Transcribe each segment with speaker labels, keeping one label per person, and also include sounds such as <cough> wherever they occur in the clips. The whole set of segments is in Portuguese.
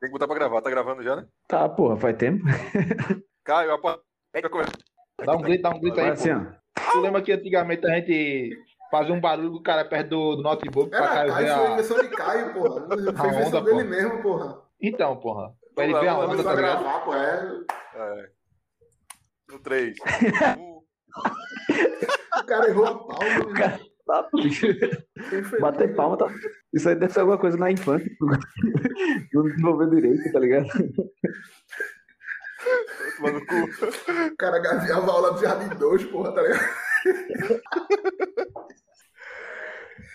Speaker 1: Tem que botar pra gravar. Tá gravando já, né?
Speaker 2: Tá, porra, faz tempo.
Speaker 1: Caio, apa... Vai começar.
Speaker 3: Dá um grito, dá um grito aí.
Speaker 2: Agora assim, ó.
Speaker 3: pô. Tu lembra que antigamente a gente fazia um barulho do cara perto do, do notebook pra
Speaker 4: Era
Speaker 3: Caio ver
Speaker 4: Caio, foi
Speaker 3: a...
Speaker 4: invenção de Caio, porra.
Speaker 3: A
Speaker 4: Foi
Speaker 3: onda,
Speaker 4: invenção dele
Speaker 3: porra.
Speaker 4: mesmo, porra.
Speaker 3: Então, porra. Pra ele
Speaker 1: Vamos lá,
Speaker 3: ver a
Speaker 1: vamos
Speaker 3: onda,
Speaker 4: Começou
Speaker 3: tá
Speaker 4: a
Speaker 3: ligado?
Speaker 4: gravar, porra. É...
Speaker 1: É. No Um, 3.
Speaker 4: O cara errou a palma.
Speaker 2: cara- Tá, bicho.
Speaker 4: Quem foi?
Speaker 2: Bater palma, tá. Isso aí deve ser alguma coisa na infância. <laughs> Não desenvolveu direito, tá ligado? <laughs>
Speaker 1: Mano, cu.
Speaker 4: O cara gaviava aula do Jardim 2, porra, tá ligado?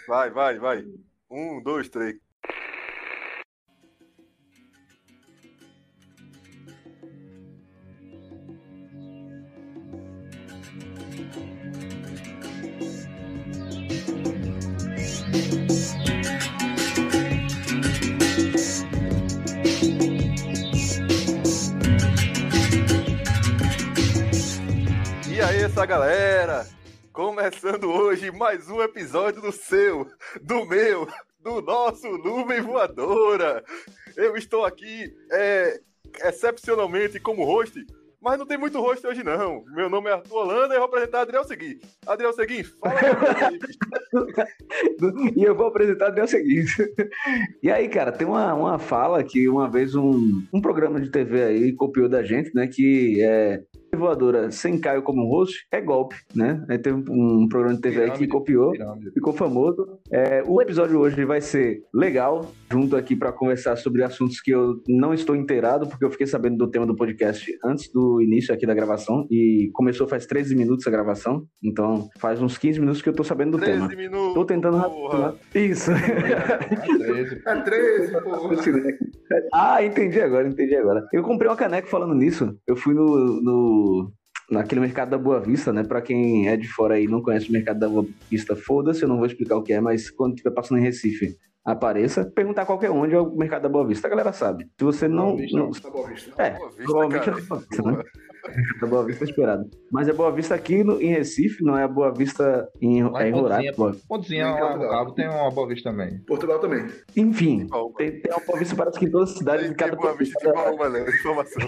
Speaker 1: Vai, vai, vai. Um, dois, três. E aí, essa galera? Começando hoje mais um episódio do seu, do meu, do nosso Nuvem Voadora. Eu estou aqui, é, excepcionalmente, como host, mas não tem muito host hoje não. Meu nome é Arthur Holanda e eu vou apresentar Adriel Segui. Adriel Segui, fala
Speaker 2: <laughs>
Speaker 1: aí.
Speaker 2: E eu vou apresentar daí o seguinte. E aí, cara, tem uma, uma fala que uma vez um, um programa de TV aí copiou da gente, né? Que é voadora sem Caio como host é golpe, né? Aí teve um, um programa de TV aí que
Speaker 3: Pirâmide.
Speaker 2: copiou.
Speaker 3: Pirâmide.
Speaker 2: ficou famoso. É, o episódio hoje vai ser legal, junto aqui para conversar sobre assuntos que eu não estou inteirado, porque eu fiquei sabendo do tema do podcast antes do início aqui da gravação, e começou faz 13 minutos a gravação, então faz uns 15 minutos que eu tô sabendo do tema.
Speaker 1: 13 minutos.
Speaker 2: Tô tentando
Speaker 1: porra.
Speaker 2: raciocinar. Isso. <laughs>
Speaker 3: É esse,
Speaker 4: É 13, porra.
Speaker 2: ah, entendi agora, entendi agora. Eu comprei uma caneca falando nisso. Eu fui no, no- naquele mercado da Boa Vista, né? Pra quem é de fora aí e não conhece o mercado da Boa Vista, foda-se, eu não vou explicar o que é, mas quando estiver passando em Recife, apareça. Perguntar qualquer onde é o mercado da Boa Vista, a galera sabe. Se você não.
Speaker 3: Boa Vista.
Speaker 2: não-
Speaker 4: Tá bom, bicho.
Speaker 2: é,
Speaker 1: Boa vista,
Speaker 2: provavelmente é
Speaker 1: cara.
Speaker 2: da Boa Vista, né? Da Boa Vista é esperado. Mas é Boa Vista aqui no- em Recife, não é a Boa Vista em,
Speaker 3: Lá em
Speaker 2: é em Roraima. Boa-
Speaker 3: Pontezinha
Speaker 4: Bem
Speaker 3: lá no
Speaker 4: gravado.
Speaker 3: cabo tem uma boa vista também.
Speaker 4: Portugal também.
Speaker 2: Enfim,
Speaker 1: Bom,
Speaker 2: tem, tem uma Boa Vista parece que em todas as cidades, em
Speaker 1: tem
Speaker 2: cada
Speaker 1: boa vista de mal, mano. Informação.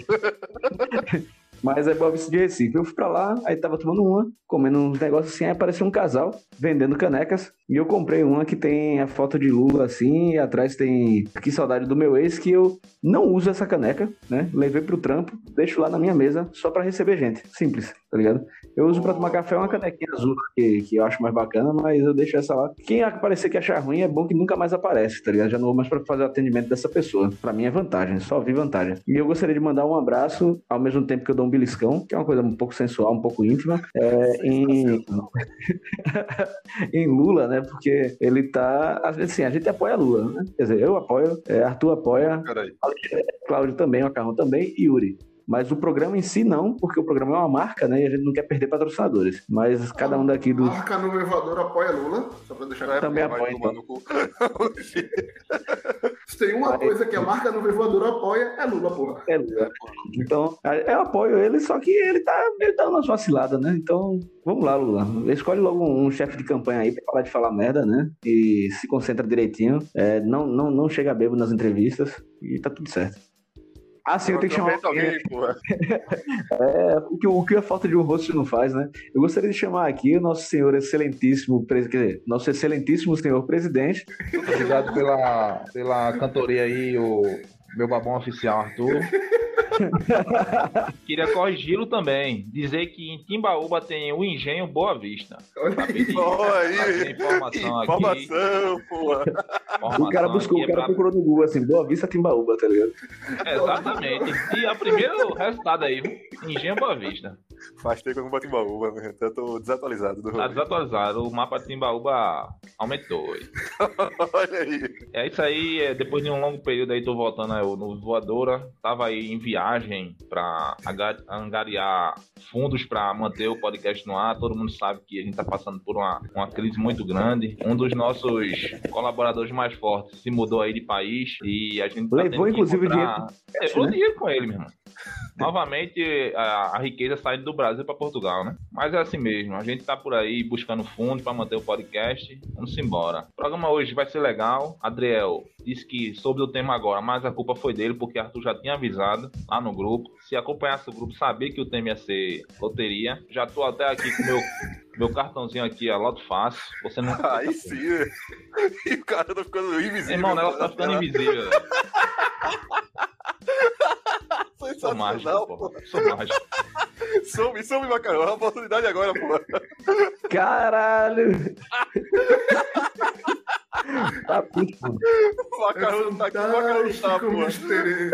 Speaker 2: Mas é Boa Vista de Recife. Eu fui pra lá, aí tava tomando uma, comendo uns negócios assim, aí apareceu um casal vendendo canecas. E eu comprei uma que tem a foto de Lula assim, e atrás tem Que Saudade do Meu Ex, que eu não uso essa caneca, né? Levei pro trampo, deixo lá na minha mesa, só pra receber gente. Simples, tá ligado? Eu uso pra tomar café uma canequinha azul, que, que eu acho mais bacana, mas eu deixo essa lá. Quem aparecer que achar ruim é bom que nunca mais aparece, tá ligado? Já não vou mais pra fazer o atendimento dessa pessoa. Pra mim é vantagem, só vi vantagem. E eu gostaria de mandar um abraço, ao mesmo tempo que eu dou um beliscão, que é uma coisa um pouco sensual, um pouco íntima, é, em... <laughs> em Lula, né? Porque ele tá. Assim, a gente apoia Lula, né? Quer dizer, eu apoio, é, Arthur apoia,
Speaker 1: Peraí.
Speaker 2: Cláudio também, Macarrão também e Yuri. Mas o programa em si não, porque o programa é uma marca, né? E a gente não quer perder patrocinadores. Mas cada um daqui do.
Speaker 4: Marca no elevador apoia Lula. Só pra deixar claro.
Speaker 2: Também
Speaker 1: Vai
Speaker 2: apoia,
Speaker 1: tomar
Speaker 2: então.
Speaker 1: no cu. <laughs>
Speaker 4: Se tem uma
Speaker 2: Vai.
Speaker 4: coisa que a marca no elevador apoia, é Lula, porra.
Speaker 2: É, Lula. então, a- eu apoio ele, só que ele tá meio dando umas vaciladas, né? Então, vamos lá, Lula. Escolhe logo um chefe de campanha aí pra parar de falar merda, né? E se concentra direitinho. É, não, não, não chega bebo nas entrevistas e tá tudo certo. Ah, sim, eu tenho que chamar.
Speaker 1: Aproveita alguém, porra.
Speaker 2: o que, o que a falta de um rosto não faz, né? Eu gostaria de chamar aqui o nosso senhor excelentíssimo, pres- quer dizer, nosso excelentíssimo senhor presidente.
Speaker 3: Obrigado pela, pela cantoria aí, o meu babão oficial, Arthur. <laughs> Queria corrigi-lo também. Dizer que em Timbaúba tem o Engenho Boa Vista.
Speaker 4: Olha aí.
Speaker 1: Olha aí.
Speaker 3: Tem informação aqui.
Speaker 1: Informação, porra.
Speaker 2: o cara
Speaker 3: informação
Speaker 2: buscou,
Speaker 3: aqui
Speaker 2: o
Speaker 3: é
Speaker 2: cara
Speaker 3: pra-
Speaker 2: procurou no Google assim, Boa Vista Timbaúba, tá ligado?
Speaker 3: Exatamente. E a primeiro resultado aí, viu? Engenho Boa Vista.
Speaker 1: Faz tempo que eu não bato em baúba, né? Então eu tô desatualizado do
Speaker 3: Tá
Speaker 1: rolê.
Speaker 3: desatualizado. O mapa de Timbaúba aumentou.
Speaker 1: <laughs> Olha aí.
Speaker 3: É isso aí. é, Depois de um longo período aí, tô voltando aí, no Voadora. Tava aí em viagem pra aga- angariar fundos pra manter o podcast no ar. Todo mundo sabe que a gente tá passando por uma, uma crise muito grande. Um dos nossos colaboradores mais fortes se mudou aí de país e a gente tá
Speaker 2: Levou,
Speaker 3: tendo que
Speaker 2: inclusive, o
Speaker 3: encontrar-
Speaker 2: dinheiro.
Speaker 3: Levou dinheiro com ele, meu irmão. Novamente, a, a riqueza sai do do Brasil para Portugal, né? Mas é assim mesmo, a gente tá por aí buscando fundo para manter o podcast. Vamos embora. O programa hoje vai ser legal. Adriel disse que soube do tema agora, mas a culpa foi dele, porque Arthur já tinha avisado lá no grupo. Se acompanhasse o grupo, sabia que o tema ia ser loteria. Já tô até aqui com meu. Meu cartãozinho aqui, ó, Loto Fácil. Você não.
Speaker 1: <laughs> Aí sim, velho. E o cara tá ficando invisível.
Speaker 3: Irmão, ela tá ficando invisível. velho. Sou mágico,
Speaker 1: Sensacional,
Speaker 3: pô.
Speaker 1: porra.
Speaker 3: Sou mágico.
Speaker 1: Some, some, Macarão. É uma oportunidade agora, porra.
Speaker 3: <laughs>
Speaker 2: Caralho! tá puto, mano.
Speaker 1: O Macarão não tá aqui, o Macarão não tá,
Speaker 4: Fantástico,
Speaker 1: porra.
Speaker 4: Mr. E.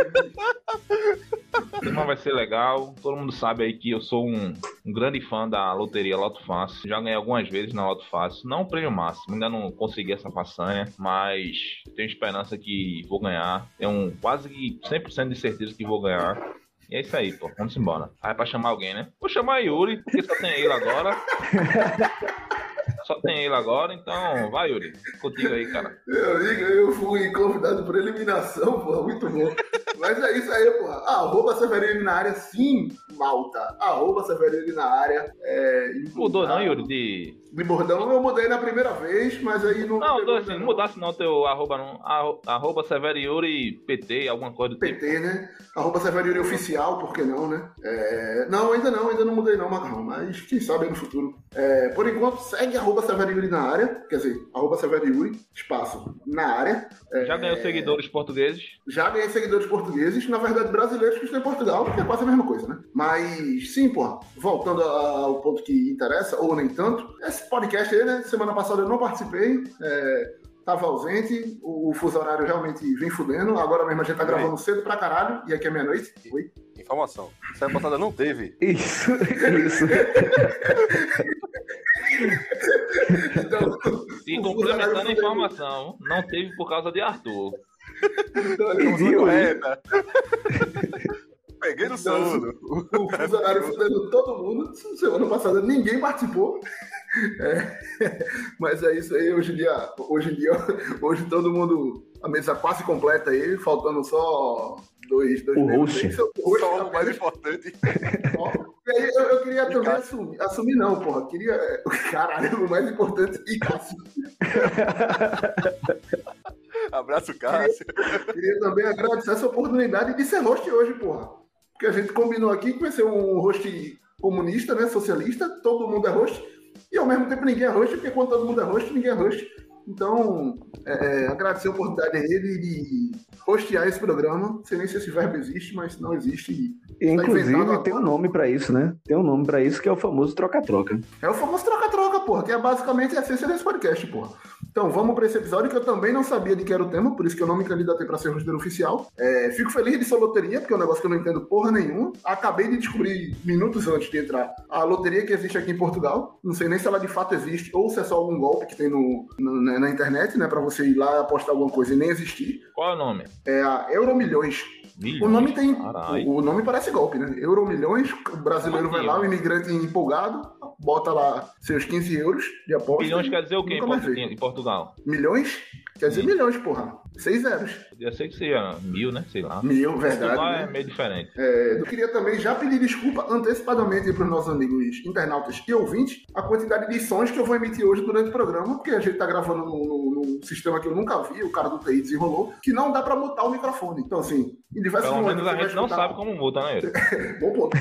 Speaker 3: O tema vai ser legal. Todo mundo sabe aí que eu sou um, um grande fã da loteria Loto Fácil. Já ganhei algumas vezes na Loto Fácil. Não o prêmio máximo, ainda não consegui essa façanha, mas tenho esperança que vou ganhar. Tenho um quase que 100% de certeza que vou ganhar. E é isso aí, pô. Vamos embora. Ah, é pra chamar alguém, né? Vou chamar Yuri, porque só tem ele agora. Só tem ele agora, então vai, Yuri. Contigo aí, cara.
Speaker 4: Meu amigo, eu fui convidado por eliminação, porra, muito bom. Mas é isso aí, porra. Arroba Severino na área, sim, malta. Arroba Severino na área. É,
Speaker 3: Mudou não,
Speaker 4: imutável.
Speaker 3: Yuri, de
Speaker 4: De bordão eu mudei na primeira vez, mas aí não.
Speaker 3: Não, tô
Speaker 4: pegou
Speaker 3: assim,
Speaker 4: ainda
Speaker 3: não mudasse não teu arroba não. Arro- Arroba Severiuri PT, alguma coisa do tipo.
Speaker 4: PT, né? Arroba Severino Oficial, por que não, né? É, não, ainda não, ainda não mudei não, Macarrão, mas quem sabe aí no futuro. É, por enquanto, segue arroba Severino na área, quer dizer, arroba Severino, espaço, na área.
Speaker 3: Já ganhou
Speaker 4: É.
Speaker 3: seguidores portugueses?
Speaker 4: já ganhei seguidores portugueses, na verdade brasileiros que estão em Portugal, porque é quase a mesma coisa, né? Mas sim, porra, voltando a- ao ponto que interessa, ou nem tanto, esse podcast aí, né? Semana passada eu não participei, é, tava ausente, o, o fuso horário realmente vem fudendo, agora mesmo a gente tá
Speaker 1: Oi.
Speaker 4: gravando cedo pra caralho, e aqui é meia-noite. Oi.
Speaker 1: Informação. Semana passada não teve.
Speaker 2: Isso, isso.
Speaker 3: Tá
Speaker 4: Então,
Speaker 3: E complementando a informação, não teve por causa de Arthur.
Speaker 4: então,
Speaker 1: Informação
Speaker 2: Yuri.
Speaker 1: correta. é, né? <laughs> Peguei no
Speaker 4: Então,
Speaker 1: sono.
Speaker 4: o fuso horário fudendo todo mundo. Semana passada ninguém participou. <laughs> É. Mas é isso aí, hoje em dia, hoje em dia, hoje todo mundo, a mesa quase completa aí, faltando só dois, dois
Speaker 2: O
Speaker 4: membros
Speaker 2: host.
Speaker 4: aí, só o host,
Speaker 1: Só
Speaker 4: tá
Speaker 1: o mais importante.
Speaker 4: bom. E aí, eu, eu queria também
Speaker 1: Cássio.
Speaker 4: assumir, assumir não, porra, queria, <laughs> caralho, o mais importante, e Cássio.
Speaker 1: Abraço, Cássio.
Speaker 4: Queria também agradecer essa oportunidade de ser host hoje, porra. Porque a gente combinou aqui que vai ser um host comunista, né? Socialista, todo mundo é host. E ao mesmo tempo ninguém é host, porque quando todo mundo é host, ninguém é host. Então, é, é, agradecer a oportunidade a ele de hostear esse programa. Não sei nem se esse verbo existe, mas se não existe.
Speaker 2: E,
Speaker 4: inventado
Speaker 2: Inclusive, tem um nome pra isso, né? Tem um nome pra isso que é o famoso troca-troca.
Speaker 4: É o famoso troca-troca, porra, que é basicamente a essência desse podcast, porra. Então vamos para esse episódio que eu também não sabia de que era o tema, por isso que eu não me candidatei para ser rosteiro oficial. É, fico feliz de ser loteria, porque é um negócio que eu não entendo porra nenhuma. Acabei de descobrir minutos antes de entrar a loteria que existe aqui em Portugal. Não sei nem se ela de fato existe ou se é só algum golpe que tem no, no- na, na internet, né, para você ir lá apostar alguma coisa e nem existir.
Speaker 3: Qual é o nome?
Speaker 4: É a Euromilhões.
Speaker 3: Milhões.
Speaker 4: O nome tem.
Speaker 3: Caralho.
Speaker 4: O, o nome parece golpe, né? Euro milhões, o brasileiro vai lá, o imigrante empolgado, bota lá seus 15 euros de aposta.
Speaker 3: Milhões quer dizer o quê em,
Speaker 4: Nunca mais
Speaker 3: Portu-
Speaker 4: vi.
Speaker 3: em Portugal?
Speaker 4: Milhões? Quer dizer milhões, porra. Seis zeros.
Speaker 3: Eu sei que seja mil, né? Sei lá.
Speaker 4: Mil, verdade.
Speaker 3: Portugal é
Speaker 4: né?
Speaker 3: meio diferente.
Speaker 4: É, eu queria também já pedir desculpa antecipadamente para os nossos amigos internautas e ouvintes a quantidade de sons que eu vou emitir hoje durante o programa, porque a gente tá gravando num, num- num sistema que eu nunca vi, o cara do TI desenrolou, que não dá para mutar o microfone. Então, assim, em diversos
Speaker 3: Pelo
Speaker 4: momentos.
Speaker 3: menos a
Speaker 4: você vai
Speaker 3: gente não
Speaker 4: escutar-
Speaker 3: sabe como muda, né, Yuri?
Speaker 4: <laughs> Bom ponto.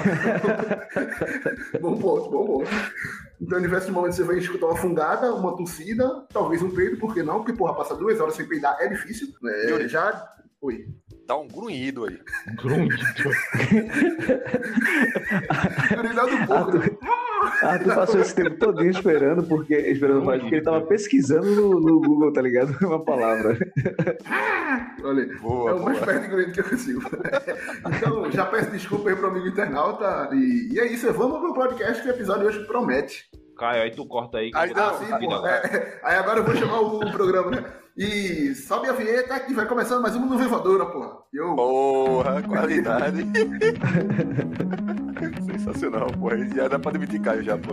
Speaker 4: bom ponto, bom ponto. Então, em diversos momentos você vai escutar uma fungada, uma tossida, talvez um peido, por que não? Porque, porra, passar duas horas sem peidar é difícil. É,
Speaker 1: Yuri.
Speaker 4: já. Oi.
Speaker 1: Dá um grunhido aí.
Speaker 3: Grunhido.
Speaker 4: Urinal do porco.
Speaker 2: Arthur, Arthur Ah, passou esse tempo todinho esperando, porque, esperando, porque ele tava pesquisando no, no Google, tá ligado? <laughs> Uma palavra.
Speaker 4: Olha aí.
Speaker 1: Boa,
Speaker 4: é o mais
Speaker 1: boa.
Speaker 4: perto de grande que eu consigo. <laughs> então, já peço desculpa aí pro amigo internauta. E, e é isso, vamos pro podcast que o episódio hoje promete.
Speaker 3: Caio, aí tu corta aí. que
Speaker 4: Aí
Speaker 3: eu
Speaker 4: dá
Speaker 3: vou dar
Speaker 4: assim,
Speaker 3: uma
Speaker 4: pô.
Speaker 3: vida.
Speaker 4: É, aí agora eu vou chamar o programa, né? E sobe a vinheta que vai começando mais um no Vivadora, porra. Eu.
Speaker 1: <laughs> Porra, qualidade. Sensacional, pô. Aí Já dá pra demitir Caio já, pô.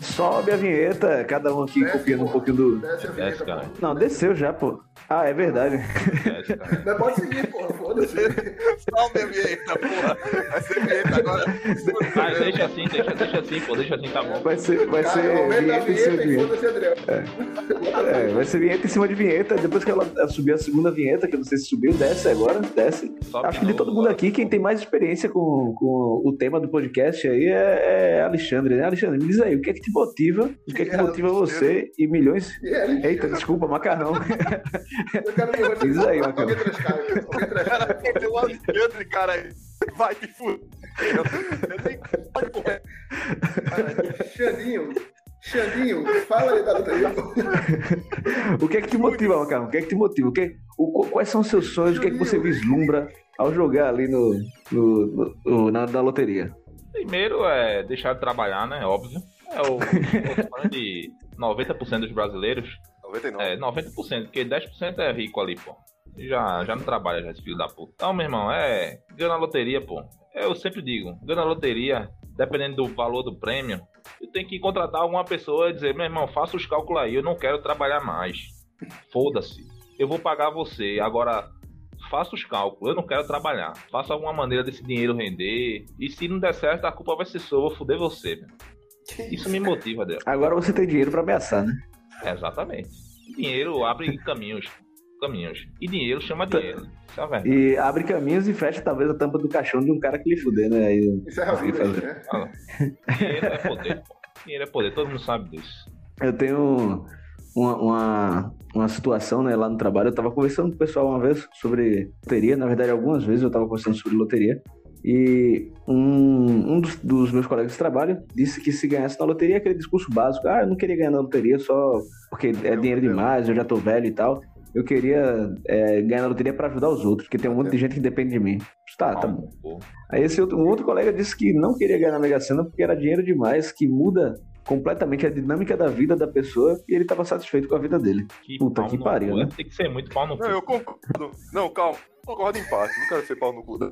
Speaker 2: Sobe a vinheta, cada um aqui
Speaker 4: Desce,
Speaker 2: copiando um
Speaker 4: porra.
Speaker 2: pouquinho do.
Speaker 4: Desce a
Speaker 3: Desce,
Speaker 4: vinheta,
Speaker 3: cara.
Speaker 4: porra.
Speaker 2: Não, desceu já, pô. Ah, é verdade. <laughs>
Speaker 3: Desce, cara.
Speaker 4: Mas pode seguir, porra, foda-se.
Speaker 1: Salve a vinheta, tá, porra. Vai ser vinheta agora.
Speaker 3: Ah, deixa assim, deixa, deixa assim, pô, deixa assim, tá bom.
Speaker 2: Vai ser, vai
Speaker 4: Cara, é
Speaker 2: ser
Speaker 4: aumenta a
Speaker 2: vinheta em cima de
Speaker 4: vinheta e
Speaker 2: vinheta.
Speaker 4: foda-se, Adriel.
Speaker 2: <laughs> É, vai ser vinheta em cima de vinheta. Depois que ela subir a segunda vinheta, que eu não sei se subiu, desce agora, desce.
Speaker 3: Sobe
Speaker 2: Acho que de
Speaker 3: novo,
Speaker 2: todo mundo
Speaker 3: bora.
Speaker 2: aqui, quem tem mais experiência com, com o tema do podcast aí é, é Alexandre, né? Alexandre, me diz aí, o que é que te motiva? O que é que
Speaker 1: É,
Speaker 2: motiva
Speaker 1: Alexandre.
Speaker 2: você e milhões?
Speaker 4: E ele,
Speaker 2: Eita, desculpa, macarrão.
Speaker 4: eu quero ver você.
Speaker 2: Diz aí,
Speaker 4: Alguém
Speaker 2: Matheus.
Speaker 4: trascai, alguém trascai.
Speaker 1: Cara, tem um Alexandre, cara. Vai te fuder. Eu nem pode correr.
Speaker 4: Cara, Xandinho, Xandinho, fala aí da luta aí.
Speaker 2: O que é que te motiva, macarrão? O que é que te motiva? O que, o- quais são os seus sonhos? O que é que você vislumbra ao jogar ali no, no- no- no- na, na loteria?
Speaker 3: Primeiro é deixar de trabalhar, né? Óbvio. É o, o sonho de 90% dos brasileiros.
Speaker 1: 99.
Speaker 3: É, 90%, porque 10% é rico ali, pô. Já, já não trabalha, já, esse filho da puta. Então, meu irmão, é. Ganha na loteria, pô. Eu sempre digo, ganha na loteria, dependendo do valor do prêmio, eu tenho que contratar alguma pessoa e dizer, meu irmão, faça os cálculos aí, eu não quero trabalhar mais. Foda-se. Eu vou pagar você. Agora, faça os cálculos, eu não quero trabalhar. Faça alguma maneira desse dinheiro render. E se não der certo, a culpa vai ser sua, eu vou foder você. meu. Isso me motiva, Adriano.
Speaker 2: Agora você tem dinheiro pra ameaçar, né?
Speaker 3: É, Exatamente. Dinheiro abre caminhos. Caminhos. E dinheiro chama
Speaker 2: Tá.
Speaker 3: dinheiro. Isso é verdade.
Speaker 2: E abre caminhos e fecha talvez a tampa do caixão de um cara que lhe fuder, né? Aí,
Speaker 4: Encerra a vida, né?
Speaker 3: Dinheiro é poder, pô. Dinheiro é poder, todo mundo sabe disso.
Speaker 2: eu tenho uma, uma, uma situação né, lá no trabalho. Eu tava conversando com o pessoal uma vez sobre loteria. Na verdade, algumas vezes eu tava conversando sobre loteria. E um, um dos, dos meus colegas de trabalho disse que se ganhasse na loteria, aquele discurso básico: ah, eu não queria ganhar na loteria só porque é dinheiro demais, eu já tô velho e tal. Eu queria é, ganhar na loteria pra ajudar os outros, porque tem um monte de gente que depende de mim. Tá, tá bom.
Speaker 3: Pô,
Speaker 2: Aí esse outro, um outro colega disse que não queria ganhar na Mega Sena porque era dinheiro demais, que muda completamente a dinâmica da vida da pessoa e ele tava satisfeito com a vida dele.
Speaker 3: que
Speaker 2: Puta
Speaker 3: pau
Speaker 2: que
Speaker 3: no
Speaker 2: pariu,
Speaker 3: cu.
Speaker 2: né?
Speaker 3: Tem que ser muito pau no
Speaker 1: Não,
Speaker 3: cu.
Speaker 1: eu concordo. Não, calma. Concordo em parte. Não quero ser pau no cu. não.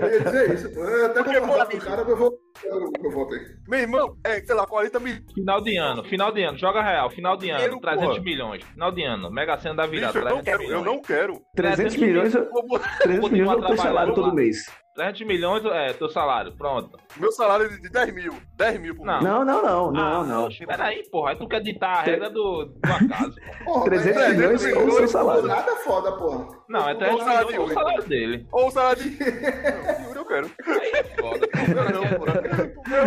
Speaker 4: Eu ia dizer isso. pô. Eu até
Speaker 1: Porque,
Speaker 4: concordava
Speaker 1: pô,
Speaker 4: com o cara, mas eu vou. Eu, eu voltei.
Speaker 1: Meu irmão, é, sei lá, 40 mil.
Speaker 3: Final de ano, final de ano, joga real, final de ano,
Speaker 1: Dinheiro,
Speaker 3: 300
Speaker 1: porra.
Speaker 3: milhões. Final de ano, Mega Sena da virada,
Speaker 1: Bicho, eu não
Speaker 3: 300
Speaker 1: quero. Eu
Speaker 3: milhões.
Speaker 1: não quero.
Speaker 2: 300
Speaker 3: 300
Speaker 2: milhões, eu-
Speaker 1: Vou botar
Speaker 2: 300 milhões é o teu
Speaker 3: trabalhar,
Speaker 2: salário
Speaker 3: vamos
Speaker 2: todo
Speaker 3: lá.
Speaker 2: mês.
Speaker 3: 300 milhões é teu salário, pronto.
Speaker 1: Meu salário é de 10 mil. 10 mil por
Speaker 3: Não.
Speaker 1: mês.
Speaker 2: Não, não, não, não,
Speaker 3: ah,
Speaker 2: não.
Speaker 3: poxa, Peraí, porra, aí tu quer ditar a regra do, do acaso. pô.
Speaker 4: Porra,
Speaker 2: 300
Speaker 4: mas-
Speaker 1: milhões ou o seu
Speaker 2: salário?
Speaker 4: Nada é foda, porra.
Speaker 3: Não,
Speaker 1: <laughs>
Speaker 3: é 300
Speaker 1: salário
Speaker 3: milhões é o
Speaker 1: de oito.
Speaker 3: salário dele.
Speaker 1: Ou o salário de. Não, <laughs> juro, eu quero.
Speaker 3: Aí é foda. pô.
Speaker 1: Eu não,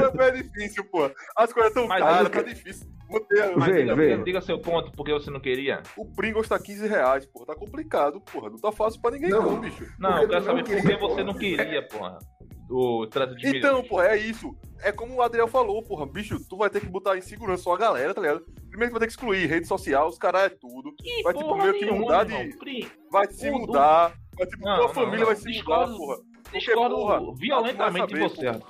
Speaker 1: pô. Meu é difícil, pô. As coisas tão
Speaker 3: Mas
Speaker 1: caras,
Speaker 2: eu
Speaker 1: tá difícil. Manter-
Speaker 3: Mas
Speaker 2: Vê,
Speaker 3: diga,
Speaker 2: vê.
Speaker 3: diga- diga seu ponto, porque você não queria.
Speaker 1: O Pringles tá 15 reais, porra. Tá complicado, porra. Não tá fácil pra ninguém,
Speaker 4: Não.
Speaker 1: não, bicho.
Speaker 3: Não,
Speaker 4: Porque
Speaker 3: eu quero
Speaker 4: tu não
Speaker 3: saber por que
Speaker 4: queria,
Speaker 3: você
Speaker 4: porra.
Speaker 3: não queria, porra. O trato de
Speaker 1: Então,
Speaker 3: milhões.
Speaker 1: porra, é isso. É como o Adriel falou, porra. Bicho, tu vai ter que botar em segurança só a galera, tá ligado? Primeiro tu vai ter que excluir rede social, os caras é tudo.
Speaker 3: Que
Speaker 1: vai, tipo,
Speaker 3: porra
Speaker 1: meio que
Speaker 3: nenhuma,
Speaker 1: mudar de-
Speaker 3: irmão. Pri-
Speaker 1: Vai se
Speaker 3: Tudo.
Speaker 1: mudar. Vai, tipo,
Speaker 3: Não,
Speaker 1: tua
Speaker 3: não,
Speaker 1: família
Speaker 3: não.
Speaker 1: vai se
Speaker 3: Discordo-
Speaker 1: mudar, porra.
Speaker 3: Discordo
Speaker 1: porra, tá
Speaker 3: violentamente
Speaker 1: tu vai
Speaker 3: de você.
Speaker 1: saber,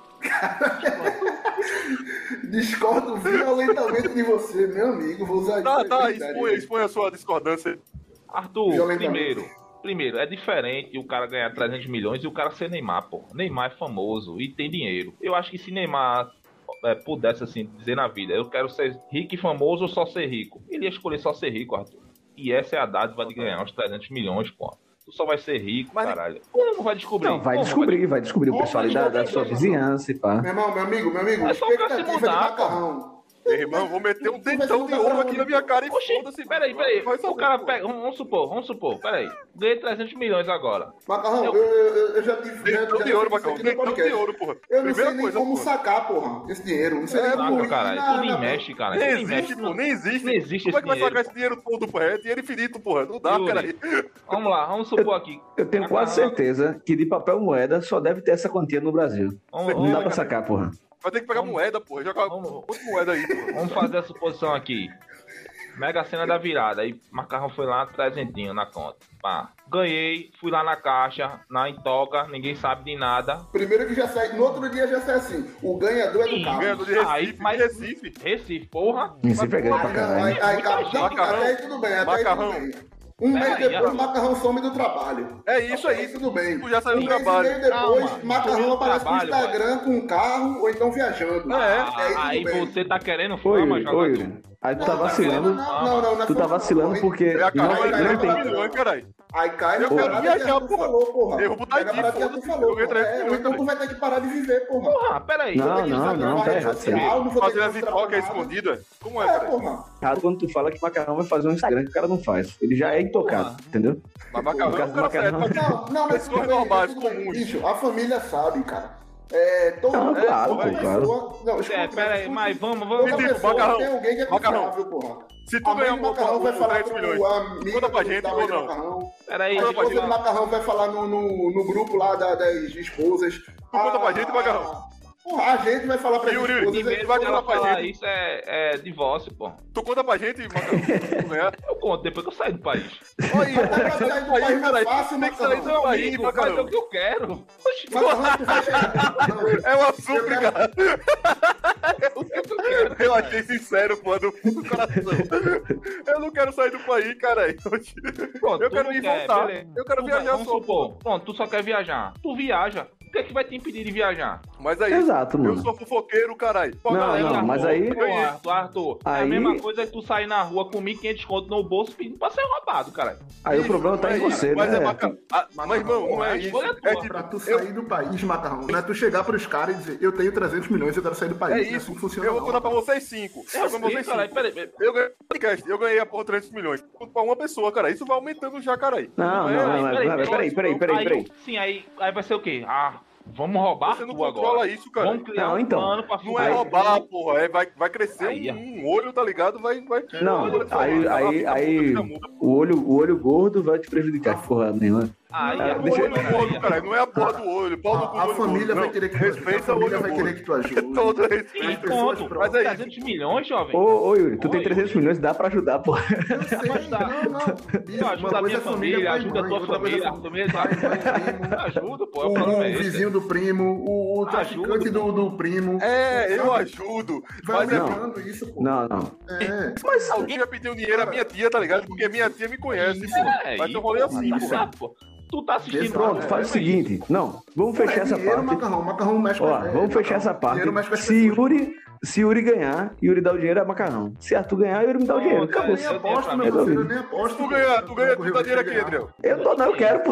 Speaker 4: Discordo violentamente de você, meu amigo. Vou usar
Speaker 1: Tá,
Speaker 4: isso.
Speaker 1: tá, expõe, expõe a sua discordância.
Speaker 3: Arthur,
Speaker 4: Violentamente.
Speaker 3: primeiro, primeiro, é diferente o cara ganhar 300 milhões e o cara ser Neymar, pô. Neymar é famoso e tem dinheiro. Eu acho que se Neymar é, pudesse, assim, dizer na vida, eu quero ser rico e famoso ou só ser rico, ele ia escolher só ser rico, Arthur. E essa é a dádiva de ganhar os 300 milhões, pô. Tu só vai ser rico,
Speaker 1: Mas-
Speaker 3: caralho. Como vai descobrir?
Speaker 2: Não, vai
Speaker 3: Como
Speaker 2: descobrir, vai descobrir o
Speaker 1: Como
Speaker 2: pessoal ali
Speaker 1: vai
Speaker 2: da, da sua
Speaker 1: descobrir?
Speaker 2: vizinhança e pá.
Speaker 4: Meu irmão, meu amigo, meu amigo.
Speaker 3: É só o cara se
Speaker 4: expectativa de
Speaker 3: mudar,
Speaker 4: macarrão.
Speaker 1: Meu irmão, vou meter um dentão
Speaker 4: tá
Speaker 1: de ouro aqui na minha cara e
Speaker 3: Oxi,
Speaker 1: foda-se.
Speaker 3: peraí, peraí.
Speaker 1: Vai
Speaker 3: O
Speaker 1: saber,
Speaker 3: cara
Speaker 1: um pô.
Speaker 3: pega. Vamos supor, vamos supor, peraí. Ganhei 300 milhões agora.
Speaker 4: Macarrão, eu,
Speaker 3: Eu-
Speaker 4: eu, eu já tive. já-
Speaker 1: Dentão
Speaker 4: já
Speaker 1: de ouro,
Speaker 4: disse isso
Speaker 1: Macão.
Speaker 4: aqui no
Speaker 1: Dentão de
Speaker 4: podcast.
Speaker 1: ouro, porra.
Speaker 4: Eu não
Speaker 1: Primeira
Speaker 4: sei nem
Speaker 1: coisa,
Speaker 4: como
Speaker 1: porra.
Speaker 4: sacar, porra, esse dinheiro.
Speaker 1: É
Speaker 4: Não sei nem como
Speaker 3: Saca,
Speaker 4: ir
Speaker 3: caralho.
Speaker 4: na-
Speaker 3: Tu
Speaker 4: na-
Speaker 3: nem mexe, cara.
Speaker 1: Nem
Speaker 3: Tu nem mexe.
Speaker 1: existe, pô, nem existe.
Speaker 3: Não existe
Speaker 1: Como
Speaker 3: esse
Speaker 1: é que vai
Speaker 3: dinheiro.
Speaker 1: sacar esse dinheiro todo, pô? É dinheiro infinito, porra. Não dá,
Speaker 3: Yuri.
Speaker 1: peraí.
Speaker 3: Vamos lá, vamos supor aqui.
Speaker 2: Eu tenho quase certeza que de papel moeda só deve ter essa quantia no Brasil.
Speaker 3: Vamos,
Speaker 2: Não dá
Speaker 1: tá
Speaker 3: vamos,
Speaker 2: pra sacar, porra.
Speaker 1: Vai ter que pegar
Speaker 3: Vamos.
Speaker 1: moeda, porra. Jogar um
Speaker 3: vamos-
Speaker 1: monte de moeda aí, porra.
Speaker 3: vamos fazer a suposição aqui. Mega cena da virada. Aí Macarrão foi lá, trezentinho na conta. Pá. Ganhei, fui lá na caixa, na intoca, ninguém sabe de nada.
Speaker 4: Primeiro que já sai, no outro dia já sai assim, o ganhador é do
Speaker 3: Ih,
Speaker 4: carro.
Speaker 1: Ganhando de
Speaker 3: Aí,
Speaker 1: Recife,
Speaker 3: mas-
Speaker 1: de Recife.
Speaker 3: Recife, porra.
Speaker 2: Recife é grande pra
Speaker 4: Aí, não,
Speaker 2: caralho.
Speaker 4: aí, aí,
Speaker 3: Muita
Speaker 4: aí,
Speaker 3: gente.
Speaker 4: até aí tudo bem, até aí
Speaker 1: Macarrão.
Speaker 4: tudo bem. Um
Speaker 3: Pera
Speaker 4: mês
Speaker 3: aí,
Speaker 4: depois,
Speaker 3: rapaz.
Speaker 4: macarrão some do trabalho.
Speaker 1: É isso
Speaker 4: Tá,
Speaker 1: aí.
Speaker 4: Tudo bem.
Speaker 1: Tipo, já saiu do
Speaker 4: Um mês e meio
Speaker 1: trabalho.
Speaker 4: depois,
Speaker 3: Calma, sumiu
Speaker 4: macarrão
Speaker 3: do
Speaker 4: aparece no
Speaker 3: trabalho,
Speaker 4: Instagram com um carro ou então viajando.
Speaker 1: É,
Speaker 4: aí tudo
Speaker 3: Ah, aí
Speaker 4: bem.
Speaker 3: você tá querendo
Speaker 2: Ô,
Speaker 3: fama,
Speaker 2: Yuri, ô,
Speaker 3: jogador.
Speaker 2: Yuri. Aí tu tá
Speaker 4: Não,
Speaker 2: vacilando.
Speaker 4: Não, não, não, não é
Speaker 2: Tu tá
Speaker 4: fama,
Speaker 2: vacilando
Speaker 4: não.
Speaker 2: porque
Speaker 1: Eu ia acabar
Speaker 4: Não,
Speaker 1: É de
Speaker 4: não,
Speaker 1: ganhar
Speaker 4: não, não.
Speaker 1: 3 milhões, caralho.
Speaker 4: Aí cai na
Speaker 1: Eu quero
Speaker 4: parada que
Speaker 1: viajar,
Speaker 4: a
Speaker 1: porra.
Speaker 4: falou, porra.
Speaker 1: Eu vou
Speaker 4: Pega
Speaker 1: dar
Speaker 4: a parada que
Speaker 1: dica,
Speaker 4: a tu
Speaker 1: foda-se,
Speaker 4: falou,
Speaker 1: eu ganho
Speaker 4: porra.
Speaker 1: três
Speaker 4: É, ou
Speaker 1: milhões,
Speaker 4: então tu vai ter que parar de viver, porra.
Speaker 3: Porra, peraí.
Speaker 2: Não,
Speaker 4: Vai ter que é
Speaker 2: não,
Speaker 4: desagravar
Speaker 2: não, tá
Speaker 4: a rede
Speaker 2: errado isso aí.
Speaker 4: social, não vou ter
Speaker 1: Fazer
Speaker 4: que
Speaker 1: a
Speaker 4: mostrar
Speaker 1: pipoca
Speaker 4: nada.
Speaker 1: escondida? Como é,
Speaker 4: É,
Speaker 1: cara?
Speaker 4: porra.
Speaker 2: errado quando tu fala que macarrão vai fazer um Instagram que o cara não faz. Ele já é intocado, entendeu?
Speaker 1: Mas
Speaker 2: No
Speaker 1: macarrão é
Speaker 2: caso
Speaker 1: um
Speaker 2: do
Speaker 1: cara
Speaker 2: macarrão.
Speaker 1: certo.
Speaker 4: Não, não, mas
Speaker 1: Pessoas
Speaker 4: tudo bem,
Speaker 1: normais,
Speaker 4: tudo bem.
Speaker 1: comuns.
Speaker 4: Bicho, a família sabe, cara. É, todo
Speaker 2: Não,
Speaker 4: é,
Speaker 2: claro,
Speaker 4: toda
Speaker 2: pô, claro.
Speaker 4: pessoa- Não, escuta,
Speaker 3: É, peraí,
Speaker 4: escuta.
Speaker 3: mas vamos,
Speaker 4: Toda
Speaker 1: Me
Speaker 3: vamos.
Speaker 1: diga,
Speaker 4: pessoa
Speaker 1: macarrão.
Speaker 4: tem alguém que é
Speaker 1: Macarrão.
Speaker 4: confiável, porra.
Speaker 1: Se tu
Speaker 4: A mãe
Speaker 1: ganhar
Speaker 4: do
Speaker 1: um
Speaker 4: macarrão vai
Speaker 1: macarrão,
Speaker 4: falar
Speaker 1: 10
Speaker 4: com
Speaker 1: milhões.
Speaker 4: a amiga
Speaker 1: Conta pra
Speaker 4: do-
Speaker 1: gente,
Speaker 4: da
Speaker 1: ou
Speaker 4: mãe do
Speaker 1: não?
Speaker 4: um macarrão.
Speaker 3: Peraí,
Speaker 4: A
Speaker 1: Conta pra
Speaker 4: esposa do
Speaker 1: gente.
Speaker 4: macarrão vai falar no, no, no grupo lá da- das esposas.
Speaker 1: Conta pra
Speaker 4: A-
Speaker 1: gente, Macarrão.
Speaker 4: Porra, a gente vai falar pra
Speaker 1: Yuri,
Speaker 4: gente.
Speaker 1: Yuri,
Speaker 3: primeiro
Speaker 1: vai
Speaker 3: que
Speaker 1: falar
Speaker 3: ela
Speaker 1: pra
Speaker 3: falar
Speaker 1: gente.
Speaker 3: isso é, é divórcio, pô.
Speaker 1: Tu conta pra gente, macarrão. se tu ganhar.
Speaker 3: Eu conto depois que eu saio do país.
Speaker 1: Olha aí,
Speaker 4: Tá pra
Speaker 1: tem que
Speaker 4: sair
Speaker 1: sair
Speaker 4: do
Speaker 1: do
Speaker 4: país
Speaker 1: país,
Speaker 4: não é
Speaker 1: caralho.
Speaker 4: fácil,
Speaker 1: Tem que sair do
Speaker 4: macarrão.
Speaker 1: país,
Speaker 3: Amigo, faz o
Speaker 1: macarrão.
Speaker 3: que eu quero. Oxi,
Speaker 4: Macarrão, tu vai chegar. Não,
Speaker 1: É uma
Speaker 4: eu quero-
Speaker 1: súplica.
Speaker 3: faz o que eu quero.
Speaker 1: Eu achei sincero, pô, do fundo do coração. Eu não quero sair do país, caralho.
Speaker 3: Pronto,
Speaker 1: Eu
Speaker 3: tu
Speaker 1: quero
Speaker 3: não
Speaker 1: ir
Speaker 3: quer,
Speaker 1: voltar.
Speaker 3: beleza.
Speaker 1: Eu quero
Speaker 3: Tu vai-
Speaker 1: viajar
Speaker 3: vamos
Speaker 1: só.
Speaker 3: supor, Pronto, tu só quer viajar. Tu viaja. O que é que vai te impedir de viajar? é
Speaker 1: Mas aí,
Speaker 2: Exato,
Speaker 1: eu
Speaker 2: mano.
Speaker 1: sou fofoqueiro, caralho. Pô,
Speaker 2: Não,
Speaker 1: galera,
Speaker 2: Ah, não, mas aí-
Speaker 3: Pô, Arthur, Arthur, é a
Speaker 2: Aí-
Speaker 3: mesma coisa que tu sair na rua com 1.500 conto no bolso pedindo pra ser roubado, cara.
Speaker 2: Aí o
Speaker 1: isso,
Speaker 2: problema
Speaker 1: não
Speaker 2: tá
Speaker 1: é
Speaker 2: em
Speaker 1: isso.
Speaker 2: você,
Speaker 1: mas
Speaker 2: né?
Speaker 1: É macarrão. Ah, mas, irmão, não é
Speaker 3: Mas
Speaker 1: isso.
Speaker 3: olha a
Speaker 1: É
Speaker 3: tua
Speaker 1: tipo,
Speaker 4: Pra tu
Speaker 1: eu-
Speaker 4: sair do país, macarrão. Não é tu chegar pros caras e dizer, eu tenho 300 milhões, eu quero sair do país.
Speaker 1: É
Speaker 4: Não assim
Speaker 1: isso.
Speaker 4: que funciona,
Speaker 1: Eu vou
Speaker 4: não.
Speaker 1: contar pra vocês cinco. Eu, vou pra vocês
Speaker 3: Ih, É assim, caralho,
Speaker 1: cinco.
Speaker 3: peraí, peraí.
Speaker 1: eu ganhei o podcast, eu ganhei a porra 300 milhões. Conto pra uma pessoa, cara. Isso vai aumentando já, caralho.
Speaker 2: Não,
Speaker 1: é,
Speaker 2: não, não,
Speaker 1: aí,
Speaker 2: não, não, peraí, peraí, peraí, peraí.
Speaker 3: Sim, aí, aí vai ser o quê? Ah, vamos roubar
Speaker 1: Você não
Speaker 3: tu
Speaker 1: controla
Speaker 3: agora.
Speaker 1: isso, cara.
Speaker 3: Vamos criar
Speaker 2: Não, então,
Speaker 3: um plano pra
Speaker 1: Não
Speaker 3: furar
Speaker 1: é
Speaker 2: Aí-
Speaker 3: isso.
Speaker 1: roubar, porra. É, vai, vai crescer
Speaker 3: Aí, ó.
Speaker 1: um, um olho, tá ligado? Vai. vai um
Speaker 2: Não,
Speaker 1: vai crescer.
Speaker 2: aí-
Speaker 1: A
Speaker 2: aí-
Speaker 1: vida
Speaker 2: aí-
Speaker 1: muda, a vida muda.
Speaker 2: O olho, o olho gordo vai te prejudicar, de porra nenhuma.
Speaker 3: Aí,
Speaker 1: Não é
Speaker 2: Ah,
Speaker 1: o
Speaker 3: agora,
Speaker 2: deixa-
Speaker 1: olho
Speaker 3: peraí,
Speaker 1: gordo, cara. Não é a porra do olho. Pau no cu do
Speaker 4: A, a
Speaker 1: olho
Speaker 4: família
Speaker 1: gordo,
Speaker 4: vai
Speaker 1: não.
Speaker 4: querer que tu ajude. A
Speaker 1: Respeita o
Speaker 4: família
Speaker 1: olho
Speaker 4: vai querer
Speaker 1: gordo.
Speaker 4: que tu ajude.
Speaker 1: Todo
Speaker 3: Sim,
Speaker 1: respeito.
Speaker 4: pessoas
Speaker 3: pronto.
Speaker 4: próximas.
Speaker 1: Mas é isso.
Speaker 3: 300 milhões, jovem.
Speaker 2: Ô, ô Yuri, tu
Speaker 3: Ô,
Speaker 2: tem
Speaker 3: Yuri.
Speaker 2: 300 milhões, dá pra ajudar, porra.
Speaker 4: Eu sei,
Speaker 3: Mas tá.
Speaker 4: não, não. Bicho,
Speaker 3: Eu
Speaker 1: é
Speaker 3: ajudo a minha família,
Speaker 4: pai e
Speaker 3: ajuda a
Speaker 4: mãe,
Speaker 3: tua
Speaker 4: é outra coisa é
Speaker 3: família, a família da
Speaker 1: <laughs>
Speaker 3: Eu ajudo, pô.
Speaker 1: Um
Speaker 3: O
Speaker 4: O,
Speaker 3: problema é
Speaker 4: o
Speaker 3: esse.
Speaker 4: vizinho do primo, o, o traficante
Speaker 3: Ajuda,
Speaker 4: do, do primo.
Speaker 1: É, eu ajudo.
Speaker 4: Vai
Speaker 1: Mas é
Speaker 2: não.
Speaker 4: aumentando isso, pô.
Speaker 2: Não, não.
Speaker 4: É.
Speaker 2: Mas
Speaker 1: Alguém já pediu dinheiro à minha tia, tá ligado? Porque minha tia me conhece,
Speaker 3: Isso,
Speaker 1: pô.
Speaker 3: é,
Speaker 1: Mas eu
Speaker 3: isso,
Speaker 1: rolei assim,
Speaker 3: tá
Speaker 1: pô.
Speaker 3: certo, pô. Tu tá assistindo.
Speaker 4: Exato,
Speaker 2: pronto,
Speaker 4: é,
Speaker 2: faz o seguinte. Não, vamos fechar
Speaker 4: É
Speaker 2: essa
Speaker 4: dinheiro,
Speaker 2: parte.
Speaker 4: Macarrão, macarrão mexe com
Speaker 2: Ó,
Speaker 4: as-
Speaker 2: vamos fechar essa
Speaker 4: macarrão,
Speaker 2: parte.
Speaker 4: dinheiro mexe com as
Speaker 2: Se
Speaker 4: pessoas.
Speaker 2: Yuri, se Yuri ganhar, Yuri dá o dinheiro a macarrão. Se Arthur ganhar, Yuri me dá o dinheiro.
Speaker 3: Pronto,
Speaker 2: Acabou.
Speaker 4: Eu nem aposto,
Speaker 2: É
Speaker 4: meu né? parceiro, eu
Speaker 2: doido.
Speaker 4: nem aposto.
Speaker 1: Tu ganha, tu ganha, tu dá dinheiro aqui, Adriel.
Speaker 2: Eu não, não, eu quero, pô.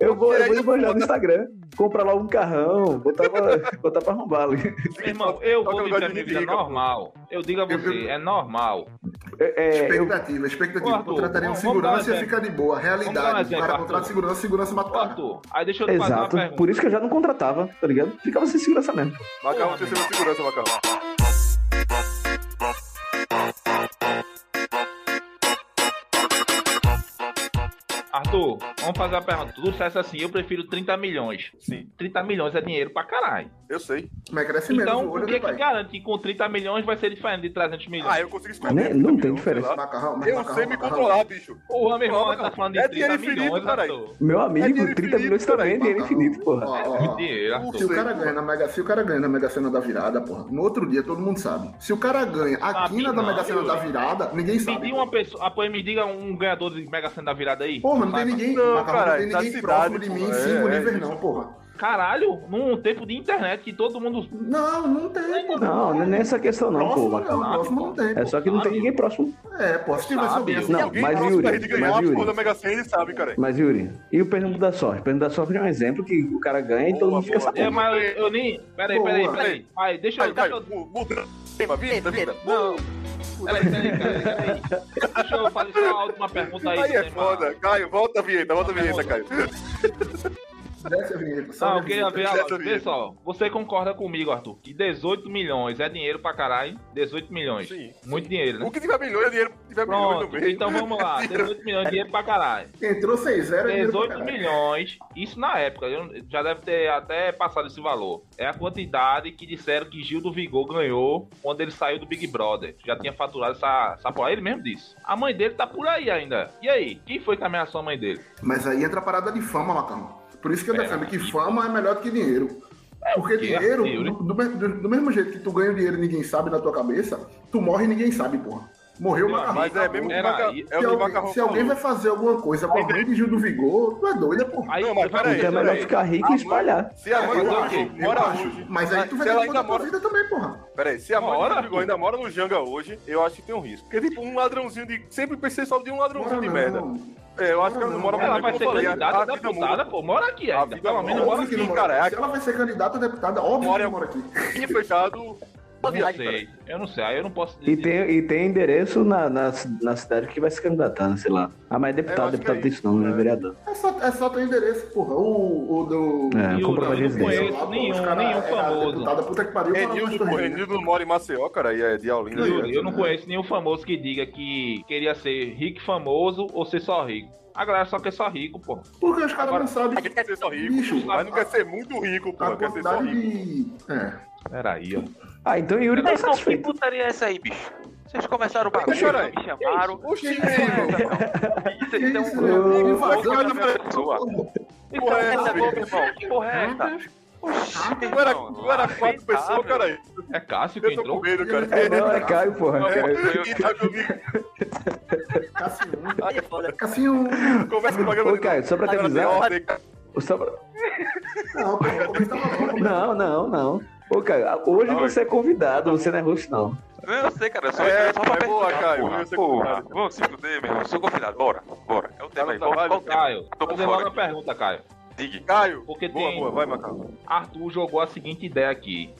Speaker 2: Eu vou, eu vou esbanjar no Instagram, comprar lá um carrão, botar pra, <laughs> botar pra arrombar ali.
Speaker 3: Meu irmão, eu
Speaker 1: Só que
Speaker 3: vou
Speaker 1: eu
Speaker 3: viver a
Speaker 1: gosto de
Speaker 3: minha vida
Speaker 1: briga, pô.
Speaker 3: normal. Eu digo a você, é normal.
Speaker 2: É, é, eu-
Speaker 4: Expectativa, expectativa.
Speaker 3: Ô, Arthur,
Speaker 4: Contrataria um
Speaker 3: vamos- vamos dar um
Speaker 4: segurança e ia
Speaker 3: exemplo.
Speaker 4: ficar de boa.
Speaker 3: Vamos dar um
Speaker 4: Realidade. O
Speaker 3: exemplo,
Speaker 4: cara
Speaker 3: Arthur.
Speaker 4: contrata segurança, segurança mata o
Speaker 3: Ô,
Speaker 4: cara.
Speaker 3: Arthur, aí deixa eu te fazer uma
Speaker 2: exato.
Speaker 3: pergunta.
Speaker 2: Por isso que eu já não contratava, tá ligado? Ficava sem segurança mesmo.
Speaker 1: Macarrão
Speaker 3: Porra,
Speaker 1: terceiro segurança, Macarrão.
Speaker 3: Arthur, vamos fazer uma pergunta. Tu dissesse assim, eu prefiro 30 milhões.
Speaker 1: Sim.
Speaker 3: 30 milhões é dinheiro pra caralho.
Speaker 1: Eu sei.
Speaker 4: Mas cresce menos
Speaker 3: Então,
Speaker 4: o
Speaker 3: o
Speaker 4: olho
Speaker 3: que,
Speaker 4: do
Speaker 3: que
Speaker 4: pai.
Speaker 3: garante que com 30 milhões vai ser diferente de 300 milhões?
Speaker 1: Ah, eu consigo esconder.
Speaker 2: Né? Não tem
Speaker 1: sei
Speaker 2: diferença.
Speaker 3: é?
Speaker 1: lá.
Speaker 4: Macarrão, mas
Speaker 1: Eu
Speaker 4: macarrão,
Speaker 1: sei me
Speaker 4: macarrão.
Speaker 1: controlar, bicho.
Speaker 3: Porra, meu irmão, tá
Speaker 1: Macarrão,
Speaker 3: falando
Speaker 1: é
Speaker 3: de 30
Speaker 1: dinheiro infinito,
Speaker 3: milhões,
Speaker 1: caralho.
Speaker 3: Arthur.
Speaker 2: Meu amigo,
Speaker 1: É dinheiro
Speaker 2: 30 milhões
Speaker 1: infinito, cara.
Speaker 2: também é dinheiro infinito, pô.
Speaker 4: Ó,
Speaker 3: É
Speaker 4: ó, ó.
Speaker 3: muito dinheiro, Arthur.
Speaker 4: Se o cara ganha na Mega, se o cara ganha na Mega Sena da virada, porra, no outro dia todo mundo sabe. Se o cara ganha a
Speaker 3: Sabe
Speaker 4: quina da
Speaker 3: não,
Speaker 4: Mega Sena
Speaker 3: Yuri.
Speaker 4: da virada, ninguém
Speaker 3: Me
Speaker 4: sabe.
Speaker 3: diga uma pessoa, apoio, me diga um ganhador de Mega Sena da virada aí.
Speaker 4: Porra, não tem
Speaker 3: Saiba.
Speaker 4: ninguém,
Speaker 1: Não,
Speaker 4: macarrão,
Speaker 1: cara,
Speaker 4: não tem
Speaker 1: da
Speaker 4: ninguém
Speaker 1: cidade,
Speaker 4: próximo de mim,
Speaker 1: porra.
Speaker 4: cinco
Speaker 1: É,
Speaker 4: níveis
Speaker 1: é
Speaker 4: não,
Speaker 1: isso.
Speaker 4: porra.
Speaker 3: Caralho, num tempo de internet que todo mundo.
Speaker 4: Não, não tem, porra.
Speaker 2: Não, não é nessa questão não, pô,
Speaker 4: Próximo
Speaker 2: macarrão.
Speaker 4: não, próximo não tem.
Speaker 2: É
Speaker 4: porra.
Speaker 2: só que não tem ninguém próximo.
Speaker 4: É, porra, se tivesse
Speaker 3: Sabe,
Speaker 4: alguém assim,
Speaker 1: Se
Speaker 2: Não,
Speaker 1: alguém
Speaker 2: mas
Speaker 1: próximo da
Speaker 2: Yuri,
Speaker 1: gente ganhar
Speaker 2: mas
Speaker 1: a
Speaker 2: Yuri.
Speaker 1: porra da Mega Sena, ele sabe, cara.
Speaker 2: Mas, Yuri, e o Pernambuco da Sorte? O Pernambuco da Sorte é um exemplo que o cara ganha e todo
Speaker 1: Boa,
Speaker 2: mundo fica
Speaker 1: boa.
Speaker 3: É,
Speaker 2: sabendo.
Speaker 3: mas eu nem. Peraí, peraí, peraí. Aí, deixa eu.
Speaker 1: Aí,
Speaker 3: Deixa
Speaker 1: Caio,
Speaker 3: eu...
Speaker 1: mu- muda. Tema, vinda, vinda.
Speaker 3: Não. Peraí, peraí, peraí, peraí. Deixa eu fazer só uma última pergunta tá aí.
Speaker 1: Aí
Speaker 3: do
Speaker 1: é
Speaker 3: tema.
Speaker 1: foda. Caio, volta a vinheta, volta a vinheta, Caio.
Speaker 4: desce a vinheta.
Speaker 3: Não, Ah,
Speaker 4: sobe a
Speaker 3: eu queria
Speaker 4: vinheta.
Speaker 3: ver,
Speaker 1: Certo,
Speaker 3: ó,
Speaker 1: amigo.
Speaker 3: pessoal, você concorda comigo, Arthur, que 18 milhões é dinheiro pra caralho? 18 milhões.
Speaker 1: Sim,
Speaker 3: Muito dinheiro, né?
Speaker 1: O que tiver milhões, é dinheiro. Se tiver milhões no
Speaker 3: Pronto,
Speaker 1: meio.
Speaker 3: então vamos lá.
Speaker 1: <laughs>
Speaker 3: 18 milhões de dinheiro pra caralho.
Speaker 4: Entrou 6-0 é dinheiro pra
Speaker 3: 18
Speaker 4: caralho.
Speaker 3: milhões, isso na época, eu- já deve ter até passado esse valor. É a quantidade que disseram que Gil do Vigor ganhou quando ele saiu do Big Brother. Já tinha faturado essa, essa porra, ele mesmo disse. A mãe dele tá por aí ainda. E aí, quem foi que ameaçou a mãe dele?
Speaker 4: Mas aí entra a parada de fama, Macarrão. Por isso que eu
Speaker 3: Pera
Speaker 4: defendo que
Speaker 3: aí.
Speaker 4: fama é melhor do que dinheiro.
Speaker 1: É,
Speaker 4: Porque
Speaker 3: quê,
Speaker 4: dinheiro,
Speaker 1: né?
Speaker 3: Yuri?
Speaker 4: do, do- do mesmo jeito que tu ganha o dinheiro e ninguém sabe na tua cabeça, tu morre e ninguém sabe, porra. Morreu o macarrão.
Speaker 1: Mas é mesmo que
Speaker 3: Era
Speaker 1: maca-
Speaker 3: aí.
Speaker 1: é o
Speaker 4: se
Speaker 1: que
Speaker 4: alguém,
Speaker 1: macarrão
Speaker 4: se alguém
Speaker 1: falou.
Speaker 4: vai fazer alguma coisa com a mãe de Gil do Vigor, tu é doida, porra.
Speaker 3: Aí,
Speaker 1: Não, mas peraí,
Speaker 2: Então é melhor
Speaker 1: peraí.
Speaker 2: ficar rico e espalhar.
Speaker 1: Se a mãe
Speaker 3: Mas
Speaker 1: do
Speaker 3: eu
Speaker 1: Vigor
Speaker 3: acho,
Speaker 4: Eu
Speaker 1: Ah, mora
Speaker 4: acho.
Speaker 1: hoje.
Speaker 4: Mas aí tu
Speaker 1: se
Speaker 4: vai
Speaker 1: ela
Speaker 4: ter que
Speaker 1: ainda
Speaker 4: tua
Speaker 1: mora.
Speaker 4: vida também, porra.
Speaker 1: Peraí, se a mãe
Speaker 3: Mora.
Speaker 1: do Vigor ainda mora no Janga hoje, eu acho que tem um risco. Porque, tipo, um ladrãozinho de. Sempre pensei só de um ladrãozinho de
Speaker 4: não.
Speaker 1: merda. É, eu acho que
Speaker 4: Mora
Speaker 1: ela não
Speaker 4: não.
Speaker 1: mora
Speaker 3: Ela
Speaker 1: mais,
Speaker 3: vai
Speaker 1: como
Speaker 3: ser
Speaker 1: eu falei, a-
Speaker 3: candidata
Speaker 1: a
Speaker 3: a
Speaker 1: vida
Speaker 3: deputada,
Speaker 1: muda.
Speaker 3: pô. Mora aqui
Speaker 1: A
Speaker 3: ainda.
Speaker 1: vida
Speaker 3: Pelo menos
Speaker 1: muda.
Speaker 3: mora
Speaker 4: Óbvio que
Speaker 3: aqui.
Speaker 4: não mora.
Speaker 1: cara, é
Speaker 4: Se ela vai ser candidata a deputada, óbvio
Speaker 1: Mora-
Speaker 4: que não mora aqui.
Speaker 1: E fechado.
Speaker 3: Eu não
Speaker 1: viagem,
Speaker 3: sei. Eu não sei. Aí eu não posso
Speaker 2: E tem, e tem endereço na, na, na cidade que vai se candidatar, né? sei lá. Ah, mas
Speaker 1: Eu
Speaker 2: deputado,
Speaker 1: acho
Speaker 2: deputado
Speaker 1: que é
Speaker 2: tem isso não, né?
Speaker 1: É.
Speaker 2: Vereador.
Speaker 4: É só, é só teu endereço, porra. O, o do.
Speaker 2: É,
Speaker 3: E o-
Speaker 2: comprovante de
Speaker 3: eu não
Speaker 2: residência.
Speaker 3: conheço nenhum, nenhum famoso.
Speaker 4: é Deputada, puta que pariu, fala mais
Speaker 1: Renildo, pô,
Speaker 4: torrinha.
Speaker 1: Renildo não mora em Maceió, cara, e é de Olinda.
Speaker 3: Eu,
Speaker 1: direto,
Speaker 3: eu não
Speaker 1: né?
Speaker 3: conheço nenhum famoso que diga que queria ser rico e famoso ou ser só rico. A galera só quer só rico, pô.
Speaker 4: Porque os caras não
Speaker 1: A
Speaker 4: sabem.
Speaker 1: gente quer ser só rico,
Speaker 4: Bicho,
Speaker 1: mas não
Speaker 4: a-
Speaker 1: quer ser muito rico,
Speaker 4: A
Speaker 1: pô. Quer ser só
Speaker 4: quantidade
Speaker 1: rico.
Speaker 4: de. É.
Speaker 3: Peraí, ó.
Speaker 2: Ah, então Yuri tá
Speaker 5: Mas não, que
Speaker 2: satisfeito.
Speaker 5: putaria é essa aí, bicho? Vocês começaram o bagulho,
Speaker 1: Pera aí.
Speaker 5: me chamaram.
Speaker 1: Oxi,
Speaker 4: Que
Speaker 1: meu irmão.
Speaker 5: Essa não. Isso,
Speaker 4: Que
Speaker 5: então,
Speaker 4: isso,
Speaker 2: eu-
Speaker 4: meu amigo?
Speaker 2: eu-
Speaker 4: Invasão
Speaker 1: eu-
Speaker 4: de
Speaker 1: eu-
Speaker 4: pessoa.
Speaker 5: então
Speaker 1: porra é
Speaker 5: essa
Speaker 1: essa,
Speaker 5: é boa,
Speaker 1: bicho?
Speaker 5: irmão. Que porra é essa? Oxi,
Speaker 1: Tu era, tu era quatro pessoas, cara.
Speaker 3: É Cássio que
Speaker 1: Eu tô com
Speaker 3: entrou?
Speaker 1: medo, cara. <laughs>
Speaker 2: É, não, é Caio, porra. Caio.
Speaker 1: E tá comigo.
Speaker 4: Cassinho.
Speaker 5: Aí é foda.
Speaker 4: Cassinho.
Speaker 1: Começa o
Speaker 2: Ô,
Speaker 1: programa de
Speaker 2: Caio, só pra te
Speaker 1: Agora tem
Speaker 2: avisar.
Speaker 1: ordem, cara.
Speaker 2: só pra-
Speaker 4: Não, porra, como tava bom.
Speaker 2: Não, não, não. Ô, Caio, hoje
Speaker 1: Oi.
Speaker 2: você é convidado, você não é host, não.
Speaker 5: Não, eu sei, cara. Eu sou
Speaker 1: É,
Speaker 5: eu só pra
Speaker 1: é boa,
Speaker 5: pesquisar,
Speaker 1: Caio, eu
Speaker 5: Porra.
Speaker 1: sei
Speaker 5: porra.
Speaker 1: convidado.
Speaker 5: Vamos se fuder, meu irmão. Sou convidado. Bora, bora. É o tema aí.
Speaker 1: Tá
Speaker 5: Qual,
Speaker 1: no
Speaker 5: qual o tema?
Speaker 3: Caio,
Speaker 5: Tô por
Speaker 3: fazer
Speaker 5: fora
Speaker 3: logo a
Speaker 5: aqui.
Speaker 3: pergunta, Caio.
Speaker 5: Diga.
Speaker 1: Caio.
Speaker 3: Porque
Speaker 1: Boa,
Speaker 3: tem.
Speaker 1: boa, vai, Macarrão.
Speaker 3: Arthur jogou a seguinte ideia aqui.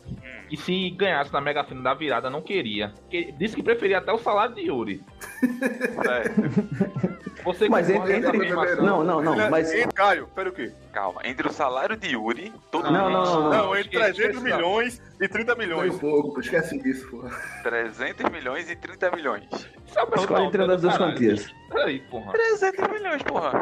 Speaker 3: Que se ganhasse na Mega Sena da virada, não queria. Que- Disse que preferia até o salário de Yuri.
Speaker 5: É,
Speaker 3: Você
Speaker 2: Mas
Speaker 3: concorda
Speaker 2: entre. entre...
Speaker 3: também, Marcelo?
Speaker 2: Não, não, não.
Speaker 1: Ele- é
Speaker 2: Mas.
Speaker 1: Ei, Caio, pera o quê?
Speaker 5: calma. Entre o salário de Yuri, todo
Speaker 2: Não,
Speaker 5: mundo
Speaker 2: não, não.
Speaker 1: Não, entre
Speaker 3: esquece,
Speaker 1: 300
Speaker 3: esquece, não.
Speaker 1: milhões e 30 milhões.
Speaker 4: Foi um pouco, pô, esquece disso, porra.
Speaker 5: 300 milhões e 30 milhões.
Speaker 3: Isso é uma pergunta
Speaker 2: Escolhe entre
Speaker 3: óbvia
Speaker 2: uma das
Speaker 3: do
Speaker 2: duas
Speaker 3: caralho.
Speaker 2: quantias.
Speaker 3: Peraí, porra.
Speaker 5: 300 milhões, porra.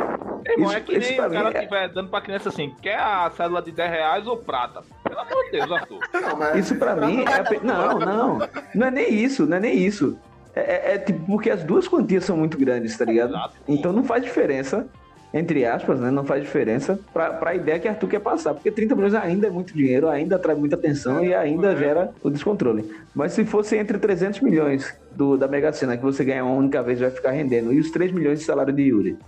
Speaker 3: Meu irmão,
Speaker 2: Isso-
Speaker 3: é que
Speaker 2: isso
Speaker 3: nem
Speaker 2: pra
Speaker 3: o cara
Speaker 2: mim é-
Speaker 3: estiver dando pra criança assim, quer a cédula de 10 reais ou prata? Pelo amor de
Speaker 1: <laughs>
Speaker 3: Deus, Arthur.
Speaker 4: Não, mas-
Speaker 2: Isso pra mim é. ape- Não, não. Não é nem isso, não é nem isso. É, é- é tipo, porque as duas quantias são muito grandes, tá ligado?
Speaker 3: Exato.
Speaker 2: Então não faz diferença, entre aspas, né? Não faz diferença pra, pra ideia que Arthur quer passar. Porque 30 milhões ainda é muito dinheiro, ainda atrai muita atenção e ainda gera o descontrole. Mas se fosse entre 300 milhões do, da Mega Sena, que você ganha uma única vez e vai ficar rendendo, e os 3 milhões de salário de Yuri.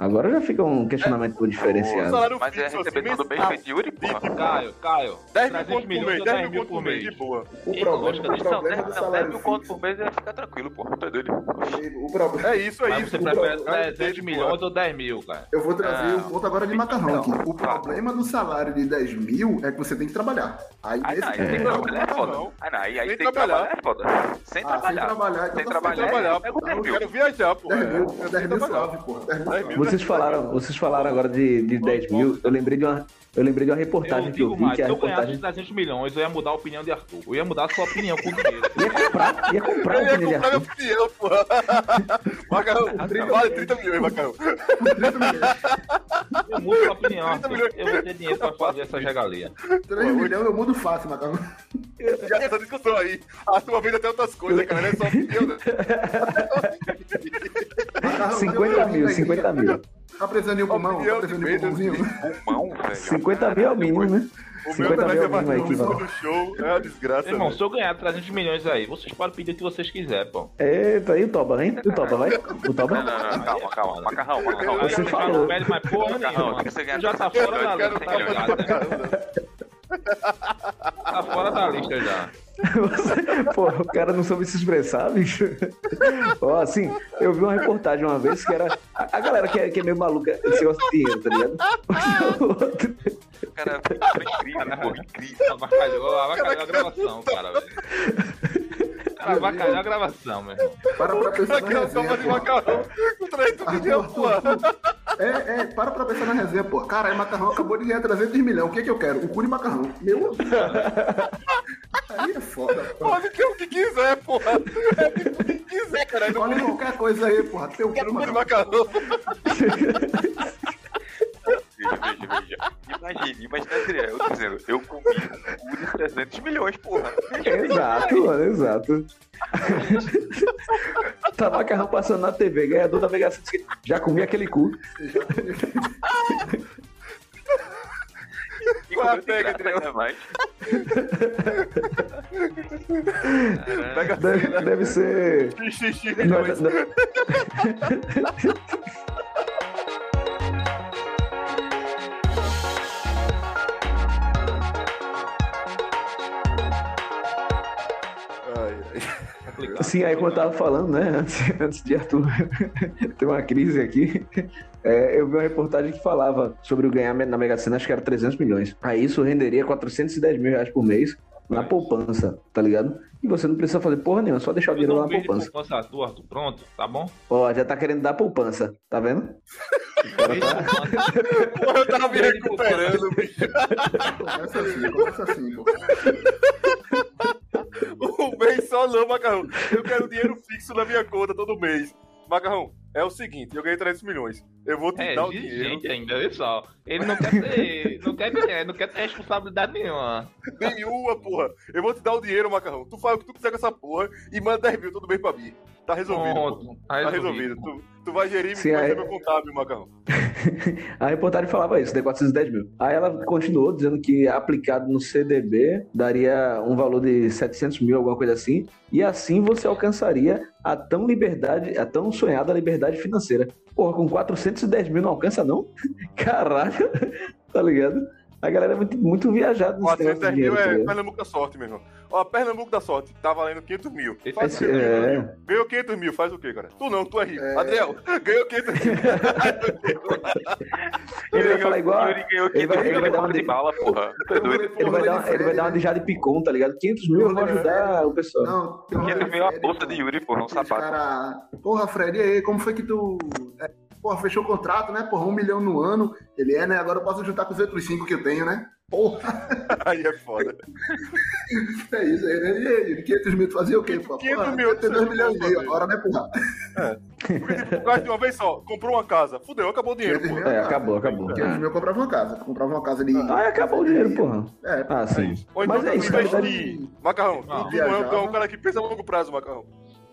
Speaker 2: Agora já fica um questionamento
Speaker 1: O
Speaker 2: diferenciado.
Speaker 1: salário
Speaker 5: Mas é
Speaker 1: fixo,
Speaker 5: receber
Speaker 1: assim,
Speaker 5: todo bem
Speaker 1: mensal.
Speaker 5: feito de Yuri, porra.
Speaker 3: Caio, Caio.
Speaker 1: 10 mil
Speaker 3: 300
Speaker 1: conto por mês,
Speaker 3: ou
Speaker 1: 10 mil conto por mês, de boa.
Speaker 4: O
Speaker 3: Ei,
Speaker 4: problema, é
Speaker 3: lógico,
Speaker 4: o
Speaker 5: Não,
Speaker 4: problema do
Speaker 5: 10 não, 10
Speaker 4: salário
Speaker 5: mil conto
Speaker 4: fixo.
Speaker 5: por mês ia ficar tranquilo, porra. Tá doido?
Speaker 4: O problema.
Speaker 1: É isso, é
Speaker 3: Mas
Speaker 1: isso.
Speaker 3: você
Speaker 1: O
Speaker 3: prefere
Speaker 1: problema
Speaker 3: 300
Speaker 1: dele,
Speaker 3: milhões ou 10 mil, cara?
Speaker 4: Eu vou trazer
Speaker 5: Ah,
Speaker 4: o ponto agora de macarrão aqui. O
Speaker 5: tá.
Speaker 4: problema do salário de 10 mil é que você tem que trabalhar. Aí
Speaker 5: Aí
Speaker 4: nesse
Speaker 5: não, aí
Speaker 4: ponto,
Speaker 5: tem que
Speaker 4: eu vou
Speaker 5: trabalhar é
Speaker 4: macarrão.
Speaker 5: foda. Aí não, aí aí
Speaker 1: Sem
Speaker 5: tem que trabalhar é foda. Sem
Speaker 4: Ah, sem
Speaker 5: trabalhar.
Speaker 4: trabalhar, então tá
Speaker 5: Sem
Speaker 1: pô. Eu
Speaker 4: trabalhar.
Speaker 1: quero trabalhar,
Speaker 3: É
Speaker 1: pô.
Speaker 5: Pega o 10 mil.
Speaker 1: Eu quero viajar, pô.
Speaker 4: 10 mil,
Speaker 1: É,
Speaker 4: 10 mil
Speaker 1: tem que trabalhar.
Speaker 4: suave, porra. 10 mil
Speaker 1: Dez mil.
Speaker 4: suave.
Speaker 2: Vocês falaram, vocês falaram agora de, de 10 mil. Eu lembrei de uma, eu lembrei de uma reportagem
Speaker 3: eu
Speaker 2: que eu
Speaker 3: digo
Speaker 2: vi,
Speaker 3: mais,
Speaker 2: que é
Speaker 3: se
Speaker 2: a
Speaker 3: eu ganhasse
Speaker 2: reportagem.
Speaker 3: 300 milhões, eu ia mudar a opinião de Arthur. Eu ia mudar a sua opinião com o dinheiro.
Speaker 2: Ia comprar, ia comprar um o
Speaker 1: Eu ia
Speaker 2: opinião de
Speaker 1: comprar minha
Speaker 2: Arthur.
Speaker 1: opinião, pô. <laughs> Macarrão, 30, vale 30 milhões, Macarrão.
Speaker 3: Eu mudo sua opinião, Arthur.
Speaker 1: milhões.
Speaker 3: Eu vou ter dinheiro pra fazer essa regalia.
Speaker 4: 3 milhões eu mudo fácil, macarrão.
Speaker 1: Já essa discussão aí. A tua vida tem outras coisas, cara. Não é só opinião, né?
Speaker 4: Macarrão,
Speaker 2: 50
Speaker 4: macarrão,
Speaker 2: mil,
Speaker 4: aí,
Speaker 2: 50 mil.
Speaker 4: Tá precisando de um pulmão? Tá
Speaker 1: Opinião de
Speaker 4: precisando de um
Speaker 1: medo,
Speaker 4: pulmãozinho?
Speaker 5: Pulmão, velho.
Speaker 2: 50 mil é o mínimo, né?
Speaker 1: O meu
Speaker 2: 50
Speaker 1: também é
Speaker 2: mil é o mínimo aí que
Speaker 1: mais
Speaker 2: vale.
Speaker 1: do show. É uma desgraça.
Speaker 3: Irmão,
Speaker 1: velho.
Speaker 3: se eu ganhar 300 milhões aí, vocês podem pedir o que vocês quiserem, pô.
Speaker 2: Eita, e o Toba, hein? E o Toba, vai? O
Speaker 5: Não,
Speaker 2: Toba?
Speaker 5: não, não, calma, calma. Macarrão, macarrão.
Speaker 3: Aí
Speaker 2: Você
Speaker 3: eu
Speaker 2: falou.
Speaker 3: não pede mais porra
Speaker 5: Macarrão,
Speaker 3: nenhuma.
Speaker 5: que você ganha
Speaker 3: Tu já tá
Speaker 5: 300
Speaker 3: fora da
Speaker 5: milhões,
Speaker 3: lista, tá
Speaker 5: cara,
Speaker 3: ligado? né?
Speaker 1: Cara,
Speaker 3: Tá fora da lista já.
Speaker 2: <laughs> Você- Pô, o cara não soube se expressar, bicho. Ó, assim, eu vi uma reportagem uma vez que era. A a galera que é, que é meio maluca, esse negócio de dinheiro, tá ligado? <laughs> O outro-
Speaker 5: Cara, foi incrível, pô, incrível.
Speaker 3: Avacalhou, avacalhou a gravação, cara, velho. Cara, avacalhou a gravação, meu irmão.
Speaker 4: <laughs>
Speaker 2: Tá
Speaker 4: Para pra pensar na
Speaker 1: Aquela toma de
Speaker 4: resenha, pô.
Speaker 1: macarrão. Com 30 milhões, pô.
Speaker 4: É, é, para pra pensar na resenha, pô. Caralho, macarrão acabou de ganhar 300 milhões. O que que eu quero? O cu de macarrão. Meu amigo. Aí é foda, pô.
Speaker 1: Pode ter o que quiser, pô. É tipo o que quiser, cara. Não
Speaker 4: Olha qualquer coisa aí, porra. Teu cu de
Speaker 1: pode
Speaker 4: macarrão.
Speaker 1: macarrão.
Speaker 5: Veja, veja, veja. Imagina, imagina Adriel, eu dizendo, eu comi um cu de 300 milhões, porra.
Speaker 2: <laughs> Exato, mano, exato. <laughs> Tá macarrão passando na TV, ganhador da Mega Sena. Já comi aquele cu.
Speaker 5: E
Speaker 1: Qual é a
Speaker 5: comeu de
Speaker 1: pega,
Speaker 5: graça ainda mais.
Speaker 1: Pega a
Speaker 2: Deve, deve ser.
Speaker 1: xixi
Speaker 2: Não,
Speaker 1: milhões.
Speaker 2: não-
Speaker 1: Ai, ai.
Speaker 3: Complicado.
Speaker 2: Sim, aí como eu tava falando, né, antes, antes de Arthur <laughs> ter uma crise aqui, é, eu vi uma reportagem que falava sobre o ganhar na Mega Sena, acho que era 300 milhões. Aí isso renderia 410 mil reais por mês na poupança, tá ligado? E você não precisa fazer porra nenhuma, só deixar o
Speaker 3: Eu
Speaker 2: dinheiro
Speaker 3: dou
Speaker 2: lá
Speaker 3: um
Speaker 2: na
Speaker 3: beijo de
Speaker 2: poupança.
Speaker 3: poupança a tu, Arthur. Pronto, tá bom?
Speaker 2: Ó, já tá querendo dar poupança, tá vendo?
Speaker 3: Beijo de
Speaker 1: tá
Speaker 3: poupança.
Speaker 1: Porra, eu tava me recuperando, bicho.
Speaker 4: Começa assim, começa assim, pô.
Speaker 1: <laughs> Um mês só não, Macarrão. Eu quero dinheiro fixo na minha conta todo mês. Macarrão, é o seguinte, eu ganhei 300 milhões. Eu vou te
Speaker 3: É,
Speaker 1: dar o dinheiro.
Speaker 3: gente ainda, olha só. Ele não quer ter, não quer, ter- não quer ter responsabilidade nenhuma.
Speaker 1: Nenhuma, porra. Eu vou te dar o dinheiro, Macarrão. Tu faz o que tu quiser com essa porra e manda 10 mil todo mês pra mim. Tá resolvido, pô.
Speaker 3: Pronto,
Speaker 1: Tá resolvido. Tu, tu vai gerir
Speaker 2: Sim,
Speaker 1: e vai
Speaker 2: aí-
Speaker 1: ser meu contábil, Macarrão.
Speaker 2: A reportagem falava isso, de 410 mil. Aí ela continuou dizendo que aplicado no CDB daria um valor de 700 mil, alguma coisa assim, e assim você alcançaria a tão liberdade, a tão sonhada liberdade financeira. Porra, com 410 mil não alcança não? <laughs> Caralho, tá ligado? A galera é muito, muito viajada nesse negócio
Speaker 1: 410
Speaker 2: de
Speaker 1: mil
Speaker 2: dinheiro, tá
Speaker 1: é
Speaker 2: ligado?
Speaker 1: Pernambuco da sorte, meu irmão. Ó, Pernambuco da sorte, tá valendo 500 mil.
Speaker 3: Esse-
Speaker 1: Faz
Speaker 2: Esse-
Speaker 1: o quê?
Speaker 2: é,
Speaker 1: Ganhou 500 mil, faz o quê, cara? Tu não, tu é rico. Adriel, <laughs> ganhou 500 mil.
Speaker 2: ele vai falar igual,
Speaker 5: Yuri ganhou
Speaker 2: ele vai-
Speaker 5: 500
Speaker 2: ele vai dar
Speaker 5: mil
Speaker 2: uma
Speaker 5: de
Speaker 2: de-
Speaker 5: bala, porra. Tu é
Speaker 4: Eu
Speaker 5: doido?
Speaker 4: falei, porra,
Speaker 2: ele vai,
Speaker 4: de
Speaker 2: dar, ele vai
Speaker 4: um Fred,
Speaker 2: dar uma de Jade Picon, tá ligado? 500 mil eu vou ajudar o pessoal.
Speaker 4: Não, tem um
Speaker 5: Porque tu veio a
Speaker 4: Fred,
Speaker 5: bolsa
Speaker 4: pô.
Speaker 5: de Yuri, porra, um
Speaker 4: Aqueles
Speaker 5: sapato.
Speaker 4: Cara... Porra, Fred, e aí, como foi que tu. é, Porra, fechou o contrato, né? Porra, um milhão no ano. Ele é, né? Agora eu posso juntar com os outros cinco que eu tenho, né? Porra,
Speaker 1: Aí é foda.
Speaker 4: é isso. aí, né? E aí, 500 mil tu fazia o quê, pô?
Speaker 1: 500
Speaker 4: Porra,
Speaker 1: mil,
Speaker 4: tem 2
Speaker 1: você
Speaker 4: milhões e meio
Speaker 1: não
Speaker 4: agora, né, porra?
Speaker 1: Porque, tipo, gasta de uma vez só, comprou uma casa. Fudeu, acabou o dinheiro,
Speaker 4: 500
Speaker 1: pô.
Speaker 4: mil,
Speaker 2: É, acabou, acabou.
Speaker 4: 500 mil eu comprava uma casa. Comprava uma casa de.
Speaker 2: Ah, acabou o dinheiro, porra.
Speaker 4: É,
Speaker 2: Ah, sim.
Speaker 1: Ou então
Speaker 2: Mas é
Speaker 1: tu
Speaker 2: isso, na
Speaker 1: investe
Speaker 2: verdade.
Speaker 1: em- Macarrão, tu,
Speaker 3: Não,
Speaker 1: tu não é, tu é um
Speaker 4: viajava.
Speaker 1: cara que pensa a longo prazo, Macarrão.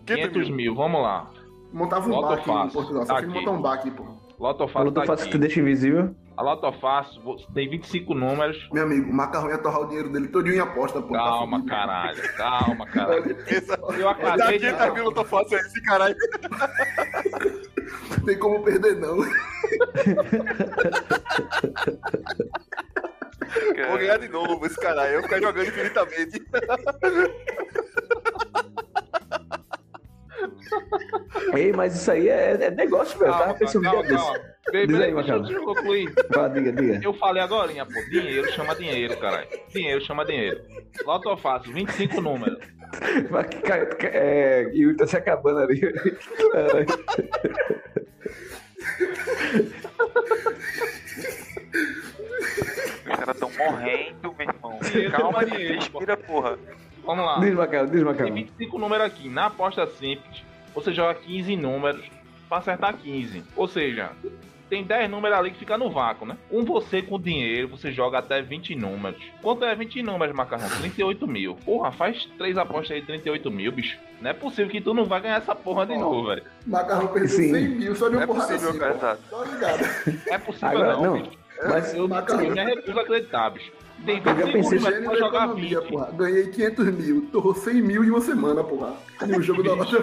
Speaker 1: 500 mil.
Speaker 3: 500 mil, vamos lá.
Speaker 4: montava um
Speaker 3: Logo eu
Speaker 4: baque em
Speaker 3: faço.
Speaker 4: Portugal. Só
Speaker 3: Tá
Speaker 4: que ele
Speaker 3: aqui.
Speaker 4: montar um baque, porra.
Speaker 2: A
Speaker 3: Lotofácil
Speaker 2: luta
Speaker 3: tá
Speaker 2: fácil te
Speaker 3: aqui.
Speaker 2: deixa invisível.
Speaker 3: A Lotofácil você tem 25 números.
Speaker 4: Meu amigo, o macarrão ia torrar o dinheiro dele todinho em aposta, porra.
Speaker 3: Calma, caralho.
Speaker 2: <laughs>
Speaker 3: Calma, caralho.
Speaker 1: Pensa,
Speaker 3: Eu
Speaker 1: dá
Speaker 3: acabei de...
Speaker 1: 500 mil, eu tô fácil esse caralho.
Speaker 4: Não tem como perder, não.
Speaker 1: Vou ganhar de novo esse caralho. Eu vou ficar jogando infinitamente.
Speaker 2: Ei, mas isso aí é, é negócio, velho. Eu tava
Speaker 3: Calma,
Speaker 2: pensando um
Speaker 3: calma,
Speaker 2: dia desse.
Speaker 3: calma. Peraí,
Speaker 2: Diz aí,
Speaker 3: peraí, deixa eu
Speaker 2: Marcelo.
Speaker 3: concluir.
Speaker 2: Fala, diga, diga.
Speaker 3: Eu falei agora, pô. Dinheiro chama dinheiro, caralho. Dinheiro chama dinheiro. Lotofácil, 25 números.
Speaker 2: Mas que ca- ca- É, e tá se acabando ali. Caralho.
Speaker 5: Os caras tão morrendo, meu irmão.
Speaker 3: Dinheiro
Speaker 5: Calma,
Speaker 3: tem dinheiro,
Speaker 5: respira, porora.
Speaker 3: Vamos lá.
Speaker 2: Diz, Macau, diz, Macau.
Speaker 3: Tem 25 números aqui. Na aposta simples, você joga 15 números pra acertar 15. Ou seja, tem 10 números ali que fica no vácuo, né? Com você com dinheiro, você joga até 20 números. Quanto é 20 números, Macarrão? 38 mil. Porra, faz 3 apostas aí, 38 mil, bicho. Não é possível que tu não vai ganhar essa porra de novo, velho.
Speaker 4: O macarrão perdeu
Speaker 2: Sim.
Speaker 4: 100 mil só de
Speaker 1: É
Speaker 4: uma porrada
Speaker 1: possível,
Speaker 4: assim,
Speaker 1: cara.
Speaker 4: porra.
Speaker 5: Exato.
Speaker 4: Tá ligado?
Speaker 3: É possível
Speaker 2: Agora,
Speaker 3: não,
Speaker 2: não.
Speaker 3: bicho.
Speaker 2: Mas
Speaker 3: Eu,
Speaker 4: Macarrão.
Speaker 3: eu me arrependo de acreditar, é bicho. Tem
Speaker 2: já
Speaker 3: 25
Speaker 2: pensei-
Speaker 3: números, tu
Speaker 4: Gênio
Speaker 3: vai
Speaker 4: da
Speaker 3: jogar
Speaker 4: economia,
Speaker 3: 20.
Speaker 4: porra. Ganhei 500 mil, torrou 100 mil em uma semana, porra. E o jogo da é nossa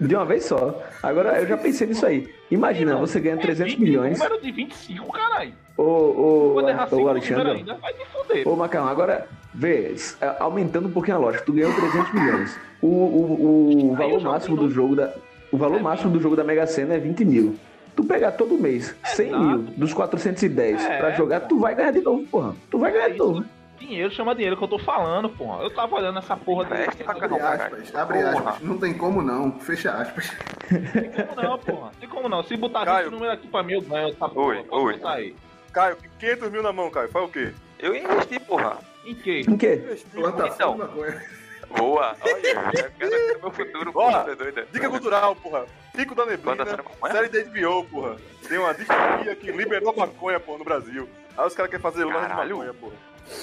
Speaker 2: de uma vez só. Agora, eu já pensei nisso aí. Imagina, você
Speaker 3: É,
Speaker 2: ganha 300 milhões.
Speaker 3: Número de 25, caralho.
Speaker 2: Ô, ô,
Speaker 3: é? Quando errar
Speaker 2: ô,
Speaker 3: 5 números
Speaker 2: Alexandre.
Speaker 3: ainda, vai te foder.
Speaker 2: Ô, Macau, agora, vê, s- a- aumentando um pouquinho a lógica. Tu ganhou 300 milhões. O, o, o
Speaker 3: Aí eu
Speaker 2: valor
Speaker 3: já
Speaker 2: máximo
Speaker 3: fui
Speaker 2: do jogo da... O valor
Speaker 3: É
Speaker 2: máximo do jogo da Mega Sena é 20 mil. Tu pegar todo mês 100 mil dos 410
Speaker 3: É,
Speaker 2: pra jogar,
Speaker 3: pô. É
Speaker 2: tu vai ganhar de novo, porra. Tu vai ganhar de
Speaker 3: isso.
Speaker 2: novo. né?
Speaker 3: Dinheiro chama dinheiro que eu tô falando, porra. Eu tava olhando essa porra
Speaker 5: Investe pra
Speaker 4: Abre
Speaker 5: Porra,
Speaker 4: aspas,
Speaker 5: cara.
Speaker 4: abre
Speaker 5: Porra.
Speaker 4: aspas. Não tem como não, fecha aspas.
Speaker 3: Tem como não, porra. Tem como não. Se botar
Speaker 1: Caio.
Speaker 3: esse número aqui pra mim, eu ganho essa porra.
Speaker 5: Oi,
Speaker 3: Pode
Speaker 5: oi.
Speaker 3: botar aí.
Speaker 1: Caio, 500 mil na mão, Caio. Faz o quê?
Speaker 5: Eu investi, porra.
Speaker 3: Em quê?
Speaker 2: Em quê?
Speaker 4: Plantação
Speaker 5: Então.
Speaker 4: de maconha.
Speaker 5: Boa. Olha, cara, meu futuro,
Speaker 1: Bora.
Speaker 5: porra. tu é doida.
Speaker 1: Dica cultural, porra. Pico da Neblina,
Speaker 5: Plantação de maconha?
Speaker 1: série da HBO, porra. Tem uma distopia que liberou a maconha, porra, no Brasil. Aí os caras querem fazer loja de
Speaker 5: Caralho.
Speaker 1: maconha, porra.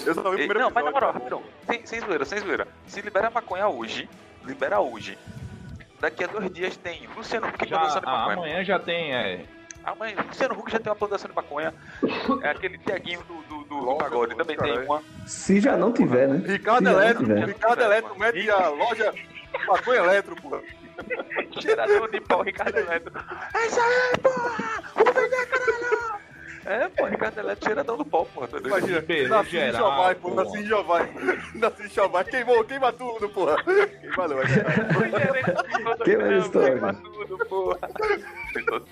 Speaker 1: Eu só vi o
Speaker 5: Ei,
Speaker 1: primeiro
Speaker 5: Não, mas na
Speaker 1: episódio,
Speaker 5: moral,
Speaker 1: tá bom?
Speaker 5: rapidão. Sem, sem zoeira, sem zoeira. Se libera a maconha hoje, libera hoje. Daqui a dois dias tem Luciano Huck
Speaker 3: Já,
Speaker 5: plantação de
Speaker 3: ah,
Speaker 5: maconha.
Speaker 3: amanhã já tem. É...
Speaker 5: Amanhã, Luciano Huck já tem uma plantação de maconha. É aquele Tiaguinho do, do, do Lula Pagode também tem
Speaker 1: Caralho.
Speaker 5: uma.
Speaker 2: Se já
Speaker 3: É,
Speaker 2: não tiver, né?
Speaker 1: Ricardo é
Speaker 2: Sim,
Speaker 1: Eletro,
Speaker 2: velho.
Speaker 1: Ricardo Eletro, mete a loja Maconha Eletro, pô.
Speaker 5: Cheirador de pau, Ricardo Eletro. <laughs> É isso aí, porra! Vou vender, caralho! É, pô, Ricardo Eletro cheiradão do pau, porra. Tá doido?
Speaker 1: Imagina,
Speaker 3: Ribeiro,
Speaker 1: Nasci
Speaker 3: geral,
Speaker 1: Jovai, pô, assim
Speaker 3: porra.
Speaker 1: Nasci Jovai. Nasci Jovai, assim queimou, queima tudo, porra. Queima não, é caralho.
Speaker 5: <laughs>
Speaker 2: Que é isso, cara?
Speaker 5: Tudo, porra.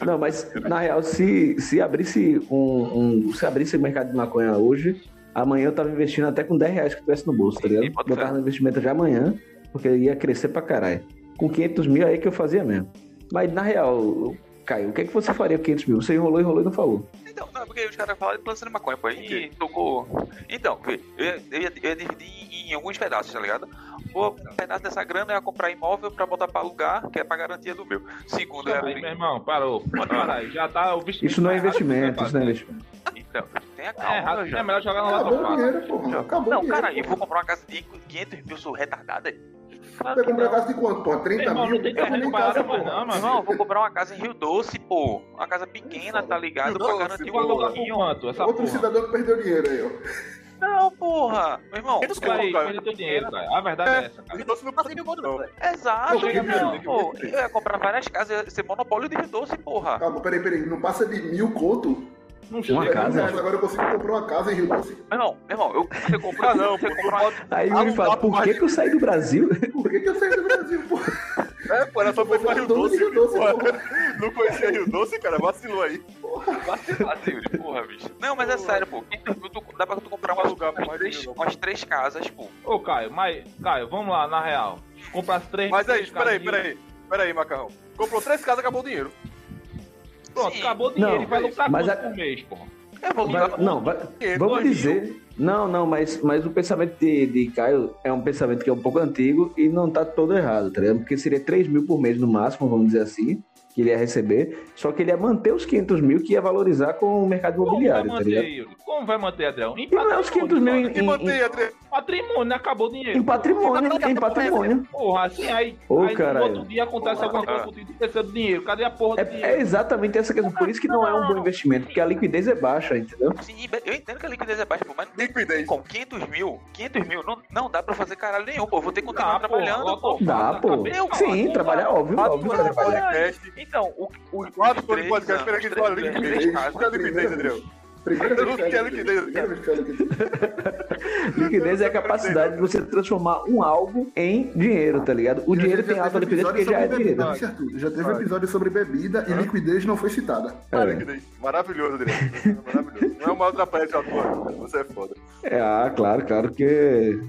Speaker 2: Não, mas na real, se, se abrisse um, um- Se abrisse o mercado de maconha hoje, amanhã eu tava investindo até com 10 reais que tivesse no bolso, tá ligado?
Speaker 5: Sim, pode
Speaker 2: Botava
Speaker 5: ser.
Speaker 2: no investimento já amanhã, porque ia crescer pra caralho. Com 500 mil aí é que eu fazia mesmo. Mas na real, Caio, o que é que você faria com 500 mil? Você enrolou, enrolou e não falou.
Speaker 5: Então, não, porque os caras falam de plantação de maconha, pô. E tocou. Então, vê, eu ia, eu ia- eu ia dividir em, em alguns pedaços, tá ligado? Pô, um pedaço dessa grana eu ia comprar imóvel pra botar pra alugar, que é pra garantia do meu. Segundo, assim, eu
Speaker 1: Tá
Speaker 3: Aí,
Speaker 5: ia
Speaker 1: né?
Speaker 3: meu irmão, parou. Pode parar aí. Já tá o bicho.
Speaker 2: Isso não é
Speaker 3: tá errado,
Speaker 2: investimento,
Speaker 3: tá
Speaker 2: isso não é investimento. Tá
Speaker 5: Então, tenha
Speaker 3: errado. É
Speaker 5: calma.
Speaker 3: errado, é melhor jogar no
Speaker 4: Acabou o
Speaker 3: lado
Speaker 4: dinheiro, porra. Acabou o
Speaker 5: não,
Speaker 4: dinheiro.
Speaker 5: cara, eu
Speaker 4: porra.
Speaker 5: vou comprar uma casa de 500 mil, sou retardado. é? Claro
Speaker 4: Vai
Speaker 5: que
Speaker 4: comprar
Speaker 5: não.
Speaker 4: casa de quanto, porra? 30
Speaker 2: Tá
Speaker 3: Irmão,
Speaker 4: mil?
Speaker 3: não tem
Speaker 4: Eu vou
Speaker 3: terreno
Speaker 4: nem
Speaker 3: parado,
Speaker 4: casa,
Speaker 3: mas
Speaker 4: porra.
Speaker 3: não, mano.
Speaker 5: Irmão, eu vou comprar uma casa em Rio Doce, pô. Uma casa pequena, tá ligado?
Speaker 1: Rio
Speaker 5: Pra
Speaker 1: Doce,
Speaker 5: garantir
Speaker 3: E
Speaker 5: o
Speaker 3: o alugar por
Speaker 5: aluguel.
Speaker 3: quanto? Essa
Speaker 4: Outro
Speaker 3: porra.
Speaker 4: cidadão que perdeu dinheiro aí, ó.
Speaker 5: Não, porra. Meu irmão,
Speaker 1: Eles
Speaker 3: Cara, aí,
Speaker 1: Cara,
Speaker 3: perdeu teu dinheiro, cara. A verdade é essa, cara.
Speaker 1: Então você não passa de gordo, não.
Speaker 5: exato,
Speaker 3: Não,
Speaker 5: meu irmão.
Speaker 1: não,
Speaker 5: Pô, eu ia comprar várias casas, ia ser monopólio de Rio Doce, porra.
Speaker 4: Calma, peraí, peraí. Não passa de mil conto?
Speaker 3: Não
Speaker 2: Uma
Speaker 3: chega.
Speaker 2: casa?
Speaker 5: né?
Speaker 4: Mas agora eu consigo comprar uma casa em Rio Doce.
Speaker 5: Meu irmão, meu irmão, eu, você comprou,
Speaker 1: Ah, não, pô,
Speaker 5: você
Speaker 1: tu
Speaker 5: comprou uma...
Speaker 1: pode...
Speaker 2: Aí
Speaker 5: um
Speaker 2: o me fala, por que, que eu saí do
Speaker 5: <laughs>
Speaker 2: Brasil?
Speaker 4: Por que, que eu saí do Brasil, porra?
Speaker 1: É, pô, era só pra ir pra Rio
Speaker 4: Dono de
Speaker 1: Doce,
Speaker 4: Rio Doce,
Speaker 1: porra.
Speaker 4: porra.
Speaker 1: Não conhecia Rio Doce, cara, vacilou aí.
Speaker 5: Brasil, Yuri, porra, bicho. Não, mas é sério, pô. Tu- tu- dá pra tu comprar umas,
Speaker 1: Alugar por
Speaker 5: umas,
Speaker 1: mais
Speaker 5: três,
Speaker 1: de mil,
Speaker 5: umas três casas, pô.
Speaker 3: Ô, Caio, mas. Caio, vamos lá, na real. Comprar as três.
Speaker 1: Mas aí,
Speaker 3: três
Speaker 1: peraí,
Speaker 3: casinhas.
Speaker 1: peraí. Peraí, Macarrão. Comprou três casas, acabou o dinheiro.
Speaker 3: Pronto,
Speaker 5: Sim.
Speaker 3: acabou o dinheiro.
Speaker 2: Não,
Speaker 3: e vai lucrar
Speaker 2: mas
Speaker 3: quanto
Speaker 2: a-
Speaker 3: por mês, porra?
Speaker 5: Eu vou
Speaker 2: Vai- não, vai-
Speaker 1: É,
Speaker 2: vamos
Speaker 1: dois mil.
Speaker 2: dizer. Não, não, mas, mas o pensamento de, de Caio é um pensamento que é um pouco antigo e não tá todo errado, tá ligado? Porque seria 3 mil por mês no máximo, vamos dizer assim, que ele ia receber. Só que ele ia manter os 500 mil que ia valorizar com o mercado
Speaker 3: Como assim? vai
Speaker 2: imobiliário, tá
Speaker 3: manter,
Speaker 2: ligado?
Speaker 3: Yuri? Como vai manter, Adrião? Em
Speaker 2: E não é os 500 mil em,
Speaker 1: E
Speaker 2: em-
Speaker 1: mantém a três.
Speaker 2: em-
Speaker 3: Patrimônio, né? acabou o dinheiro.
Speaker 2: em patrimônio, em patrimônio.
Speaker 3: Porra, assim aí,
Speaker 2: Ô,
Speaker 3: aí no
Speaker 2: caralho.
Speaker 3: outro dia acontece
Speaker 5: Porra,
Speaker 3: alguma coisa
Speaker 5: ah.
Speaker 3: contigo, tu esqueceu do dinheiro. Cadê a porra
Speaker 2: É,
Speaker 3: do
Speaker 2: é
Speaker 3: dinheiro?
Speaker 2: exatamente essa questão. Por isso que não é um bom investimento, porque a liquidez é baixa, entendeu?
Speaker 5: Sim, eu entendo que a liquidez é baixa, pô, mas não tem
Speaker 1: Liquidez.
Speaker 5: como. 500 mil, 500 mil, não, não dá pra fazer caralho nenhum, pô. Eu vou ter que continuar
Speaker 3: Dá, porra,
Speaker 5: trabalhando,
Speaker 3: bota
Speaker 5: pô.
Speaker 3: o papo
Speaker 2: Dá,
Speaker 3: na
Speaker 2: pô.
Speaker 5: cabeça,
Speaker 2: Sim,
Speaker 5: mano.
Speaker 2: trabalhar, óbvio,
Speaker 1: Quatro
Speaker 2: óbvio. é
Speaker 1: horas de
Speaker 2: trabalhar.
Speaker 1: podcast.
Speaker 5: Então, o,
Speaker 1: Quatro
Speaker 5: o os
Speaker 1: horas de
Speaker 5: três
Speaker 1: podcast.
Speaker 5: anos,
Speaker 1: Peraí, que
Speaker 5: os
Speaker 1: eles falam
Speaker 5: três-
Speaker 1: liquidez.
Speaker 5: três
Speaker 1: Não tem
Speaker 5: casas.
Speaker 1: liquidez, Adrião.
Speaker 4: Primeira
Speaker 1: Eu
Speaker 4: vez
Speaker 1: não
Speaker 4: que
Speaker 1: quero
Speaker 4: eu
Speaker 1: que dê-
Speaker 4: liquidez. Primeira vez que eu liquidez.
Speaker 2: Liquidez é a capacidade de você transformar um algo em dinheiro, tá ligado? O dinheiro tem alta liquidez porque já é dinheiro.
Speaker 4: Bebida, Arthur. Já teve
Speaker 1: Vai.
Speaker 4: episódio sobre bebida e liquidez não foi citada.
Speaker 1: Ah,
Speaker 2: É.
Speaker 1: liquidez. Maravilhoso, Adrião. Maravilhoso. Não é uma outra parte da tua, cara. você é foda.
Speaker 2: É, ah, claro, claro, porque.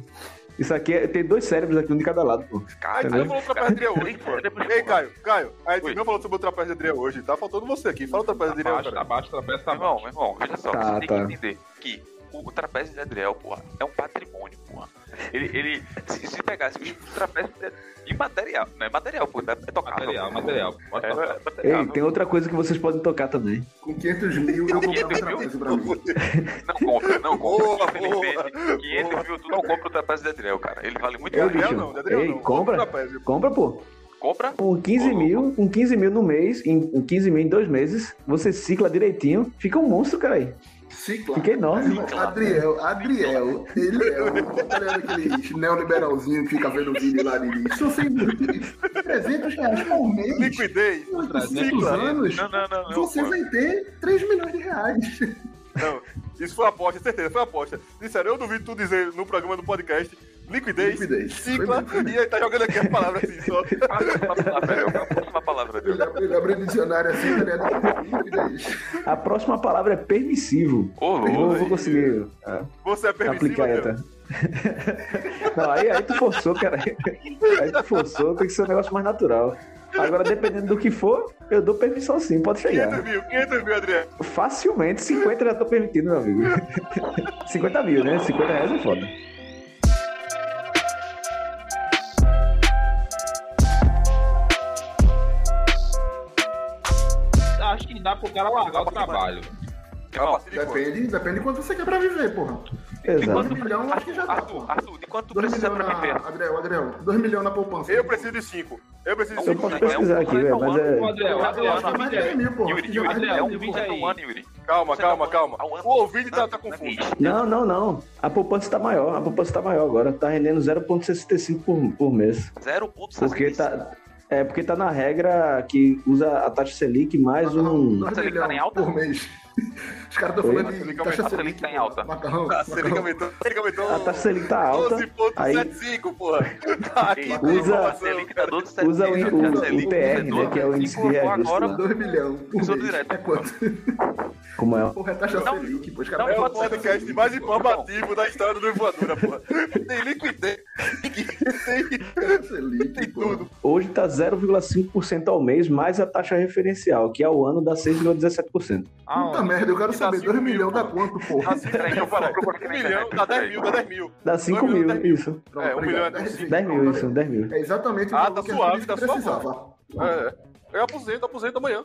Speaker 2: Isso aqui é- tem dois cérebros aqui, um de cada lado, pô.
Speaker 1: A gente
Speaker 5: Caralho,
Speaker 1: não falou do trapézio de Adriel hoje, pô. Ei, Caio, Caio, a gente
Speaker 5: Oi.
Speaker 1: não falou sobre o trapézio de Adriel hoje. Tá faltando você aqui. Fala o trapézio de
Speaker 3: Tá
Speaker 1: Adriel,
Speaker 3: baixo, tá
Speaker 1: cara.
Speaker 3: baixo, tropeça, tá
Speaker 5: Meu
Speaker 3: baixo.
Speaker 5: irmão, meu irmão, veja só,
Speaker 2: Tá,
Speaker 5: você tem
Speaker 2: tá.
Speaker 5: que entender que o, o trapézio de Adriel, porra, é um patrimônio, porra. Ele, ele se, se pegasse o trapézio é imaterial, não é material, pô, é tocado.
Speaker 3: Material, material. Pode
Speaker 1: né?
Speaker 5: É,
Speaker 3: tocar.
Speaker 5: é material.
Speaker 2: Ei, tem outra coisa que vocês podem tocar também.
Speaker 4: Com 500 mil, eu comprava um
Speaker 5: 500 mil?
Speaker 4: trapézio pra mim.
Speaker 5: Não compra, não compra.
Speaker 1: Boa,
Speaker 5: Infelizmente, 500 mil, tu não compra o trapézio de Adriel, cara. Ele vale muito
Speaker 1: De
Speaker 2: Ei,
Speaker 5: mais.
Speaker 1: Adriel
Speaker 2: bicho.
Speaker 1: não, de Adriel
Speaker 2: Ei,
Speaker 1: não.
Speaker 2: compra.
Speaker 1: Outro trapézio.
Speaker 2: Compra, pô.
Speaker 5: Compra?
Speaker 2: Com 15 mil, com 15 mil no mês, em, em 15 mil em dois meses, você cicla direitinho, fica um monstro, cara aí.
Speaker 4: Cicla.
Speaker 2: Fica enorme.
Speaker 4: Adriel, Adriel, ele é o tá ligado aquele neoliberalzinho que fica vendo vídeo lá de se você investir 300 reais por mês,
Speaker 1: Liquidez.
Speaker 4: em 800
Speaker 3: 300
Speaker 4: anos,
Speaker 5: Não, não, não. não
Speaker 4: você
Speaker 5: pô.
Speaker 4: vai ter 3 milhões de reais.
Speaker 1: Não, isso foi uma aposta, certeza, foi uma aposta. Disseram, eu duvido tu dizer no programa do podcast liquidez,
Speaker 4: Liquidez.
Speaker 1: cicla,
Speaker 4: Foi
Speaker 1: e aí tá jogando aqui as palavras assim só.
Speaker 5: A próxima palavra, Adriel. A próxima palavra, Adriel.
Speaker 4: Ele abre- ele abre o dicionário assim, tá
Speaker 5: <laughs>
Speaker 4: ligado?
Speaker 2: A próxima palavra é permissivo.
Speaker 5: Ô,
Speaker 2: Eu
Speaker 5: louco.
Speaker 2: vou- vou conseguir é,
Speaker 1: Você é permissivo,
Speaker 2: aplicar
Speaker 1: Adriel?
Speaker 2: essa. Não, aí, aí tu forçou, cara. Aí tu forçou, tem que ser um negócio mais natural. Agora, dependendo do que for, eu dou permissão sim, pode chegar.
Speaker 1: 500 mil, 500 mil, Adriel.
Speaker 2: Facilmente, 50 já tô permitindo, meu amigo. 50 mil, né? 50 reais é foda.
Speaker 3: Acho que dá pro cara largar o trabalho.
Speaker 1: A partir de quando?
Speaker 4: Depende, depende de quanto você quer pra viver, porra.
Speaker 2: Exato.
Speaker 4: Dois milhões, acho que já dá,
Speaker 5: Arthur,
Speaker 4: porra.
Speaker 5: Arthur, de quanto tu
Speaker 4: 2
Speaker 5: precisa
Speaker 4: milhões
Speaker 5: pra
Speaker 4: na...
Speaker 5: viver?
Speaker 4: Adriel, Adriel, 2 milhões na poupança.
Speaker 1: Eu preciso de 5. Eu preciso de
Speaker 2: Eu
Speaker 1: 5.
Speaker 5: É um
Speaker 2: posso pesquisar aqui, velho,
Speaker 5: né?
Speaker 2: mas
Speaker 3: Ô,
Speaker 2: é.
Speaker 3: Adriel,
Speaker 4: Eu
Speaker 3: Adriel,
Speaker 4: acho que é
Speaker 3: na
Speaker 4: mais de
Speaker 3: vida é-
Speaker 4: 10 mil, porra.
Speaker 5: Yuri,
Speaker 4: Já
Speaker 5: Yuri,
Speaker 4: mais de
Speaker 5: Adriel,
Speaker 4: 10 mil,
Speaker 3: vinte
Speaker 4: porra.
Speaker 3: aí.
Speaker 5: Um ano, Yuri.
Speaker 1: Calma, calma, calma.
Speaker 5: Ao ano.
Speaker 1: O ouvinte tá, tá confuso.
Speaker 2: Não, não, não. A poupança tá maior. A poupança tá maior agora. Tá rendendo 0,65 por, por mês.
Speaker 5: 0,65.
Speaker 2: Porque tá. É porque tá na regra que usa a taxa Selic mais um.
Speaker 4: Dois
Speaker 5: Você
Speaker 4: milhões
Speaker 5: liga tá em alta?
Speaker 4: Por mês. Os caras estão
Speaker 2: Oi?
Speaker 4: falando
Speaker 1: Você tá
Speaker 4: de
Speaker 1: liga
Speaker 4: taxa
Speaker 5: aumenta, você
Speaker 4: Selic,
Speaker 5: liga em
Speaker 4: porra.
Speaker 5: alta.
Speaker 4: Macarrão.
Speaker 1: A Selic aumentou. A Selic aumentou.
Speaker 2: A taxa Selic tá alta. Aí
Speaker 1: 12,75, porra. Tá aqui tem
Speaker 2: Usa-
Speaker 1: informação.
Speaker 5: Selic tá 12,75.
Speaker 2: usa o,
Speaker 5: Selic
Speaker 2: o,
Speaker 5: tá
Speaker 2: o
Speaker 5: 12,75,
Speaker 2: PR, né? Que é o índice de reajuste.
Speaker 5: Agora,
Speaker 2: lá.
Speaker 4: 2 milhões por
Speaker 5: Isso
Speaker 4: mês.
Speaker 5: direto.
Speaker 4: É quanto?
Speaker 2: Como é?
Speaker 4: Porra, é taxa
Speaker 5: Não,
Speaker 4: Selic, pô. Os
Speaker 5: não
Speaker 4: caras
Speaker 1: É o
Speaker 5: pode ser
Speaker 1: podcast mais informativo da história do Voadora, porra. Tem liquidez. Tem,
Speaker 4: Taxa Selic,
Speaker 1: tem
Speaker 4: porra.
Speaker 1: tudo.
Speaker 2: Hoje tá 0,5% ao mês, mais a taxa referencial, que ao ano dá 6,17%.
Speaker 4: Puta
Speaker 3: Aonde?
Speaker 4: merda, eu quero
Speaker 1: dá
Speaker 4: saber,
Speaker 1: cinco
Speaker 4: 2
Speaker 1: mil,
Speaker 4: milhões dá quanto, porra?
Speaker 1: Assim, peraí, eu falei. Um milhão, dá 10 mil, dá 10 mil.
Speaker 2: Dá 5
Speaker 1: Dois mil,
Speaker 2: mil,
Speaker 1: dez
Speaker 2: isso.
Speaker 4: Pronto,
Speaker 1: É, um milhão é
Speaker 4: obrigado.
Speaker 2: 10 mil, isso, 10 mil.
Speaker 4: É exatamente o
Speaker 1: Ah,
Speaker 4: valor
Speaker 1: tá
Speaker 4: que a
Speaker 1: suave,
Speaker 4: Suíça
Speaker 1: tá
Speaker 4: precisava.
Speaker 1: É. Eu aposento, aposento amanhã.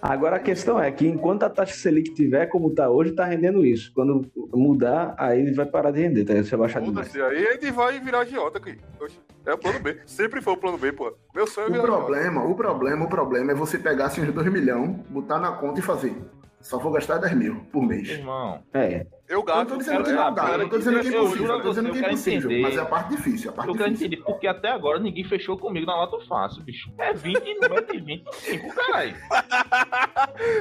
Speaker 2: Agora a questão é que enquanto a taxa Selic tiver como tá hoje, tá rendendo isso. Quando mudar, aí vai parar de render, tá? Você vai baixar demais.
Speaker 1: Foda-se. Aí a gente vai virar idiota aqui. Oxe, É o plano B. Sempre foi o plano B, porra. Meu sonho é
Speaker 4: O
Speaker 1: virar idiota.
Speaker 4: problema, o problema, o problema é você pegar assim os 2 milhões, botar na conta e fazer. Só vou gastar 10 mil por mês.
Speaker 3: Irmão,
Speaker 2: É.
Speaker 1: Eu
Speaker 4: Eu não
Speaker 1: gasto.
Speaker 4: tô dizendo que
Speaker 1: cara,
Speaker 4: não dá, eu não tô dizendo que é
Speaker 3: eu juro
Speaker 4: impossível, eu tô
Speaker 3: a você,
Speaker 4: dizendo que
Speaker 3: eu
Speaker 4: é
Speaker 3: quero
Speaker 4: impossível,
Speaker 3: entender.
Speaker 4: mas é a parte difícil, a parte
Speaker 3: eu quero
Speaker 4: difícil.
Speaker 3: entender porque até agora ninguém fechou comigo na Loto Fácil, bicho. É 20, não é 25, caralho.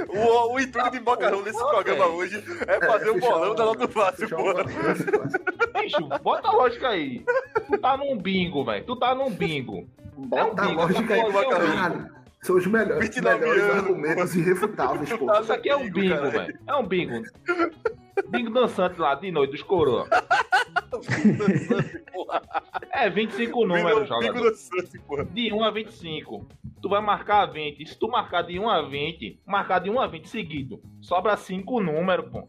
Speaker 1: O, o intuito de bocarão desse
Speaker 4: Tá
Speaker 3: porra,
Speaker 1: programa
Speaker 3: velho.
Speaker 1: hoje é fazer o
Speaker 4: fechar
Speaker 1: bolão da Loto Fácil,
Speaker 4: fechar
Speaker 1: porra.
Speaker 4: o bolão.
Speaker 3: Bicho, bota a lógica aí. Tu tá num bingo, velho. Tu tá num bingo.
Speaker 4: Bota a
Speaker 3: bingo,
Speaker 4: lógica
Speaker 3: tá
Speaker 4: aí,
Speaker 3: bom, é um bingo.
Speaker 4: caralho. São os melhores,
Speaker 1: 29
Speaker 4: melhores
Speaker 1: anos,
Speaker 4: argumentos irrefutáveis, pô.
Speaker 1: Tá
Speaker 3: Isso aqui é um
Speaker 1: Bingo,
Speaker 3: bingo,
Speaker 1: caralho.
Speaker 3: velho. É um bingo. Bingo dançante lá de noite dos coroa. É 25
Speaker 1: Virou
Speaker 3: números,
Speaker 1: um bico
Speaker 3: jogador.
Speaker 1: do Santos, porra.
Speaker 3: De 1 a 25. Tu vai marcar 20. Se tu marcar de 1 a 20, marcar de 1 a 20 seguido. Sobra 5 números, pô.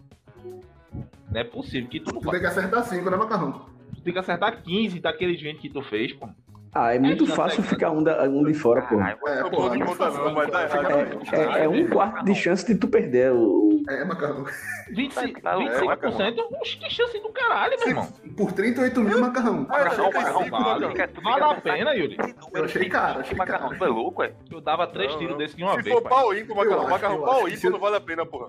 Speaker 3: Não é possível que tu não
Speaker 4: Tu
Speaker 3: faça.
Speaker 4: tem que acertar 5, né, Macarrão?
Speaker 3: Tu tem que acertar 15 daqueles 20 que tu fez, pô.
Speaker 2: Ah, é muito
Speaker 3: É, já
Speaker 2: fácil
Speaker 3: tá
Speaker 2: ficar um, da- um de fora, pô.
Speaker 5: Caralho,
Speaker 4: É,
Speaker 1: Não
Speaker 4: pô,
Speaker 1: pode
Speaker 4: é muito
Speaker 1: contar
Speaker 4: fácil,
Speaker 1: não, mas dá
Speaker 4: fica
Speaker 1: errado.
Speaker 4: tranquilo.
Speaker 2: É, é um quarto de chance de tu perder o.
Speaker 4: É, Macarrão.
Speaker 3: 25,
Speaker 5: Tá louco,
Speaker 3: 25%? Oxe, que chance do caralho, meu irmão.
Speaker 4: Por 38 mil, Macarrão.
Speaker 5: Macarrão,
Speaker 1: Não,
Speaker 5: macarrão,
Speaker 1: vale.
Speaker 5: vale. Tu
Speaker 3: Vale
Speaker 5: fica
Speaker 3: a pena, Yuri.
Speaker 5: pensando em número,
Speaker 4: Eu achei
Speaker 5: tem
Speaker 4: caro,
Speaker 5: que
Speaker 4: achei
Speaker 5: Macarrão,
Speaker 4: caro.
Speaker 5: tu é louco, é?
Speaker 3: Eu dava três
Speaker 1: Não,
Speaker 3: tiros
Speaker 1: não.
Speaker 3: desse de uma
Speaker 1: Se
Speaker 3: vez,
Speaker 1: for
Speaker 3: pai.
Speaker 1: pau-in pro
Speaker 4: Eu
Speaker 1: macarrão,
Speaker 4: acho,
Speaker 1: macarrão
Speaker 4: eu acho
Speaker 1: pau-in,
Speaker 4: que se-
Speaker 1: não vale a pena, porra.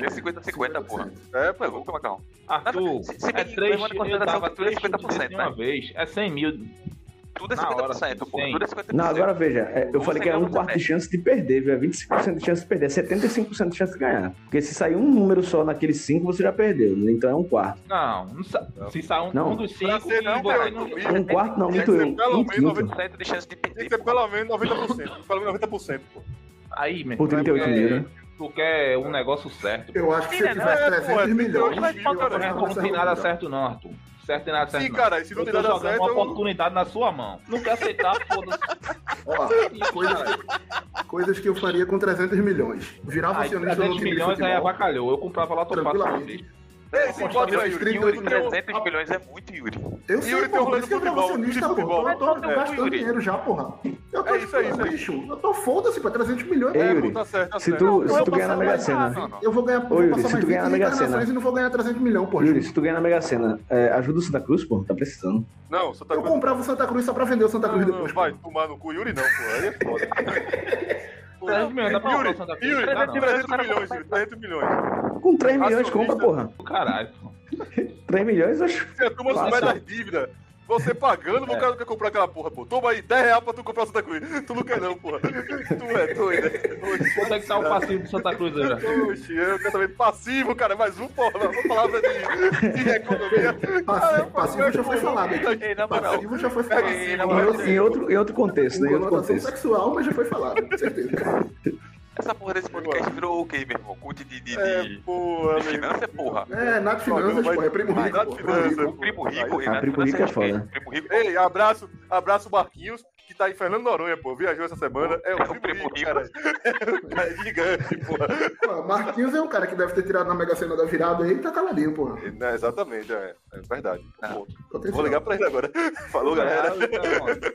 Speaker 5: É 50-50, porra.
Speaker 1: É,
Speaker 5: Tu é
Speaker 1: pô.
Speaker 5: louco, Macarrão.
Speaker 3: Arthur,
Speaker 5: Se- se
Speaker 3: é
Speaker 5: bem que
Speaker 3: três
Speaker 5: levando em
Speaker 3: tiros, eu
Speaker 5: consideração
Speaker 3: dava
Speaker 5: que tudo é
Speaker 3: três tiros desse de
Speaker 5: 50%,
Speaker 3: uma
Speaker 5: né?
Speaker 3: vez. É 100 mil.
Speaker 5: Tudo é
Speaker 3: Na hora,
Speaker 5: 50%, porra.
Speaker 3: sim.
Speaker 5: Tudo é 50%.
Speaker 2: Não, agora veja, é, eu
Speaker 5: Você
Speaker 2: falei que era
Speaker 5: ganhou
Speaker 2: um quarto de
Speaker 5: também.
Speaker 2: chance de perder, viu? É 25% de chance de perder, é 75% de chance de ganhar. Porque se sair um número só naqueles cinco, você já perdeu, né? então é um quarto.
Speaker 3: Não, não sa- se sair um,
Speaker 2: Não.
Speaker 3: um dos
Speaker 1: Pra
Speaker 3: cinco,
Speaker 1: ser
Speaker 3: e botar aí no-
Speaker 1: 38 mil,
Speaker 2: Um quarto não,
Speaker 1: tem
Speaker 2: muito
Speaker 1: que
Speaker 2: eu.
Speaker 1: ser pelo
Speaker 2: Um
Speaker 1: menos
Speaker 2: quinto
Speaker 5: 50% de chance de
Speaker 1: tem que
Speaker 5: perder.
Speaker 1: ser pelo menos 90%. Pelo menos 90%, pô.
Speaker 3: aí, meu
Speaker 2: por
Speaker 3: irmão,
Speaker 2: 38
Speaker 3: tu
Speaker 2: mil,
Speaker 3: quer-
Speaker 2: né?
Speaker 3: Tu quer um negócio certo.
Speaker 4: Eu acho que se eu
Speaker 5: Filha,
Speaker 4: tivesse
Speaker 1: é,
Speaker 4: 300
Speaker 1: pô, é
Speaker 4: milhões,
Speaker 1: trinta e oito, mas
Speaker 4: eu assim,
Speaker 1: falta-
Speaker 4: acertava
Speaker 3: É,
Speaker 1: não,
Speaker 3: não tem
Speaker 4: certo,
Speaker 3: nada
Speaker 4: não.
Speaker 3: certo não, Arthur. Certo tem nada Tá certo
Speaker 1: Sim,
Speaker 3: não.
Speaker 1: cara, se não
Speaker 3: eu
Speaker 1: tem
Speaker 3: tô
Speaker 1: nada
Speaker 3: jogando
Speaker 1: certo,
Speaker 3: uma
Speaker 1: eu-
Speaker 3: oportunidade na sua mão. Não quer aceitar, foda-se.
Speaker 4: Ó, coisas, que- coisas que eu faria com 300 milhões. Virava
Speaker 3: Aí
Speaker 4: acionista no
Speaker 3: 300
Speaker 4: time de
Speaker 3: milhões
Speaker 1: é
Speaker 3: aí
Speaker 4: é futebol.
Speaker 3: abacalhou. Eu comprava lá, topado uma vez.
Speaker 4: Tranquilamente.
Speaker 1: Ei, se bota aí, Yuri.
Speaker 5: Yuri,
Speaker 1: Yuri, tem um-
Speaker 5: 300 milhões é muito, Yuri.
Speaker 4: Eu
Speaker 1: E
Speaker 4: sei,
Speaker 1: ele tem um
Speaker 4: porra, por
Speaker 1: rolê
Speaker 4: isso que eu
Speaker 1: no
Speaker 4: virava
Speaker 1: futebol,
Speaker 4: acionista,
Speaker 1: no futebol.
Speaker 4: porra. Eu tô, eu tô
Speaker 5: É,
Speaker 4: gastando
Speaker 5: Yuri.
Speaker 4: dinheiro já, porra. Eu tô,
Speaker 1: É isso, é isso, é isso.
Speaker 4: bicho, eu tô foda-se pra 300 milhões.
Speaker 2: Ei,
Speaker 1: É,
Speaker 2: Yuri,
Speaker 1: pô, tá certo, tá
Speaker 2: Se
Speaker 1: certo.
Speaker 2: tu, se
Speaker 4: eu
Speaker 2: tu
Speaker 4: vou
Speaker 2: ganhar na
Speaker 4: passar
Speaker 2: Mega
Speaker 4: mais
Speaker 2: Sena,
Speaker 5: Não, não.
Speaker 4: Eu vou ganhar, vou
Speaker 2: Yuri,
Speaker 4: passar
Speaker 2: se
Speaker 4: mais
Speaker 2: tu ganhar na
Speaker 4: 20
Speaker 2: Mega Sena.
Speaker 4: encarnações e não vou ganhar 300 milhões, porra.
Speaker 2: Yuri, se tu ganhar na Mega Sena, é, ajuda o Santa Cruz, pô, tá precisando.
Speaker 1: Não, só tá
Speaker 4: Eu comprava o Santa Cruz só pra vender o Santa
Speaker 1: Não,
Speaker 4: Cruz
Speaker 1: não,
Speaker 4: depois.
Speaker 1: vai tomar no cu, Yuri não, pô. Aí é
Speaker 3: <laughs>
Speaker 1: foda. Pô,
Speaker 3: 300 milhões, dá pra
Speaker 1: Yuri,
Speaker 3: botar Santa Cruz?
Speaker 1: Yuri,
Speaker 3: Não dá, não.
Speaker 1: 300 milhões, Yuri, 300 milhões.
Speaker 2: Com 3 milhões
Speaker 1: Acionista.
Speaker 2: compra, porra.
Speaker 3: Caralho, pô.
Speaker 2: 3 milhões, oxe.
Speaker 1: Se a turma souber
Speaker 2: Passa.
Speaker 1: das dívidas, você pagando, o cara não quer comprar aquela porra, pô. Toma aí 10 reais pra tu comprar o Santa Cruz. Tu não quer não, porra. Tu é doido.
Speaker 3: Quanto é que tá o passivo do Santa Cruz aí, velho?
Speaker 1: Oxi, eu quero saber passivo, cara, mais um, porra, uma palavra de, de economia. É,
Speaker 4: Passivo- passivo já foi falado.
Speaker 5: Ei, na moral.
Speaker 4: Passivo já foi
Speaker 1: Ei, na
Speaker 4: falado.
Speaker 2: Em
Speaker 1: moral.
Speaker 2: outro, em outro, em outro contexto, né? Em
Speaker 4: Com
Speaker 2: outro
Speaker 4: conotação
Speaker 2: contexto.
Speaker 4: sexual, mas já foi falado, com certeza.
Speaker 5: Essa porra desse podcast virou o quê, meu irmão? Cult de, de,
Speaker 1: É,
Speaker 5: de,
Speaker 1: porra,
Speaker 5: de finança, porra.
Speaker 4: É, Nath Finanças,
Speaker 1: Mas-
Speaker 4: porra, é primo
Speaker 1: mas
Speaker 4: rico.
Speaker 1: Nath
Speaker 4: porra,
Speaker 1: Finanças,
Speaker 4: primo rico.
Speaker 5: O primo rico,
Speaker 1: Aí-
Speaker 5: Renato,
Speaker 2: Ah, primo
Speaker 5: Finança
Speaker 2: rico é
Speaker 5: de quê?
Speaker 2: foda.
Speaker 5: Primo rico.
Speaker 1: Ei, abraço, abraço Barquinhos, que tá em Fernando Noronha, pô. Viajou essa semana. É
Speaker 5: É
Speaker 1: o primo rico, cara. <laughs> É gigante, pô.
Speaker 4: Pô, Marquinhos é um cara que deve ter tirado na Mega Sena da virada aí e tá caladinho, porra.
Speaker 1: Não, exatamente, é, é verdade.
Speaker 5: Ah.
Speaker 1: Ponto.
Speaker 4: Aconteceu.
Speaker 1: Vou ligar pra ele agora. <laughs> Falou, galera.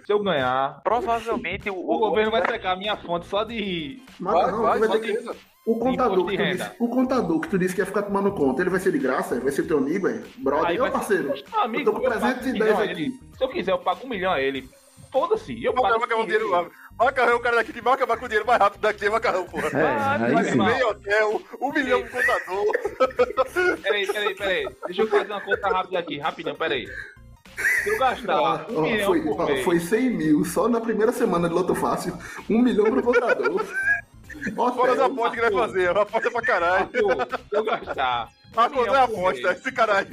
Speaker 3: Se eu ganhar,
Speaker 5: Provavelmente o,
Speaker 3: o governo vai secar a minha fonte só de.
Speaker 4: Macarrão,
Speaker 1: Vai,
Speaker 4: tu
Speaker 1: vai,
Speaker 4: vai ter
Speaker 1: vai,
Speaker 4: que- O contador,
Speaker 3: Imposto
Speaker 4: que
Speaker 3: de
Speaker 4: tu
Speaker 3: renda.
Speaker 4: disse, o contador que tu disse que ia ficar tomando conta, ele vai ser de graça? Vai ser teu amigo, é? Brother,
Speaker 3: Aí
Speaker 4: ô
Speaker 3: vai ser-
Speaker 4: parceiro.
Speaker 3: Ah, amigo,
Speaker 4: eu tô com
Speaker 3: eu pago um
Speaker 4: 310
Speaker 3: milhão a
Speaker 4: aqui.
Speaker 3: ele. Se eu quiser, eu pago um milhão a ele. Foda-se. Eu
Speaker 1: Vai
Speaker 3: pago.
Speaker 1: acabar com o dinheiro. lá. Vai acabar o cara daqui de mal acabar com o dinheiro mais rápido daqui, macarrão, porra.
Speaker 2: É,
Speaker 3: Vai,
Speaker 2: aí
Speaker 3: vai,
Speaker 2: sim.
Speaker 3: vai.
Speaker 1: Meio hotel, um milhão de contador.
Speaker 3: Peraí, peraí, peraí. Deixa eu fazer uma conta rápida aqui, rapidinho, peraí. Se eu
Speaker 4: Ah,
Speaker 3: gastar um
Speaker 4: ó,
Speaker 3: milhão
Speaker 4: foi,
Speaker 3: por
Speaker 4: ó,
Speaker 3: mês.
Speaker 4: foi 100 mil só na primeira semana de Loto Fácil. Um milhão pro contador.
Speaker 1: <laughs> Fora as
Speaker 4: Hotel,
Speaker 1: apostas que ele vai fazer. Aposta pra
Speaker 3: <laughs>
Speaker 1: caralho.
Speaker 3: Pô, se eu gastar. um
Speaker 1: Mas quando é
Speaker 3: milhão por
Speaker 1: aposta,
Speaker 3: mês.
Speaker 1: esse cara aí.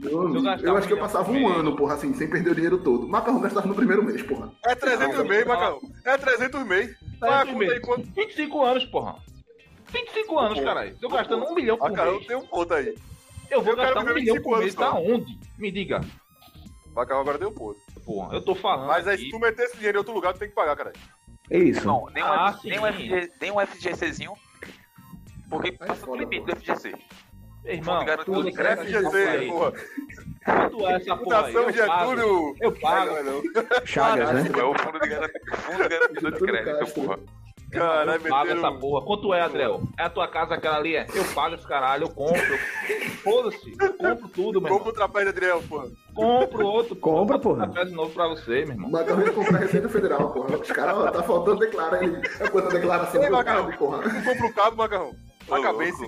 Speaker 4: meu amigo,
Speaker 3: gastava
Speaker 4: eu acho que eu
Speaker 3: um
Speaker 4: passava um
Speaker 3: milhão por
Speaker 4: ano, porra, assim, sem perder o dinheiro todo. Macarrão gastava no primeiro mês, porra.
Speaker 1: É 300
Speaker 3: Não,
Speaker 1: meio,
Speaker 3: não.
Speaker 1: macarrão. É 300 meio. Vai a conta aí quanto.
Speaker 3: 25 anos, porra. 25 anos, caralho. Se eu gastando um milhão por
Speaker 1: Macarrão
Speaker 3: mês,
Speaker 1: tem um ponto aí.
Speaker 3: eu vou
Speaker 1: eu quero
Speaker 3: gastar um
Speaker 1: viver
Speaker 3: milhão
Speaker 1: 25
Speaker 3: por mês.
Speaker 1: anos só.
Speaker 3: Tá onde? Me diga.
Speaker 1: Macarrão agora tem um ponto.
Speaker 3: Porra, eu tô falando.
Speaker 1: Mas aí,
Speaker 3: aqui.
Speaker 1: se tu meter esse dinheiro em outro lugar, tu tem que pagar, cara.
Speaker 2: É isso.
Speaker 5: Não, nem um,
Speaker 3: Ah,
Speaker 5: F- nem um
Speaker 3: sim.
Speaker 5: FG, nem um FGCzinho. Porque passa do
Speaker 4: foda,
Speaker 5: limite
Speaker 4: pô.
Speaker 5: do FGC.
Speaker 3: Meu irmão,
Speaker 5: Fundo Garantidor
Speaker 3: tudo certo,
Speaker 5: do Crédito,
Speaker 3: essa porra
Speaker 1: FGC,
Speaker 3: aí.
Speaker 1: porra.
Speaker 3: Quanto é essa porra aí?
Speaker 1: Fundação
Speaker 3: Eu pago.
Speaker 1: Getúlio.
Speaker 3: Eu pago.
Speaker 1: Paga, não.
Speaker 2: Chagas, né?
Speaker 5: É o fundo de garantia, fundo garantidor de
Speaker 4: Tudo
Speaker 5: crédito,
Speaker 4: Castro.
Speaker 5: porra.
Speaker 1: Caralho,
Speaker 3: eu pago essa
Speaker 1: meteram. um
Speaker 3: porra. Quanto é, Adriel? É a tua casa aquela ali? É? Eu pago esse caralho, eu compro. eu- Foda-se, eu compro tudo, meu
Speaker 1: Compra
Speaker 3: irmão.
Speaker 1: o trapézio, Adriel, porra.
Speaker 3: Compro outro.
Speaker 2: Compra, porra.
Speaker 3: Um trapézio novo pra você, meu irmão.
Speaker 4: Macarrão ia comprar a Receita Federal, porra. Os caras, ó, tá faltando declarar ele. É quando a declaração
Speaker 1: Ei,
Speaker 4: do
Speaker 1: Macarrão,
Speaker 4: cara, porra.
Speaker 1: tu compra o Um cabo, macarrão.
Speaker 5: Ô,
Speaker 1: A cabeça.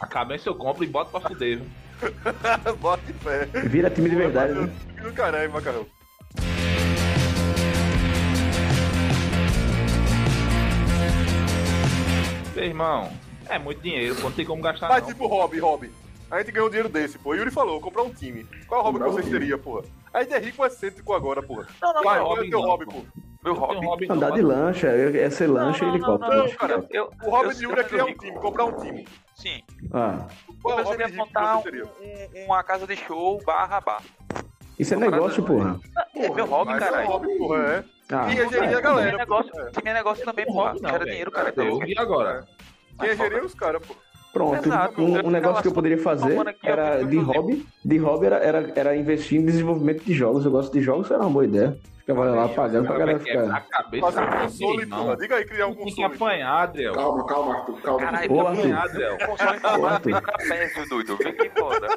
Speaker 3: Acabem se eu compro e boto pra fuder, viu?
Speaker 1: Bota de fé.
Speaker 2: Vira time de verdade, né?
Speaker 1: Que do caralho, macarrão.
Speaker 3: Meu irmão, é muito dinheiro, pô. Não tem como gastar,
Speaker 1: Mas
Speaker 3: Tá não.
Speaker 1: tipo, hobby, hobby. A gente ganhou dinheiro desse, pô. Yuri falou, comprar um time. Qual hobby que
Speaker 4: Comprar um
Speaker 1: vocês
Speaker 4: time.
Speaker 1: teriam, porra? A gente é rico excêntrico agora, porra.
Speaker 5: Não,
Speaker 3: Tá
Speaker 5: não,
Speaker 1: Vai, qual é
Speaker 5: não.
Speaker 1: o
Speaker 3: hobby
Speaker 1: teu
Speaker 3: não,
Speaker 1: hobby,
Speaker 3: pô.
Speaker 1: pô?
Speaker 5: Meu
Speaker 3: Não tem
Speaker 5: hobby.
Speaker 3: hobby, não,
Speaker 2: Andar de
Speaker 3: mano.
Speaker 2: lancha, é é ser lancha e helicóptero.
Speaker 1: não,
Speaker 2: né?
Speaker 1: cara.
Speaker 5: Eu,
Speaker 1: O hobby
Speaker 5: eu-
Speaker 1: de Yuri é
Speaker 5: eu
Speaker 1: criar um
Speaker 5: rico.
Speaker 1: time, comprar um time.
Speaker 5: Sim.
Speaker 2: Ah,
Speaker 1: Qual
Speaker 5: eu
Speaker 1: hobby
Speaker 5: pensei
Speaker 1: de
Speaker 5: em
Speaker 1: rico
Speaker 5: montar
Speaker 1: você
Speaker 5: um,
Speaker 1: teria?
Speaker 5: um- uma casa de show barra bar.
Speaker 2: isso é negócio, porra.
Speaker 5: É meu hobby,
Speaker 1: Mas é um
Speaker 5: caralho.
Speaker 1: hobby, porra, é.
Speaker 2: Ah,
Speaker 1: Quem ia gerir a
Speaker 2: é.
Speaker 5: Que minha
Speaker 1: galera, pô.
Speaker 5: negócio, que minha negócio também,
Speaker 3: Não tem
Speaker 5: porra.
Speaker 3: hobby, não,
Speaker 5: Quero
Speaker 3: velho.
Speaker 5: dinheiro, cara. tá
Speaker 3: Eu
Speaker 5: louco.
Speaker 3: vi agora.
Speaker 1: Quem ia gerir é os caras, pô.
Speaker 2: Pronto,
Speaker 5: Exato.
Speaker 2: um, um negócio que eu poderia fazer era de hobby. De hobby era, era, era investir em desenvolvimento de jogos. Eu gosto de jogos, era uma boa ideia. Ficava lá pagando pra galera
Speaker 3: Quebrar a
Speaker 2: ficar.
Speaker 3: cabeça
Speaker 1: Fazer um
Speaker 5: é
Speaker 3: do
Speaker 1: console,
Speaker 3: irmão.
Speaker 1: porra. Diga aí, criar um
Speaker 3: Tem que
Speaker 1: console.
Speaker 3: apanhar, Adriel.
Speaker 4: Calma, calma, Arthur, calma.
Speaker 5: Caralho,
Speaker 2: Ô,
Speaker 5: pra
Speaker 2: Arthur.
Speaker 5: apanhar,
Speaker 3: Apanhar, Adriel.
Speaker 5: console
Speaker 2: Porra,
Speaker 5: de
Speaker 2: Arthur.
Speaker 5: trapézio, doido. Vê que foda.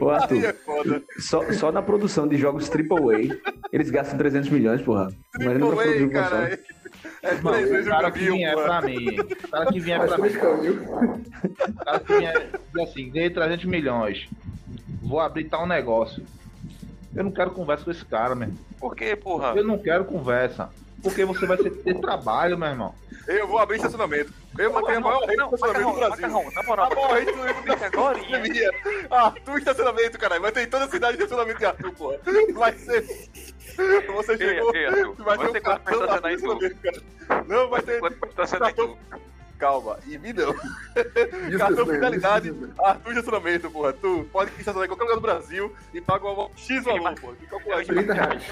Speaker 2: Ô,
Speaker 1: Aí é
Speaker 2: Arthur,
Speaker 1: foda.
Speaker 2: só, só na produção de jogos AAA, eles gastam 300 milhões, porra. Imagina pra produzir
Speaker 1: Triple
Speaker 2: um
Speaker 1: A, caralho.
Speaker 2: console.
Speaker 1: É
Speaker 3: Mano,
Speaker 1: três vezes
Speaker 3: o
Speaker 1: o
Speaker 3: cara que
Speaker 1: caminho,
Speaker 3: vier
Speaker 1: porra.
Speaker 3: pra mim, o cara que vier
Speaker 4: Mas
Speaker 3: pra
Speaker 4: como
Speaker 3: mim,
Speaker 4: esse caminho-
Speaker 3: o cara que vier diz assim, ganhei 300 milhões, vou abrir tal negócio. Eu não quero conversa com esse cara, meu irmão.
Speaker 5: Por quê, porra?
Speaker 3: Eu não quero conversa. Porque você vai ter ter trabalho, meu irmão.
Speaker 1: Eu vou abrir estacionamento. Eu vou ter a
Speaker 5: Macarrão,
Speaker 1: maior rede de
Speaker 5: não,
Speaker 1: estacionamento do
Speaker 5: macarrão,
Speaker 1: Brasil. Tá
Speaker 5: macarrão, na
Speaker 1: A
Speaker 5: moral,
Speaker 1: maior rede de estacionamento
Speaker 5: macarrão,
Speaker 1: <laughs>
Speaker 5: agorinha.
Speaker 1: Minha. Arthur estacionamento, caralho. Vai ter em toda a cidade estacionamento de Arthur, porra. Vai ser. Você
Speaker 5: Ei,
Speaker 1: chegou.
Speaker 5: ei, Arthur,
Speaker 1: vai ter
Speaker 5: você
Speaker 1: um
Speaker 5: quanto vai
Speaker 1: cartão
Speaker 5: estacionar
Speaker 1: Arthur
Speaker 5: em tu?
Speaker 1: estacionamento, cara. Não, vai ter.
Speaker 5: Quanto custa essa daqui?
Speaker 1: Cartão- Calma, e me não.
Speaker 4: Isso
Speaker 1: Cartão
Speaker 4: mesmo,
Speaker 1: finalidade,
Speaker 4: isso mesmo.
Speaker 1: Arthur estacionamento, porra. Tu pode estacionar em qualquer lugar do Brasil e paga um X valor,
Speaker 5: mas-
Speaker 1: porra. Tu calcula aí,
Speaker 4: 30 reais.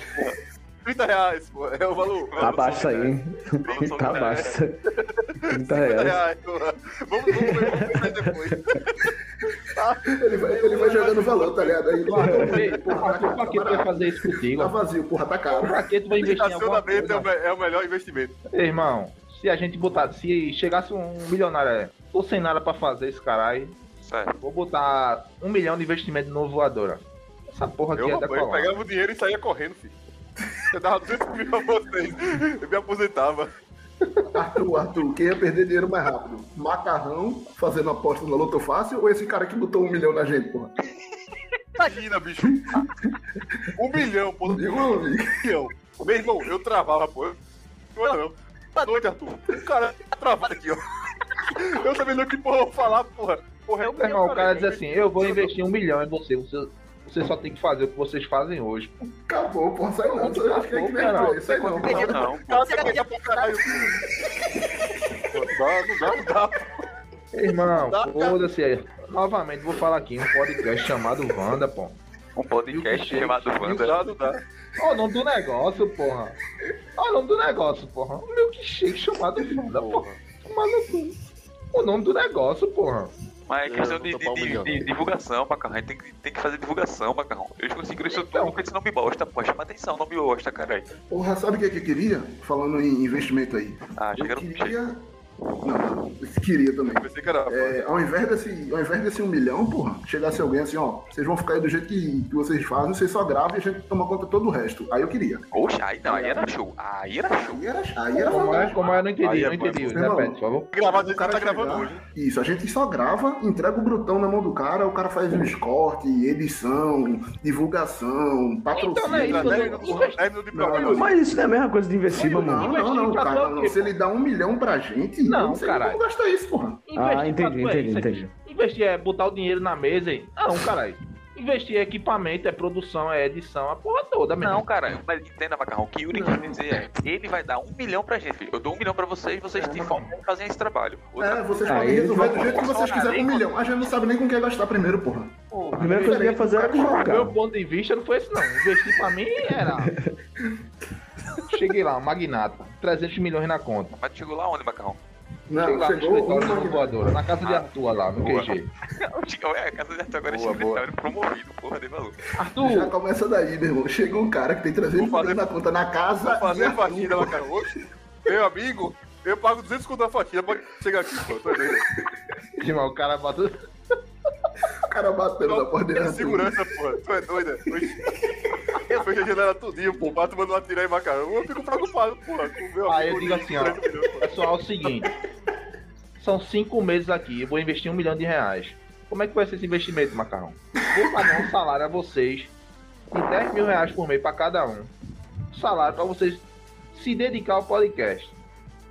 Speaker 1: 30 reais, porra. É o valor.
Speaker 2: <laughs> Tá baixo isso aí. Tá baixo. isso aí. 30
Speaker 1: 30
Speaker 2: reais.
Speaker 1: reais, porra. Vamos, vamos ver, vamos pensar depois.
Speaker 4: Ele vai, ele vai jogando valor, tá ligado? Aí,
Speaker 3: Ei, porra, tu- pra que tu vai fazer isso
Speaker 4: Tá
Speaker 3: contigo?
Speaker 4: vazio, porra, tá caro.
Speaker 3: Pra que tu vai investir em alguma
Speaker 1: Estacionamento é o,
Speaker 3: coisa?
Speaker 1: me- é o melhor investimento.
Speaker 3: Ei, irmão, se a gente botar, se chegasse um milionário, é, tô sem nada pra fazer esse caralho,
Speaker 5: Certo.
Speaker 3: Vou botar um milhão de investimento no voadora. Essa porra
Speaker 1: Eu,
Speaker 3: aqui é
Speaker 1: rapaz, eu
Speaker 3: decolar.
Speaker 1: pegava o dinheiro e saía correndo, filho. Eu dava 200 mil a vocês. Eu me aposentava.
Speaker 4: Arthur, Arthur, quem ia perder dinheiro mais rápido? Macarrão fazendo aposta na Loto Fácil ou esse cara que botou um milhão na gente, porra?
Speaker 1: Imagina, bicho. Um milhão, pô. Um
Speaker 4: Digo, meu amigo.
Speaker 1: milhão. Meu irmão, eu travava, pô. Eu- Não, era, não. Boa noite, Arthur. O cara travado aqui, ó. <laughs> Eu sabia não que porra eu vou falar, porra. Porra, é um
Speaker 3: Meu irmão,
Speaker 1: milhão,
Speaker 3: o cara
Speaker 1: cara.
Speaker 3: diz assim, eu vou investir um milhão em você, você, você só tem que fazer o que vocês fazem hoje.
Speaker 4: Acabou, porra, sai não. Eu acho que é que nem
Speaker 3: Acabou,
Speaker 4: Arthur, sai não.
Speaker 5: Entendi,
Speaker 4: porra.
Speaker 5: não.
Speaker 1: Cara, você quer pra caralho, pô. Dá, não dá, não dá. <laughs>
Speaker 3: Irmão, foda-se aí. Novamente, vou falar aqui, um podcast chamado Wanda, pô.
Speaker 5: Um podcast
Speaker 3: Milkshake.
Speaker 5: chamado
Speaker 1: Não
Speaker 5: Wanda.
Speaker 1: dá, não dá.
Speaker 3: Olha o nome do negócio, porra. Olha o nome do negócio, porra. Um milkshake chamado Wanda, porra. Maluco. O nome do negócio, porra.
Speaker 5: Mas é
Speaker 3: Eu
Speaker 5: questão
Speaker 3: não
Speaker 5: de,
Speaker 3: tô
Speaker 5: de-
Speaker 3: palmilhando.
Speaker 5: de- de divulgação, Macarrão. A gente tem, que- tem que fazer divulgação, Macarrão. Eu consigo isso
Speaker 4: Então.
Speaker 5: tudo com esse nome bosta, pô. Chama atenção, nome bosta, caralho.
Speaker 4: Porra, sabe o que, é que eu queria? Falando em investimento aí.
Speaker 5: Ah,
Speaker 4: Eu
Speaker 5: chegando no cheio.
Speaker 4: queria. Não, não, eu queria também.
Speaker 1: Pensei que era.
Speaker 4: É, ao, invés desse, ao invés desse um milhão, porra, chegasse alguém assim, ó, vocês vão ficar aí do jeito que, que vocês fazem, vocês só gravam e a gente toma conta de todo o resto. Aí eu queria.
Speaker 5: Oxa, aí não, aí era show. Aí era show.
Speaker 4: Aí era, aí era
Speaker 3: Como é?
Speaker 4: fantástico.
Speaker 3: Como é? Não
Speaker 1: Aí
Speaker 3: entendi,
Speaker 1: é
Speaker 3: não entendi.
Speaker 1: bom,
Speaker 4: irmão.
Speaker 3: Repete, por favor.
Speaker 1: Gravado,
Speaker 4: O cara
Speaker 1: tá gravando
Speaker 4: chegar-
Speaker 3: "Ah,
Speaker 1: hoje.
Speaker 4: Isso, a gente só grava, entrega o brutão na mão do cara, o cara faz os cortes, edição, divulgação, patrocínio.
Speaker 3: Então não é isso,
Speaker 1: Dá
Speaker 3: né?
Speaker 1: dez minutos,
Speaker 3: Investi-
Speaker 1: dez minutos de
Speaker 4: Não,
Speaker 1: programa.
Speaker 4: não,
Speaker 2: Mas isso não é a mesma coisa de investir,
Speaker 4: Não,
Speaker 2: mano.
Speaker 4: não, não, não,
Speaker 3: Investir pra
Speaker 4: cara.
Speaker 3: fazer o
Speaker 4: Não.
Speaker 3: quê?
Speaker 4: Se ele dá um milhão pra gente,
Speaker 3: Então, Não,
Speaker 4: eu não sei
Speaker 3: caralho.
Speaker 4: como gastar isso, porra.
Speaker 2: Ah,
Speaker 3: pra
Speaker 2: entendi,
Speaker 3: doença,
Speaker 2: entendi,
Speaker 3: bicho.
Speaker 2: entendi.
Speaker 3: Investir é botar o dinheiro na mesa, hein? Não, caralho. Investir é equipamento, é produção, é edição, a porra toda mesmo.
Speaker 5: Não, cara, mas entenda, Macarrão, o que Yuri quer dizer é: ele vai dar um milhão pra gente. filho. Eu dou um milhão pra vocês, vocês se formam e fazem esse trabalho. Outra
Speaker 4: É, vocês
Speaker 2: Aí
Speaker 4: podem
Speaker 2: eles
Speaker 4: resolver
Speaker 2: vão-
Speaker 4: do jeito que vocês quiserem com um milhão. A gente não sabe nem com quem gastar primeiro, porra.
Speaker 2: A primeira coisa que eu ia fazer era comprar um
Speaker 3: Do meu
Speaker 2: carro.
Speaker 3: ponto de vista, não foi esse, não. Investir pra mim <laughs> era. Cheguei lá, um magnata. 300 milhões na conta.
Speaker 5: Mas tu chegou lá onde, <laughs> Macarrão?
Speaker 4: Não,
Speaker 3: Cheguei lá no
Speaker 4: chegou
Speaker 3: escritório da
Speaker 4: uma
Speaker 3: voadora, na casa de Arthur lá, no
Speaker 5: Boa.
Speaker 3: QG.
Speaker 5: É, a casa de agora é
Speaker 1: Boa,
Speaker 5: escritório promovido, porra, de valor.
Speaker 3: <laughs>
Speaker 4: Já
Speaker 3: Arthur,
Speaker 4: começa daí, meu irmão. Chega um cara que tem 300
Speaker 1: Vou fazer-
Speaker 4: milhões na conta na casa.
Speaker 1: Vou fazer
Speaker 4: e
Speaker 1: a
Speaker 4: a
Speaker 1: faxina lá, cara. Hoje, meu amigo, eu pago 200 conto da faxina pra chegar aqui, pô. Tô doido.
Speaker 3: irmão, o cara bateu.
Speaker 4: O cara batendo na porta
Speaker 1: É
Speaker 4: dele. assim.
Speaker 1: segurança, pô. Tu é doida. Hoje- Eu vejo a janela tudinho, pô. O Bato mandou lá tirar e macarrão. Eu fico preocupado, pô. Com o meu
Speaker 3: Aí eu
Speaker 1: amigo
Speaker 3: digo
Speaker 1: de
Speaker 3: assim, ó.
Speaker 1: 40 milhões, pô.
Speaker 3: Pessoal, é o seguinte. São cinco meses aqui, eu vou investir um milhão de reais. Como é que vai ser esse investimento, Macarrão? Vou pagar um salário a vocês de 10 mil reais por mês para cada um. Salário para vocês se dedicar ao podcast.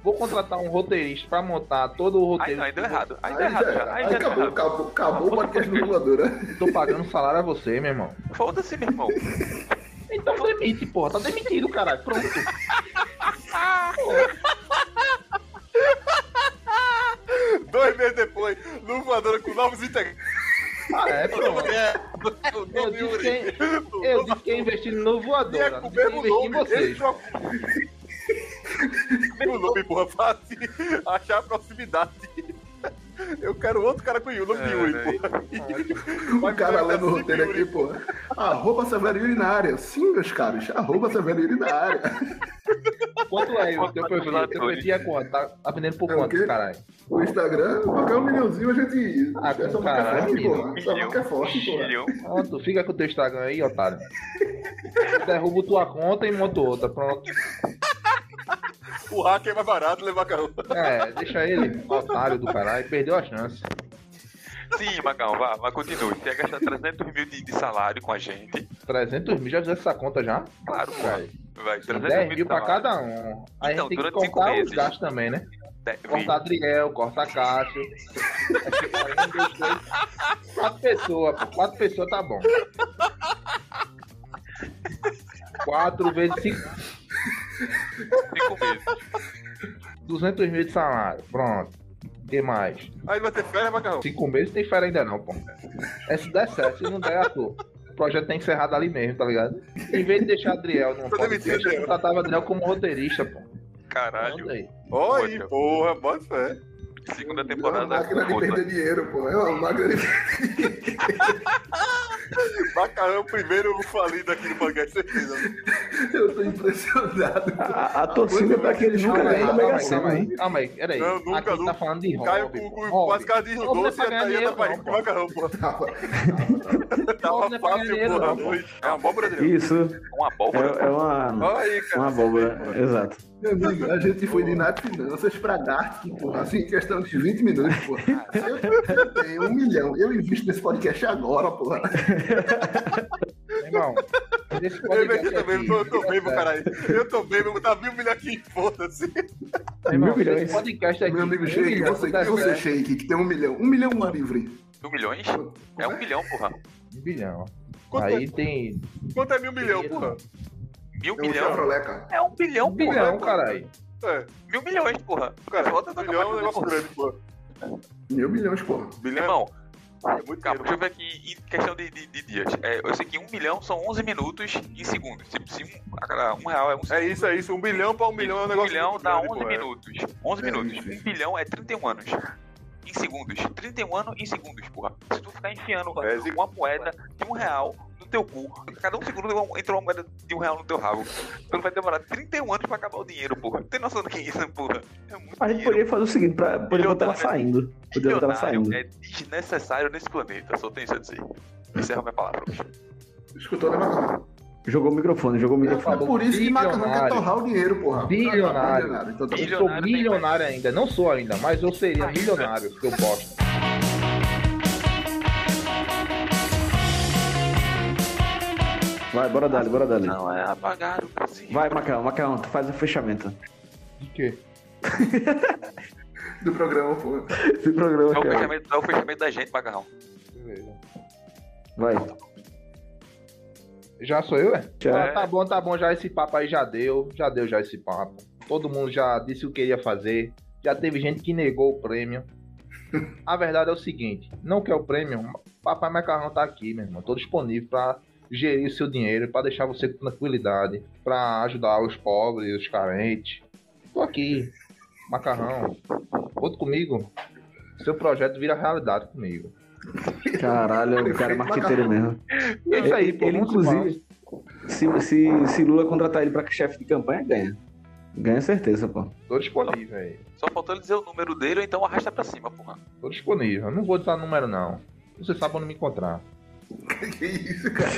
Speaker 3: Vou contratar um roteirista para montar todo o
Speaker 5: Aí
Speaker 3: roteiro.
Speaker 5: não, é? aí deu errado. Aí
Speaker 4: Aí
Speaker 5: deu
Speaker 4: já
Speaker 5: Tá errado já.
Speaker 4: era.
Speaker 5: Aí
Speaker 4: Aí
Speaker 5: já deu
Speaker 4: acabou,
Speaker 5: errado.
Speaker 4: acabou, acabou o podcast né? no voadora.
Speaker 3: <laughs> Tô pagando salário a você, meu irmão.
Speaker 5: Foda-se, meu irmão.
Speaker 3: Então demite, porra. Tá demitido, caralho. Pronto. assim,
Speaker 1: Dois meses depois, Luvadora com novos integrantes.
Speaker 3: Ah, é,
Speaker 1: O
Speaker 3: pronto. Eu
Speaker 1: nome
Speaker 3: disse
Speaker 1: Yuri.
Speaker 3: que, eu disse que ia investir no
Speaker 1: E é
Speaker 3: voadora.
Speaker 1: com o
Speaker 3: Disse que ia
Speaker 1: mesmo
Speaker 3: investir em
Speaker 1: nome. Ele
Speaker 3: vocês.
Speaker 1: trocou. Mesmo nome, porra. Fácil achar a proximidade. Eu quero outro cara com o nome de Yuri, porra.
Speaker 4: O cara lendo o roteiro aqui, porra. Arroba Severo Yuri na área. Sim, meus caros. Arroba Severo Yuri na área.
Speaker 3: Quanto é o teu perfil? Teu perfil é quanto? Tá, tá vendendo por
Speaker 4: É o
Speaker 3: quanto,
Speaker 4: quê?
Speaker 3: caralho?
Speaker 4: O Instagram, qualquer um milhãozinho a gente.
Speaker 3: Ah,
Speaker 4: essa marca é
Speaker 3: caralho,
Speaker 4: forte, porra. Essa
Speaker 5: Milhão.
Speaker 4: marca é forte, porra.
Speaker 5: Milhão.
Speaker 3: Pronto, fica com o teu Instagram aí, <laughs> otário. Derrubo tua conta e monto outra. Pronto.
Speaker 1: O hacker é mais barato, levar carro.
Speaker 3: É, deixa ele, otário do caralho. Perdeu a chance.
Speaker 5: Sim, Macarrão, vá, mas continue. Quer gastar 300 mil de, de salário com a gente?
Speaker 3: 300 mil, já fizesse essa conta já?
Speaker 5: Claro,
Speaker 3: Vai.
Speaker 5: Vai, 300
Speaker 3: 10
Speaker 5: mil
Speaker 3: mil
Speaker 5: de
Speaker 3: pra
Speaker 5: salário.
Speaker 3: cada um. Aí
Speaker 5: Então,
Speaker 3: a gente tem que
Speaker 5: durante cinco
Speaker 3: contar os
Speaker 5: meses.
Speaker 3: gastos também, né?
Speaker 5: Dez-
Speaker 3: Corta Adriel, corta Cássio. Um, dois, três. Quatro pessoas, pô. quatro pessoas tá bom. Quatro vezes cinco.
Speaker 5: Cinco meses.
Speaker 3: 200 mil de salário, pronto. O que mais?
Speaker 1: Aí vai ter férias, macarrão.
Speaker 3: Cinco meses não tem férias ainda não, pô. É se der certo, se não der, é à toa. O projeto tá encerrado ali mesmo, tá ligado? Em vez de deixar Adriel num
Speaker 1: Tô demitido,
Speaker 3: podcast,
Speaker 1: Adriel.
Speaker 3: eu tratava Adriel como roteirista, pô.
Speaker 5: Caralho.
Speaker 3: Olha aí.
Speaker 1: Olha,
Speaker 5: Olha.
Speaker 1: porra, bota fé.
Speaker 5: Segunda
Speaker 4: É uma
Speaker 5: temporada.
Speaker 4: máquina de
Speaker 5: conta.
Speaker 4: perder dinheiro, porra. É uma máquina de <laughs>
Speaker 1: Macarrão é o primeiro falido aqui no podcast, certeza.
Speaker 4: Eu tô impressionado.
Speaker 2: A, a torcida é pra que eles nunca
Speaker 3: Calma aí,
Speaker 2: ganhem da
Speaker 3: calma
Speaker 2: Mega
Speaker 3: aí,
Speaker 2: Sena,
Speaker 3: calma
Speaker 2: hein?
Speaker 3: aí. Calma aí, peraí.
Speaker 1: Não, nunca,
Speaker 3: Aqui
Speaker 1: nunca.
Speaker 3: tá falando de hobby.
Speaker 1: Caio
Speaker 3: pô.
Speaker 1: com com-
Speaker 3: Hobby.
Speaker 1: quase cara
Speaker 3: Hobby não
Speaker 1: desligou,
Speaker 3: é
Speaker 1: você
Speaker 3: pra ganhar
Speaker 1: tá aí
Speaker 3: dinheiro,
Speaker 1: na barriga
Speaker 3: não,
Speaker 1: do
Speaker 3: pô.
Speaker 1: macarrão, porra.
Speaker 4: Tava.
Speaker 3: Hobby não
Speaker 1: <laughs> Tava
Speaker 3: é pra ganhar
Speaker 1: fácil,
Speaker 3: dinheiro,
Speaker 1: porra.
Speaker 3: não, pô.
Speaker 1: É uma abóbora, Adriano.
Speaker 2: Isso,
Speaker 5: Uma abóbora.
Speaker 2: é, é uma,
Speaker 1: Olha aí, cara.
Speaker 2: uma
Speaker 5: é.
Speaker 2: abóbora, exato.
Speaker 4: Meu amigo, a gente foi de Nath Finanças pra Dark, porra. Assim, em questão de 20 minutos, porra. Eu, eu tenho um milhão. Eu invisto nesse podcast agora, porra.
Speaker 1: <laughs>
Speaker 3: Irmão, esse
Speaker 1: Eu
Speaker 3: podcast
Speaker 1: mexi também,
Speaker 3: aqui,
Speaker 1: eu tô bem, meu
Speaker 3: é,
Speaker 1: caralho. Eu tô bem, meu. Tá mil milhões aqui, foda-se.
Speaker 3: Irmão,
Speaker 2: Mil milhões.
Speaker 3: esse podcast aqui.
Speaker 4: Meu amigo
Speaker 3: um
Speaker 4: Shake,
Speaker 3: milhão,
Speaker 4: eu sei
Speaker 3: tá
Speaker 4: que você,
Speaker 3: certo.
Speaker 4: Shake, que tem um milhão. Um milhão livre.
Speaker 5: Um milhões? É um milhão, porra.
Speaker 3: Um bilhão.
Speaker 1: Quanto é-
Speaker 3: Aí tem.
Speaker 1: Quanto é mil milhão, porra?
Speaker 5: Mil
Speaker 4: É um
Speaker 5: milhão?
Speaker 4: Chevrolet, cara.
Speaker 5: É um bilhão,
Speaker 3: Um
Speaker 5: porra.
Speaker 3: bilhão, caralho.
Speaker 1: É,
Speaker 5: Mil milhões, porra.
Speaker 1: cara,
Speaker 5: Volta a tocar
Speaker 1: milhão é um
Speaker 5: mais
Speaker 1: negócio
Speaker 5: uma vez.
Speaker 1: grande, porra.
Speaker 4: Mil milhões, porra.
Speaker 1: Bilhão
Speaker 5: Irmão,
Speaker 1: é muito
Speaker 5: calma,
Speaker 1: caro.
Speaker 5: deixa eu ver aqui em questão de, de- de dias. É, eu sei que um milhão são 11 minutos em segundos. Se, se um, a cada um real é um segundo.
Speaker 1: É isso, é isso. Um bilhão pra um milhão é um negócio
Speaker 5: milhão
Speaker 1: muito
Speaker 5: dá
Speaker 1: grande,
Speaker 5: 11
Speaker 1: porra.
Speaker 5: minutos. 11
Speaker 4: É,
Speaker 5: minutos.
Speaker 4: isso,
Speaker 5: Um
Speaker 4: isso.
Speaker 5: bilhão é 31 anos. em segundos. 31 anos em segundos, porra. Se tu ficar enfiando
Speaker 6: É, se-
Speaker 5: uma moeda de um real no teu cu, cada um segundo entra uma moeda de um real no teu rabo. Tu vai demorar 31 anos pra acabar o dinheiro, porra. Não tem noção do que é isso, porra. É muito
Speaker 2: A gente
Speaker 5: dinheiro.
Speaker 2: poderia fazer o seguinte, pra, poderia botar ela saindo. Poderia botar ela
Speaker 5: Bilionário
Speaker 2: tá saindo.
Speaker 5: é desnecessário nesse planeta, só tenho isso a dizer. Encerra minha palavra. bicho.
Speaker 4: Escutou, né, Macarrão?
Speaker 3: é.
Speaker 2: Jogou o microfone, jogou o microfone.
Speaker 4: É por isso que Macarrão quer
Speaker 3: bilionário.
Speaker 4: torrar o dinheiro, porra.
Speaker 3: Bilionário.
Speaker 4: Então, tá bom.
Speaker 3: Eu sou
Speaker 5: Bilionário tem
Speaker 3: milionário ainda, não sou ainda, mas eu seria
Speaker 5: Ainda.
Speaker 3: milionário, que eu posso.
Speaker 2: Vai, bora dali, bora dali.
Speaker 5: Não, é apagado. Brasil.
Speaker 2: Vai, Macarrão, Macarrão, tu faz o fechamento
Speaker 3: De quê?
Speaker 4: do programa, porra.
Speaker 2: do programa,
Speaker 5: É o
Speaker 2: cara.
Speaker 5: fechamento, é o fechamento da gente, macarrão.
Speaker 3: Beleza.
Speaker 2: Vai.
Speaker 3: Já sou eu, é?
Speaker 2: Já.
Speaker 3: Ah, tá bom, tá bom, já esse papo aí já deu, já deu já esse papo. Todo mundo já disse o que ia fazer, já teve gente que negou
Speaker 2: <laughs>
Speaker 3: o prêmio. A verdade é o seguinte, não quer o prêmio, papai macarrão tá aqui, meu irmão, tô disponível pra gerir o seu dinheiro, pra deixar você com tranquilidade, pra ajudar os pobres, os carentes. Tô aqui, macarrão, conta comigo, seu projeto vira realidade comigo.
Speaker 2: Caralho, o cara é marqueteiro mesmo.
Speaker 3: É isso aí,
Speaker 2: Ele-
Speaker 3: pô,
Speaker 2: ele,
Speaker 3: vamos
Speaker 2: inclusive, se, se, se Lula contratar ele pra chefe de campanha, ganha. Ganha certeza, pô.
Speaker 3: Tô disponível aí.
Speaker 5: Só faltou ele dizer o número dele ou então arrasta pra cima, porra.
Speaker 3: Tô disponível. Não vou dar número, não. Você sabe onde
Speaker 2: <laughs>
Speaker 3: me encontrar.
Speaker 4: Que isso, cara.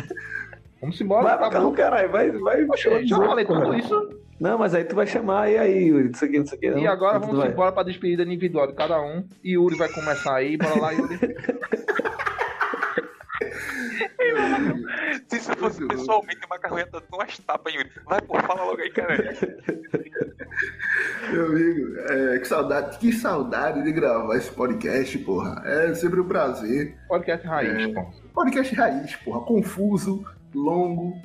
Speaker 3: <laughs> Vamos
Speaker 2: Vai,
Speaker 3: embora, tá
Speaker 2: Macarrão,
Speaker 3: bom?
Speaker 2: caralho, vai, vai.
Speaker 3: Poxa, já falei tudo
Speaker 2: porra.
Speaker 3: isso.
Speaker 2: Não, mas aí tu vai chamar, e aí, Yuri, isso aqui, isso aqui.
Speaker 3: E
Speaker 2: não,
Speaker 3: agora
Speaker 2: tu
Speaker 3: vamos
Speaker 2: vai.
Speaker 3: embora pra despedida individual de cada um. E Yuri vai começar aí. Bora lá,
Speaker 2: <laughs>
Speaker 3: Yuri.
Speaker 5: Se isso fosse pessoalmente, o macarrão ia dar umas tapas, Yuri. Vai, porra, fala logo aí, cara.
Speaker 4: Meu amigo, é, que saudade, que saudade de gravar esse podcast, porra. É sempre um prazer.
Speaker 3: Podcast raiz, pô.
Speaker 4: Podcast raiz, porra. Confuso, longo.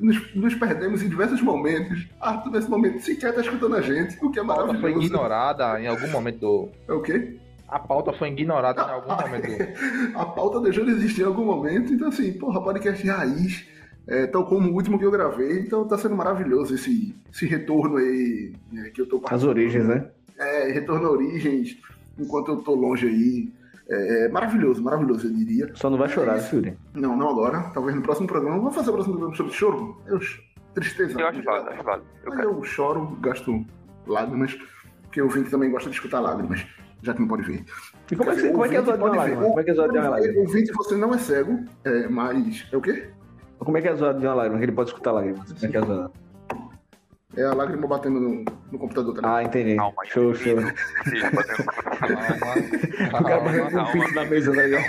Speaker 4: Nos, nos perdemos em diversos momentos. Arthur, nesse momento, sequer tá escutando a gente, o que é
Speaker 3: A pauta foi
Speaker 4: maravilhoso.
Speaker 3: ignorada em algum momento do...
Speaker 4: É o quê?
Speaker 3: A pauta foi ignorada em algum momento
Speaker 2: <laughs>
Speaker 3: do...
Speaker 4: A pauta deixou de existir em algum momento. Então, assim, porra, podcast raiz. É, tal como o último que eu gravei. Então, tá sendo maravilhoso esse, esse retorno aí né, que eu tô
Speaker 2: As origens, né?
Speaker 4: É, retorno a origens, enquanto eu tô longe aí. É, é maravilhoso, maravilhoso, eu diria.
Speaker 2: Só
Speaker 3: É
Speaker 2: não vai chorar, viu, Yuri.
Speaker 4: Não, não agora. Talvez no próximo programa. Vou fazer o próximo programa sobre choro. Eu, ch- tristeza.
Speaker 5: Eu acho válido, acho válido. Eu
Speaker 4: Mas
Speaker 5: quero.
Speaker 4: eu choro, gasto lágrimas, porque o Vink também gosta de escutar lágrimas, já que não pode ver.
Speaker 2: E como é que, como é, que é o zoado de uma lágrima? Como é que é o zoado de uma lágrima?
Speaker 4: O Vink, você não é cego, é, mas é o quê?
Speaker 2: Como é que é zoado de uma lágrima? Que ele pode escutar lágrimas. Como é que é zoado?
Speaker 4: É a lágrima batendo no, no computador, tá ligado?
Speaker 2: Ah, entendi.
Speaker 5: Calma aí.
Speaker 2: Show, show.
Speaker 5: Seja, batendo-
Speaker 3: Ah,
Speaker 2: O cara
Speaker 3: Calma,
Speaker 2: bateu
Speaker 3: calma.
Speaker 2: com o pinto na mesa, tá ligado?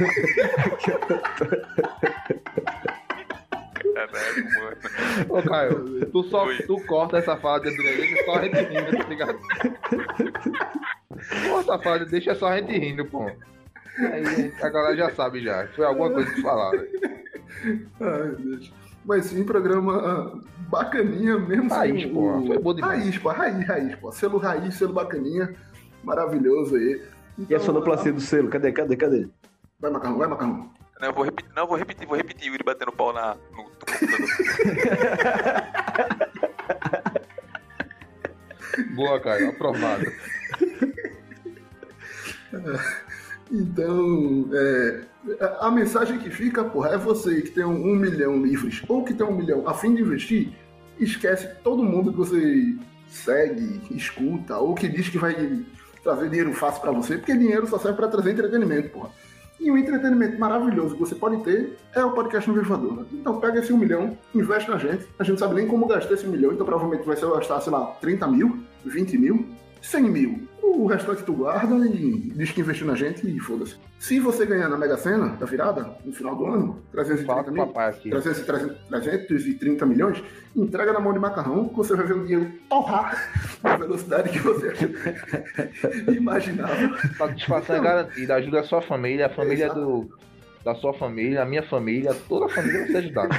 Speaker 5: Caralho, mano.
Speaker 3: Ô, Caio, tu só
Speaker 5: Oi.
Speaker 3: tu corta essa fala de André, deixa só a gente rindo, tá ligado? Corta a fala, deixa só a gente rindo, pô. Aí, a galera já sabe já. Foi alguma coisa que falaram.
Speaker 4: Ai, Deus. Mas sim, programa ah, bacaninha mesmo.
Speaker 3: Raiz,
Speaker 4: sem
Speaker 3: porra. Foi bom demais.
Speaker 4: Raiz, pô. Raiz, raiz, pô. Selo raiz, selo bacaninha. Maravilhoso aí.
Speaker 2: E a
Speaker 4: Então,
Speaker 2: sonoplastia do selo? Cadê, cadê,
Speaker 5: <laughs>
Speaker 2: cadê?
Speaker 4: Vai, Macarrão, vai, Macarrão.
Speaker 5: Não, eu vou repetir, não, eu vou repetir, vou repetir Yuri batendo pau na, no, no computador.
Speaker 3: Boa, Caio, aprovado.
Speaker 4: Então, é, a- a mensagem que fica, porra, é você que tem um, um milhão livres ou que tem um milhão a fim de investir, esquece todo mundo que você segue, escuta ou que diz que vai trazer dinheiro fácil pra você, porque dinheiro só serve pra trazer entretenimento, porra. E um entretenimento maravilhoso que você pode ter é o podcast no Vivador. Então pega esse um milhão, investe na gente. A gente não sabe nem como gastar esse milhão, então provavelmente vai ser gastar, sei lá, 30 mil, 20 mil, 100 mil. O restante tu guarda e diz que investiu na gente e foda-se. Se você ganhar na Mega Sena, da virada, no final do ano, 330
Speaker 3: Fala com o
Speaker 4: mil,
Speaker 3: papai aqui.
Speaker 4: 300, 330 milhões, entrega na mão de macarrão, que você vai ver o dinheiro torrar na velocidade que você imaginava.
Speaker 3: Satisfação é garantida. Ajuda a sua família, a família do. Da sua família, a minha família, toda a família vai se ajudar.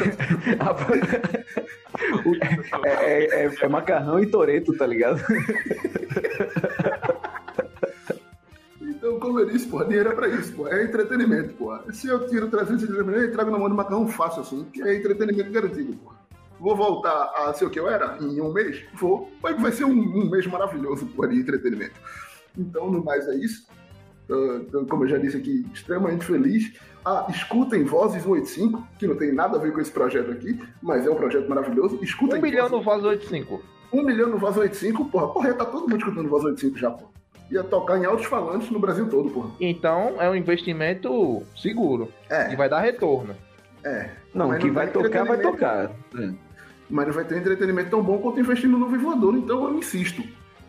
Speaker 2: É, é- é- é macarrão e toreto, tá ligado?
Speaker 4: Então, como eu disse, porra, dinheiro é pra isso, porra. É entretenimento, porra. Se eu tiro 330 milhões, eu trago na mão de macarrão fácil, assim, porque é entretenimento garantido, porra. Vou voltar a ser o que eu era em um mês? Vou. Mas vai ser um, um mês maravilhoso, porra, de entretenimento. Então, no mais é isso. ah, como eu já disse aqui, extremamente feliz. Ah, escutem Vozes 185, que não tem nada a ver com esse projeto aqui, mas é um projeto maravilhoso. Escutem
Speaker 7: Um milhão
Speaker 4: Vozes-
Speaker 7: no Voz 85.
Speaker 4: um milhão no Voz 85, porra. Porra, tá todo mundo escutando Voz 85 já, porra. Ia tocar em altos falantes no Brasil todo, porra.
Speaker 7: Então é um investimento seguro, que
Speaker 4: É,
Speaker 7: vai dar retorno.
Speaker 4: é.
Speaker 2: Não, tá
Speaker 4: Mas
Speaker 2: que
Speaker 4: não
Speaker 2: vai
Speaker 4: vai
Speaker 2: tocar, vai
Speaker 4: entretenimento.
Speaker 2: tocar.
Speaker 4: Mas não vai ter entretenimento tão bom quanto investir no Nuvem Voadora, então eu insisto.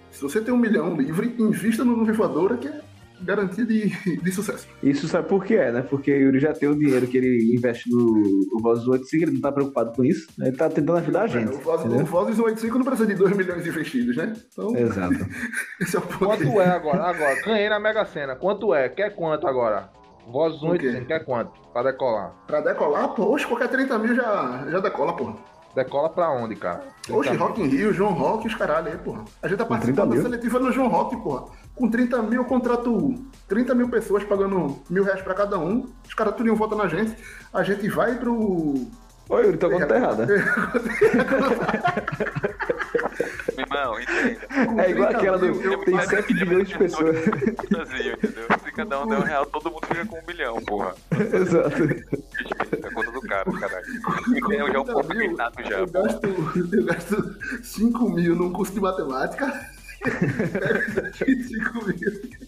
Speaker 4: Se você tem um milhão livre, invista no Nuvem Voadora, que é garantia de, de sucesso.
Speaker 2: Isso sabe por que é, né? Porque o Yuri já tem o dinheiro que ele investe no no Voz do Outro, sim, ele não tá preocupado com isso. Ele tá tentando ajudar a gente.
Speaker 4: É, o, Voz, o
Speaker 2: entendeu? É.
Speaker 4: Vozes 185 não precisa de 2 milhões investidos, né? Então,
Speaker 2: Exato.
Speaker 4: esse é o ponto. aí.
Speaker 7: Quanto é agora? Agora, ganhei na Mega Sena. Quanto é? Quer quanto agora? Voz 1
Speaker 4: O quê?
Speaker 7: okay. quer quanto? Pra decolar.
Speaker 4: Pra decolar, pô, oxe, qualquer 30 mil já, já decola, porra.
Speaker 7: Decola pra onde, cara?
Speaker 4: Oxe,
Speaker 3: Então,
Speaker 4: Rock in Rio, João Rock, os caralho aí, porra. A gente tá
Speaker 2: Com 30
Speaker 4: participando da
Speaker 2: mil.
Speaker 4: seletiva no João Rock, porra. Com 30 mil, eu contrato 30 mil pessoas pagando mil reais pra cada um. Os caras tudo votam na gente. A gente vai pro.
Speaker 2: Ô, Yuri, tua conta tá errada. <laughs>
Speaker 5: Meu irmão, entenda.
Speaker 4: com
Speaker 2: É igual
Speaker 4: 30
Speaker 2: aquela
Speaker 4: mil,
Speaker 2: do.
Speaker 4: então, eu
Speaker 2: Tem
Speaker 4: pago-
Speaker 5: assim,
Speaker 2: 7 milhões de pessoas.
Speaker 5: Brasil, entendeu? Se cada um der um real, todo mundo fica com um milhão, porra.
Speaker 2: Exato.
Speaker 5: Respeita é a conta do cara, caralho. Eu já um pouco gritado já.
Speaker 4: Eu gasto, eu gasto 5 mil num curso de matemática. 5 mil.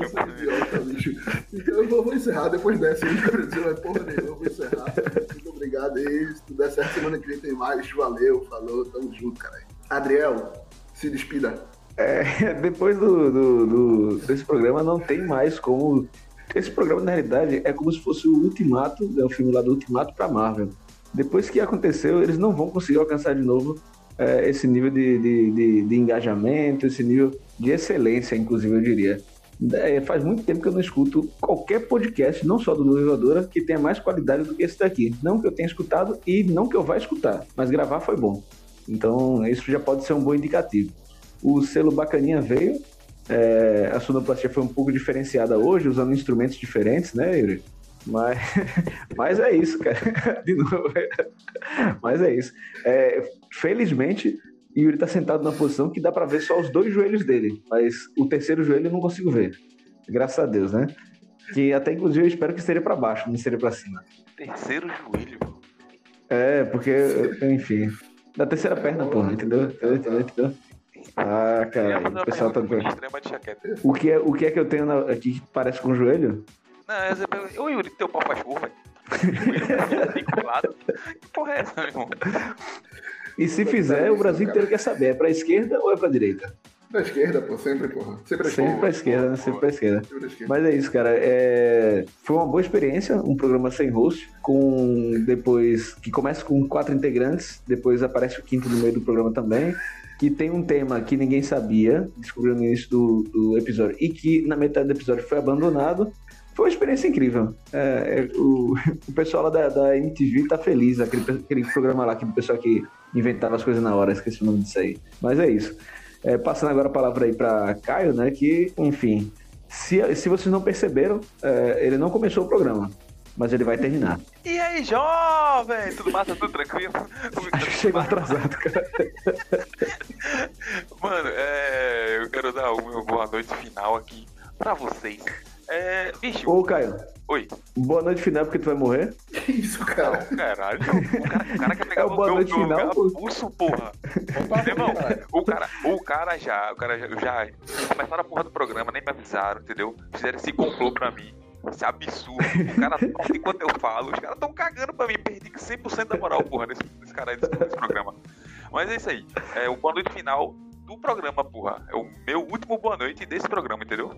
Speaker 4: Essa é idiota, bicho. Então eu vou, vou encerrar depois dessa. hein? Não vai porra nenhuma, eu vou encerrar. Muito obrigado aí. Se tudo der certo, semana que vem tem mais. Valeu, falou, tamo junto, cara. Adriel, se despida.
Speaker 2: É, <laughs> depois do, do- do- desse programa não tem mais como. Esse programa, na realidade, é como se fosse o ultimato, é o filme lá do Ultimato pra Marvel. Depois que aconteceu, eles não vão conseguir alcançar de novo é, esse nível de, de- de- de engajamento, esse nível de excelência, inclusive, eu diria. É, faz muito tempo que eu não escuto qualquer podcast, não só do Luvadora, que tenha mais qualidade do que esse daqui. Não que eu tenha escutado e não que eu vá escutar, mas gravar foi bom. Então, isso já pode ser um bom indicativo. O selo Bacaninha veio. É, a sonoplastia foi um pouco diferenciada hoje, usando instrumentos diferentes, né, Yuri? Mas, <laughs> mas é isso, cara. <laughs> De novo. Mas é isso. É, felizmente, Yuri tá sentado na posição que dá pra ver só os dois joelhos dele, mas o terceiro joelho eu não consigo ver. Graças a Deus, né? Que até inclusive eu espero que seja pra baixo, não seja pra cima.
Speaker 5: Terceiro joelho.
Speaker 2: É, porque, enfim. Da terceira perna, porra, entendeu? Entendeu? Entendeu? entendeu? Ah,
Speaker 5: Eu ia
Speaker 2: cara,
Speaker 5: fazer
Speaker 2: o
Speaker 5: uma
Speaker 2: pessoal tá.
Speaker 5: pergunta muito estranha, mas deixa quieto.
Speaker 2: O que, é, o que é que eu tenho na- aqui que parece com o joelho?
Speaker 5: Não, eu ia perguntar, Ô Yuri, teu pau faz curva? Fica pro lado. Que porra é essa, meu irmão?
Speaker 2: E se fizer, o Brasil inteiro quer saber, é pra esquerda ou é pra direita?
Speaker 4: Da esquerda, pô, sempre, porra. Sempre
Speaker 2: Sempre
Speaker 4: à esquerda.
Speaker 2: pra esquerda, né? Sempre pra esquerda.
Speaker 4: Sempre à esquerda.
Speaker 2: Mas é isso, cara. É, Foi uma boa experiência, um programa sem host, com depois. que começa com quatro integrantes, depois aparece o quinto no meio do programa também. Que tem um tema que ninguém sabia, descobriu no início do, do episódio, e que na metade do episódio foi abandonado. Foi uma experiência incrível. É, é, o, <laughs> o pessoal lá da, da MTV tá feliz, aquele, pe- aquele programa lá que o pessoal que inventava as coisas na hora, esqueci o nome disso aí. Mas é isso. É, passando agora a palavra aí pra Caio, né? Que, enfim, se, se vocês não perceberam, é, ele não começou o programa, mas ele vai terminar. <laughs>
Speaker 5: E aí, jovem? Tudo massa? Tudo tranquilo? Comigo tá
Speaker 2: <laughs> Chegou atrasado, cara.
Speaker 5: Mano, é, eu quero dar uma boa noite final aqui pra vocês. É, bicho,
Speaker 2: Ô, Caio,
Speaker 5: oi.
Speaker 2: boa noite final, porque tu vai morrer.
Speaker 4: Que isso, cara?
Speaker 5: Caralho, o cara, o cara quer pegar
Speaker 2: É o boa noite final, pô.
Speaker 5: pulso, porra. Meu irmão, o cara, o cara já, o cara já, já começaram a porra do programa, nem me avisaram, entendeu? Fizeram esse complô pra mim. Isso é absurdo. O cara toca enquanto eu falo. Os caras tão cagando pra mim. Perdi 100% da moral, porra, nesse, nesse cara aí, nesse, nesse programa. Mas é isso aí. É o boa noite final do programa, porra. É o meu último boa noite desse programa, entendeu?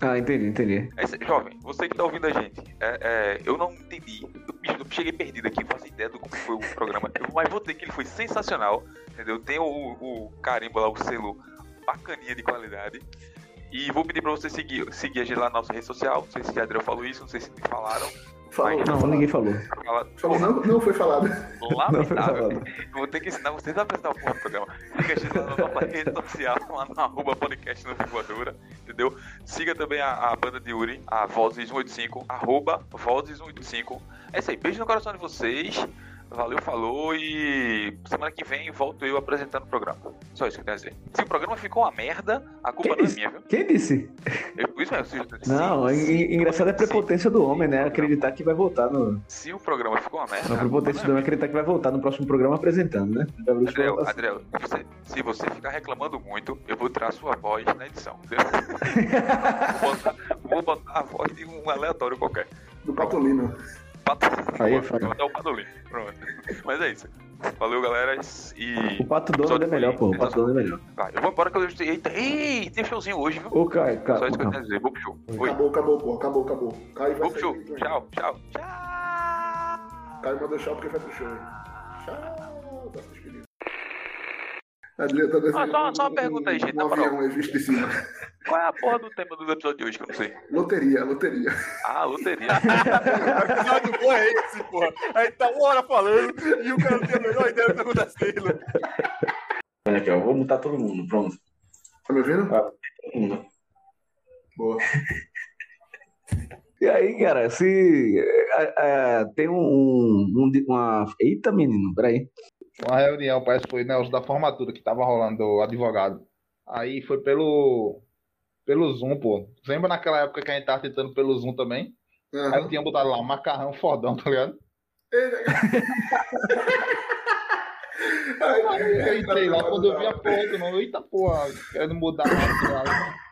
Speaker 2: Ah, entendi, entendi.
Speaker 5: É isso- jovem, você que tá ouvindo a gente, é, é, eu não entendi. Eu, bicho, eu cheguei perdido aqui, não faço ideia do como foi o programa. Eu- mas vou dizer que ele foi sensacional, entendeu? Tem o, o carimbo lá, o selo bacaninha de qualidade. E vou pedir pra você seguir, seguir a gente lá na nossa rede social. Não sei se o Adriel falou isso, não sei se me falaram.
Speaker 4: Falou.
Speaker 2: Não, ninguém falou. <laughs>
Speaker 5: Fala-
Speaker 4: Falou, não, não foi falado.
Speaker 2: Não foi
Speaker 5: Lamentável.
Speaker 2: falado.
Speaker 5: Vou ter que ensinar vocês a apresentar o porra do programa. Siga a gente lá na nossa rede social, <laughs> lá no arroba podcast no Voadora, entendeu? Siga também a, a um banda de Yuri, um a Vozes185, arroba Vozes185. É isso aí, beijo no coração de vocês. Valeu, falou e semana que vem volto eu apresentando o programa. Só isso que eu tenho a dizer. Se o programa ficou uma merda, a
Speaker 2: Que
Speaker 5: culpa não é
Speaker 2: isso?
Speaker 5: minha, viu?
Speaker 2: Quem disse?
Speaker 5: Eu- isso mesmo, se-
Speaker 2: Não,
Speaker 5: se-
Speaker 2: en- en- engraçado é a
Speaker 5: se-
Speaker 2: prepotência do homem, né? Acreditar que vai voltar no.
Speaker 5: Se o programa ficou uma merda.
Speaker 2: A prepotência
Speaker 5: a
Speaker 2: do homem é acreditar que vai voltar no próximo programa apresentando, né? Da luz que
Speaker 5: Adriel,
Speaker 2: vai passar.
Speaker 5: Adriel, você- se você ficar reclamando muito, eu vou tirar sua voz na edição. entendeu? vou, botar, vou botar a voz de um aleatório qualquer.
Speaker 4: Do Patolino.
Speaker 5: Pato...
Speaker 2: Aí é
Speaker 5: vou
Speaker 2: foda.
Speaker 5: botar o Padolim. Pronto. Mas é isso. Valeu, galera. E.
Speaker 2: O Pato Donald é melhor, pô. O Pato Donald é melhor.
Speaker 5: Vai, eu vou embora que eu. Eita, ei, tem showzinho hoje, viu?
Speaker 2: Ô, Caio,
Speaker 5: Só
Speaker 2: Caio.
Speaker 5: isso que
Speaker 2: Caio.
Speaker 5: eu tenho a dizer. Vou pro show. Oi.
Speaker 4: Acabou, acabou, pô. Acabou, acabou. Cai vai então.
Speaker 5: Vou
Speaker 4: sair
Speaker 5: pro show.
Speaker 4: do programa.
Speaker 5: Tchau, tchau, tchau.
Speaker 4: Caio mandou tchau porque vai pro show. hein? Tchau. Tá se despedindo. Adriano tá desenhando
Speaker 5: Ah, só- só uma
Speaker 4: um-
Speaker 5: pergunta aí, gente,
Speaker 4: Um
Speaker 5: na moral.
Speaker 4: avião aí visto de cima.
Speaker 5: Qual é a porra do tema do episódio de hoje que eu não sei?
Speaker 4: Loteria, loteria.
Speaker 5: Ah, loteria.
Speaker 1: Afinal de boa é esse, porra. A gente tá uma hora falando e o cara não tem a menor ideia do que tá acontecendo.
Speaker 2: Olha aqui, ó. Vou mutar todo mundo. Pronto.
Speaker 4: Tá me ouvindo?
Speaker 2: Todo mundo.
Speaker 4: Boa.
Speaker 2: <laughs> E aí, cara, se. é, é, tem um, um- um de- Uma. Eita, menino, peraí.
Speaker 3: Uma reunião, parece que foi Nelson da formatura que tava rolando do advogado. Aí foi pelo. Pelo Zoom, pô. Lembra naquela época que a gente tava tentando pelo Zoom também? Aí
Speaker 4: Aham.
Speaker 3: tinha botado lá macarrão fodão, tá ligado?
Speaker 4: Ai,
Speaker 3: <laughs> Aí eu entrei lá, quando eu vi a porra, eu não, eita porra, querendo mudar a